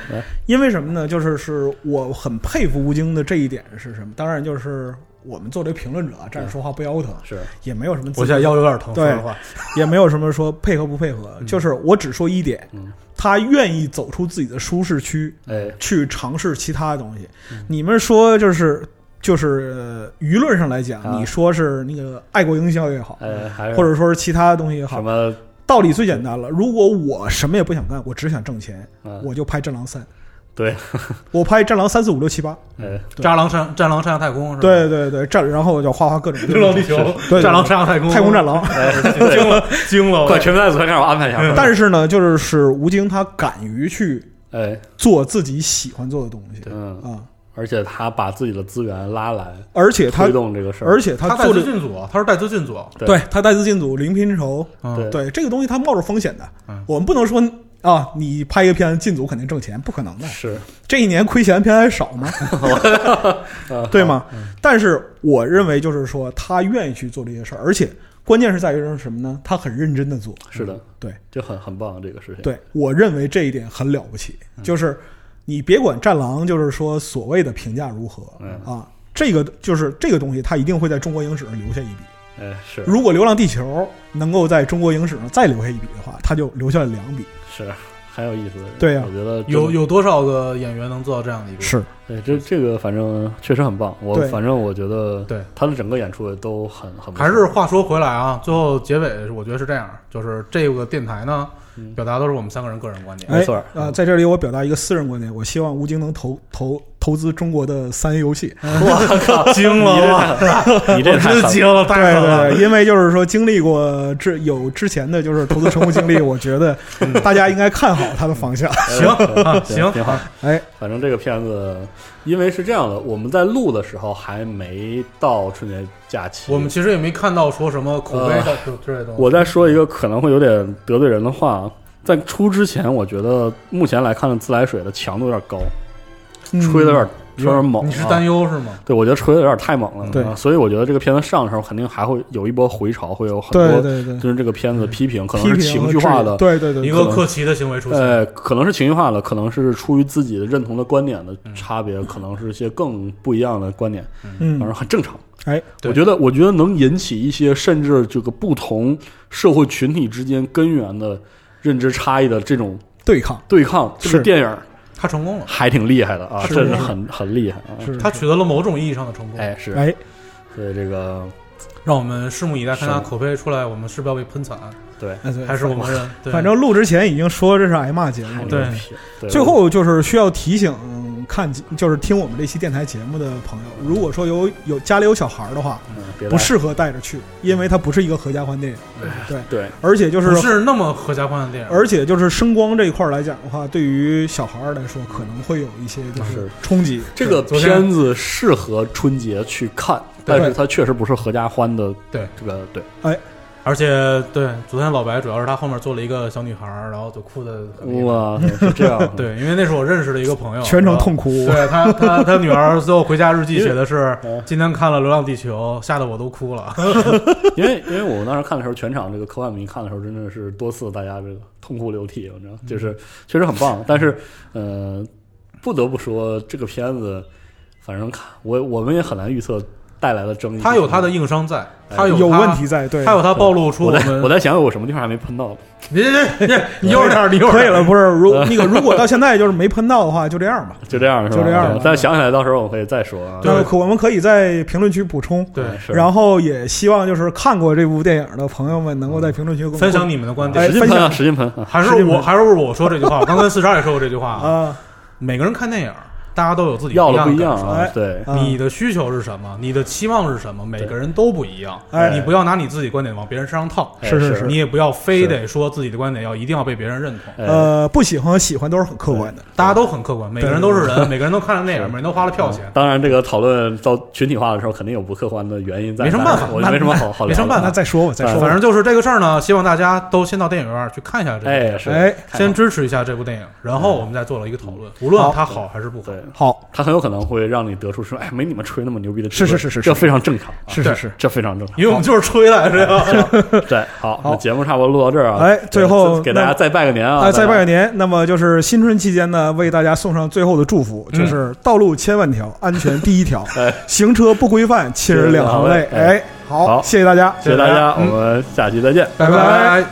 [SPEAKER 3] 因为什么呢？就是是我很佩服吴京的这一点是什么？当然就是我们作为评论者啊，站着说话不腰疼，
[SPEAKER 1] 是
[SPEAKER 3] 也没有什么自
[SPEAKER 2] 我现在腰有点疼，说
[SPEAKER 3] 对
[SPEAKER 2] 实话。
[SPEAKER 3] 也没有什么说配合不配合，就是我只说一点
[SPEAKER 1] 嗯，
[SPEAKER 3] 他愿意走出自己的舒适区
[SPEAKER 1] 哎，
[SPEAKER 3] 去尝试其他的东西。
[SPEAKER 1] 嗯
[SPEAKER 3] 你们说就是就是呃舆论上来
[SPEAKER 1] 啊
[SPEAKER 3] 讲，你说是那个爱国营销也好，
[SPEAKER 1] 哎，还是
[SPEAKER 3] 或者说是其他的东西也
[SPEAKER 1] 什
[SPEAKER 3] 好，
[SPEAKER 1] 么，
[SPEAKER 3] 道理最简单了。如果我什么也不想干，我只想挣钱，
[SPEAKER 1] 嗯
[SPEAKER 3] 我就拍《战狼三》，
[SPEAKER 1] 对，
[SPEAKER 3] 我拍《战狼三四五六七八》。
[SPEAKER 1] 哎，
[SPEAKER 3] 对
[SPEAKER 2] 战狼上战狼上下太空是吧？
[SPEAKER 3] 对对对，战，然后我就画画各 种
[SPEAKER 2] 流浪地球
[SPEAKER 1] 是
[SPEAKER 3] 对对，
[SPEAKER 2] 战狼上下太空，
[SPEAKER 3] 太空战狼。
[SPEAKER 1] 对
[SPEAKER 2] 惊了惊 了，
[SPEAKER 1] 快全面组，快让我安排一下，
[SPEAKER 3] 嗯但是呢，就是是吴京他敢于去
[SPEAKER 1] 哎，
[SPEAKER 3] 做自己喜欢做的东西
[SPEAKER 1] 嗯。
[SPEAKER 3] 啊，
[SPEAKER 1] 而且他把自己的资源拉来
[SPEAKER 3] 而且他
[SPEAKER 1] 推动这个事儿，
[SPEAKER 3] 而且
[SPEAKER 2] 他带
[SPEAKER 3] 做
[SPEAKER 2] 资
[SPEAKER 3] 的
[SPEAKER 2] 进组，啊他是带资进组，
[SPEAKER 1] 对
[SPEAKER 3] 对他带资进组零拼酬，
[SPEAKER 2] 嗯
[SPEAKER 1] 对
[SPEAKER 3] 对这个东西他冒着风险的
[SPEAKER 2] 嗯，
[SPEAKER 3] 我们不能说啊，你拍一个片子进组肯定挣钱，不可能 的。
[SPEAKER 1] 是
[SPEAKER 3] 这一年亏钱片还少 吗？ 对吗？
[SPEAKER 1] 嗯
[SPEAKER 3] 但是我认为就是说他愿意去做这些事儿，而且关键是在于是什么呢？他很认真的做。
[SPEAKER 1] 是的，
[SPEAKER 3] 对
[SPEAKER 1] 就很很棒这个事情。，
[SPEAKER 3] 嗯对，我认为这一点很了不起，
[SPEAKER 1] 嗯
[SPEAKER 3] 就是你别管《战狼》，就是说所谓的评价如何
[SPEAKER 1] 嗯
[SPEAKER 3] 啊，这个就是这个东西，它一定会在中国影史上留下一笔。
[SPEAKER 1] 哎，是
[SPEAKER 3] 如果《流浪地球》能够在中国影史上再留下一笔的话，它就留下了两笔。
[SPEAKER 1] 是很有意思的人。
[SPEAKER 3] 对呀啊
[SPEAKER 1] 我觉得真的
[SPEAKER 2] 有有多少个演员能做到这样的一个？
[SPEAKER 3] 是
[SPEAKER 1] 对这这个反正确实很棒。我
[SPEAKER 3] 对
[SPEAKER 1] 反正我觉得
[SPEAKER 2] 对
[SPEAKER 1] 他的整个演出都很很不错
[SPEAKER 2] 还是话说回来啊，最后结尾我觉得是这样，就是这个电台呢，
[SPEAKER 1] 嗯
[SPEAKER 3] 哎
[SPEAKER 2] 表达都是我们三个人个人观点。
[SPEAKER 1] 没错
[SPEAKER 3] 呃啊、在这里我表达一个私人观点，我希望吴京能投投投投资中国的三 A 游戏。
[SPEAKER 1] 嗯我靠，
[SPEAKER 2] 啊惊了哇
[SPEAKER 1] 你这
[SPEAKER 2] 我
[SPEAKER 1] 太
[SPEAKER 2] 真
[SPEAKER 1] 狠了
[SPEAKER 2] 惊了，太
[SPEAKER 3] 对
[SPEAKER 2] 狠了！
[SPEAKER 3] 对，因为就是说经历过之有之前的就是投资成功 经历，我觉得大家应该看好它的方向。
[SPEAKER 1] 嗯
[SPEAKER 2] 行啊行
[SPEAKER 1] 挺好。
[SPEAKER 3] 哎，
[SPEAKER 1] 反正这个片子，因为是这样的，我们在录的时候还没到春节假期。
[SPEAKER 2] 我们其实也没看到说什么口碑的之类的东
[SPEAKER 1] 呃
[SPEAKER 2] 西。
[SPEAKER 1] 我再说一个可能会有点得罪人的话，在出之前，我觉得目前来看的自来水的强度有点高，
[SPEAKER 3] 嗯
[SPEAKER 1] 吹的有点吹有点猛、啊。
[SPEAKER 2] 你是担忧是吗？
[SPEAKER 1] 对，我觉得吹的有点太猛了。
[SPEAKER 3] 对
[SPEAKER 1] 啊所以我觉得这个片子上的时候，肯定还会有一波回潮，会有很
[SPEAKER 3] 对
[SPEAKER 1] 多
[SPEAKER 3] 对对，
[SPEAKER 1] 就是这个片子的批评，可能
[SPEAKER 3] 批
[SPEAKER 1] 是
[SPEAKER 3] 评
[SPEAKER 1] 情
[SPEAKER 3] 和
[SPEAKER 1] 绪化
[SPEAKER 3] 质疑
[SPEAKER 1] 的，
[SPEAKER 3] 对对对，
[SPEAKER 2] 一
[SPEAKER 3] 对
[SPEAKER 2] 个克奇的行为出现，
[SPEAKER 1] 呃，可能是情绪化的，可能是出于自己的认同的观点的
[SPEAKER 3] 嗯
[SPEAKER 1] 差别，可能是一些更不一样的观点，反
[SPEAKER 3] 嗯
[SPEAKER 1] 正，很正常。
[SPEAKER 3] 哎，
[SPEAKER 2] 对
[SPEAKER 1] 我觉得，我觉得能引起一些甚至这个不同社会群体之间根源的认知差异的这种
[SPEAKER 3] 对抗
[SPEAKER 1] 对抗，这
[SPEAKER 3] 是
[SPEAKER 1] 个电影
[SPEAKER 2] 他成功了，
[SPEAKER 1] 还挺厉害的啊，
[SPEAKER 3] 是
[SPEAKER 1] 真是
[SPEAKER 3] 是
[SPEAKER 1] 很很厉害啊！
[SPEAKER 3] 是
[SPEAKER 2] 他取得了某种意义上的成功。
[SPEAKER 1] 哎，是，
[SPEAKER 3] 哎，
[SPEAKER 1] 所以这个
[SPEAKER 2] 让我们拭目以待，看他
[SPEAKER 1] 是
[SPEAKER 2] 口碑出来，我们是不是要被喷惨，
[SPEAKER 1] 对，
[SPEAKER 3] 哎对
[SPEAKER 2] 还是我们人？对
[SPEAKER 3] 反正录之前已经说这是挨骂节
[SPEAKER 1] 太
[SPEAKER 3] 目
[SPEAKER 1] 牛
[SPEAKER 3] 了。
[SPEAKER 2] 嗯对
[SPEAKER 1] 逼了对
[SPEAKER 3] 最后就是需要提醒看就是听我们这期电台节目的朋友，如果说有有家里有小孩儿的话，
[SPEAKER 1] 嗯别
[SPEAKER 3] 不
[SPEAKER 1] 来
[SPEAKER 3] 适合带着去，因为它不是一个合家欢电影。对，
[SPEAKER 1] 对，
[SPEAKER 3] 而且就
[SPEAKER 2] 不
[SPEAKER 3] 是。
[SPEAKER 2] 是那么合家欢的电影，
[SPEAKER 3] 而且就是声光这一块儿来讲的话，对于小孩儿来说可能会有一些啊就是
[SPEAKER 1] 是
[SPEAKER 3] 冲击。
[SPEAKER 1] 这个
[SPEAKER 2] 昨天
[SPEAKER 1] 片子适合春节去看，
[SPEAKER 2] 对
[SPEAKER 1] 但是它确实不是合家欢的。
[SPEAKER 2] 对
[SPEAKER 1] 这个对，
[SPEAKER 2] 而且对，昨天老白主要是他后面坐了一个小女孩儿，然后就哭的很厉害。。
[SPEAKER 1] 哇，是这 样
[SPEAKER 2] 对，因为那是我认识的一个朋友，
[SPEAKER 3] 全程
[SPEAKER 2] 然后
[SPEAKER 3] 痛哭
[SPEAKER 2] 对他，他他女儿最后回家日 记写的是
[SPEAKER 1] 因为：“
[SPEAKER 2] 今天看了《流浪地球》，吓得我都哭 了。
[SPEAKER 1] 因为因为我当时看的时候，全场这个科幻迷看的时候，真的是多次大家这个痛哭流涕，你知道，就是确实很棒。但是，呃，不得不说这个片子，反正看我我们也很难预测带来的争议。”
[SPEAKER 2] 他有他的，硬伤在，他
[SPEAKER 1] 哎
[SPEAKER 2] 有
[SPEAKER 3] 有
[SPEAKER 2] 他
[SPEAKER 3] 问，题在，对，
[SPEAKER 2] 他有他暴露出
[SPEAKER 1] 我在
[SPEAKER 2] 们。
[SPEAKER 1] 我在想有什么地方还没喷到。
[SPEAKER 2] 你你你你悠着点，你悠着
[SPEAKER 3] 可以
[SPEAKER 2] 点
[SPEAKER 3] 了，。不是？如那个，如果到现在就是没喷到的话，就这样吧。
[SPEAKER 1] 就这样是吧？
[SPEAKER 3] 就这样吧
[SPEAKER 1] 对但想起来到时候我可以再说啊。哎
[SPEAKER 2] 对
[SPEAKER 3] 那可我们可以在评论区补充，
[SPEAKER 2] 对，
[SPEAKER 1] 是。
[SPEAKER 3] 然后也希望就是看过这部电影的朋友们能够在评论区跟我们
[SPEAKER 2] 分享你们的观
[SPEAKER 3] 哎
[SPEAKER 2] 点。
[SPEAKER 1] 使劲
[SPEAKER 3] 分
[SPEAKER 1] 喷啊，
[SPEAKER 3] 享
[SPEAKER 1] 使劲喷啊！
[SPEAKER 2] 还是
[SPEAKER 3] 是你
[SPEAKER 2] 我，
[SPEAKER 3] 们
[SPEAKER 2] 还是我说这句话。我刚跟四十二也说过这句话啊。
[SPEAKER 3] 啊，
[SPEAKER 2] 每个人看电影，大家都有自己
[SPEAKER 1] 要
[SPEAKER 2] 的
[SPEAKER 1] 了不一样
[SPEAKER 2] 感受
[SPEAKER 1] 啊
[SPEAKER 3] 哎，
[SPEAKER 1] 对，
[SPEAKER 3] 啊
[SPEAKER 2] 你的需求是什么？你的期望是什么？每个人都不一样。
[SPEAKER 3] 哎
[SPEAKER 2] 你不要拿你自己观点往别人身上套，
[SPEAKER 1] 哎
[SPEAKER 3] 是是
[SPEAKER 1] 是
[SPEAKER 2] 你也不要非
[SPEAKER 1] 是
[SPEAKER 2] 得说自己的观点要一定要被别人认同。
[SPEAKER 1] 哎
[SPEAKER 3] 呃，不喜欢和喜欢都是很客观的，
[SPEAKER 2] 大家都很客观，每个人都是人，每个人都看了电影，每个人都花了票钱。
[SPEAKER 1] 当然，这个讨论到群体化的时候，肯定有不客观的原因在，
[SPEAKER 2] 没什么
[SPEAKER 1] 但
[SPEAKER 2] 办法
[SPEAKER 1] 我就没什么好好聊的，啊
[SPEAKER 2] 没什么办
[SPEAKER 3] 那
[SPEAKER 2] 法
[SPEAKER 3] 再说吧，再说吧，
[SPEAKER 2] 反正就是这个事儿呢，希望大家都先到电影院去看一下这个电影，
[SPEAKER 1] 哎，是，
[SPEAKER 3] 哎，
[SPEAKER 2] 先支持一下这部电影，然后我们再做了一个讨论，无论它好还是不好。
[SPEAKER 1] 对，
[SPEAKER 3] 好，
[SPEAKER 1] 他很有可能会让你得出说，哎，没你们吹那么牛逼的
[SPEAKER 3] 是
[SPEAKER 1] 结论，
[SPEAKER 3] 是是是
[SPEAKER 1] 这非常正常啊，
[SPEAKER 3] 是是是。嗯
[SPEAKER 1] 这非常正常。
[SPEAKER 2] 因为我们就是吹来着呀。
[SPEAKER 1] 对，好，
[SPEAKER 3] 好
[SPEAKER 1] 那节目差不多录到这儿啊，
[SPEAKER 3] 哎
[SPEAKER 1] 对
[SPEAKER 3] 最后
[SPEAKER 1] 再给大
[SPEAKER 3] 那
[SPEAKER 1] 家再拜个年啊，
[SPEAKER 3] 啊，再拜个
[SPEAKER 1] 年，
[SPEAKER 3] 年！那么就是新春期间呢，为大家送上最后的祝福，
[SPEAKER 2] 嗯
[SPEAKER 3] 就是道路千万条，安全第一条
[SPEAKER 1] 哎，
[SPEAKER 3] 行车不规范，亲人两行泪。
[SPEAKER 1] 哎
[SPEAKER 3] 哎，好，
[SPEAKER 1] 好
[SPEAKER 3] 谢谢大家，
[SPEAKER 1] 谢谢大家，我
[SPEAKER 2] 嗯
[SPEAKER 1] 们下期再见。
[SPEAKER 3] 拜拜
[SPEAKER 2] 拜拜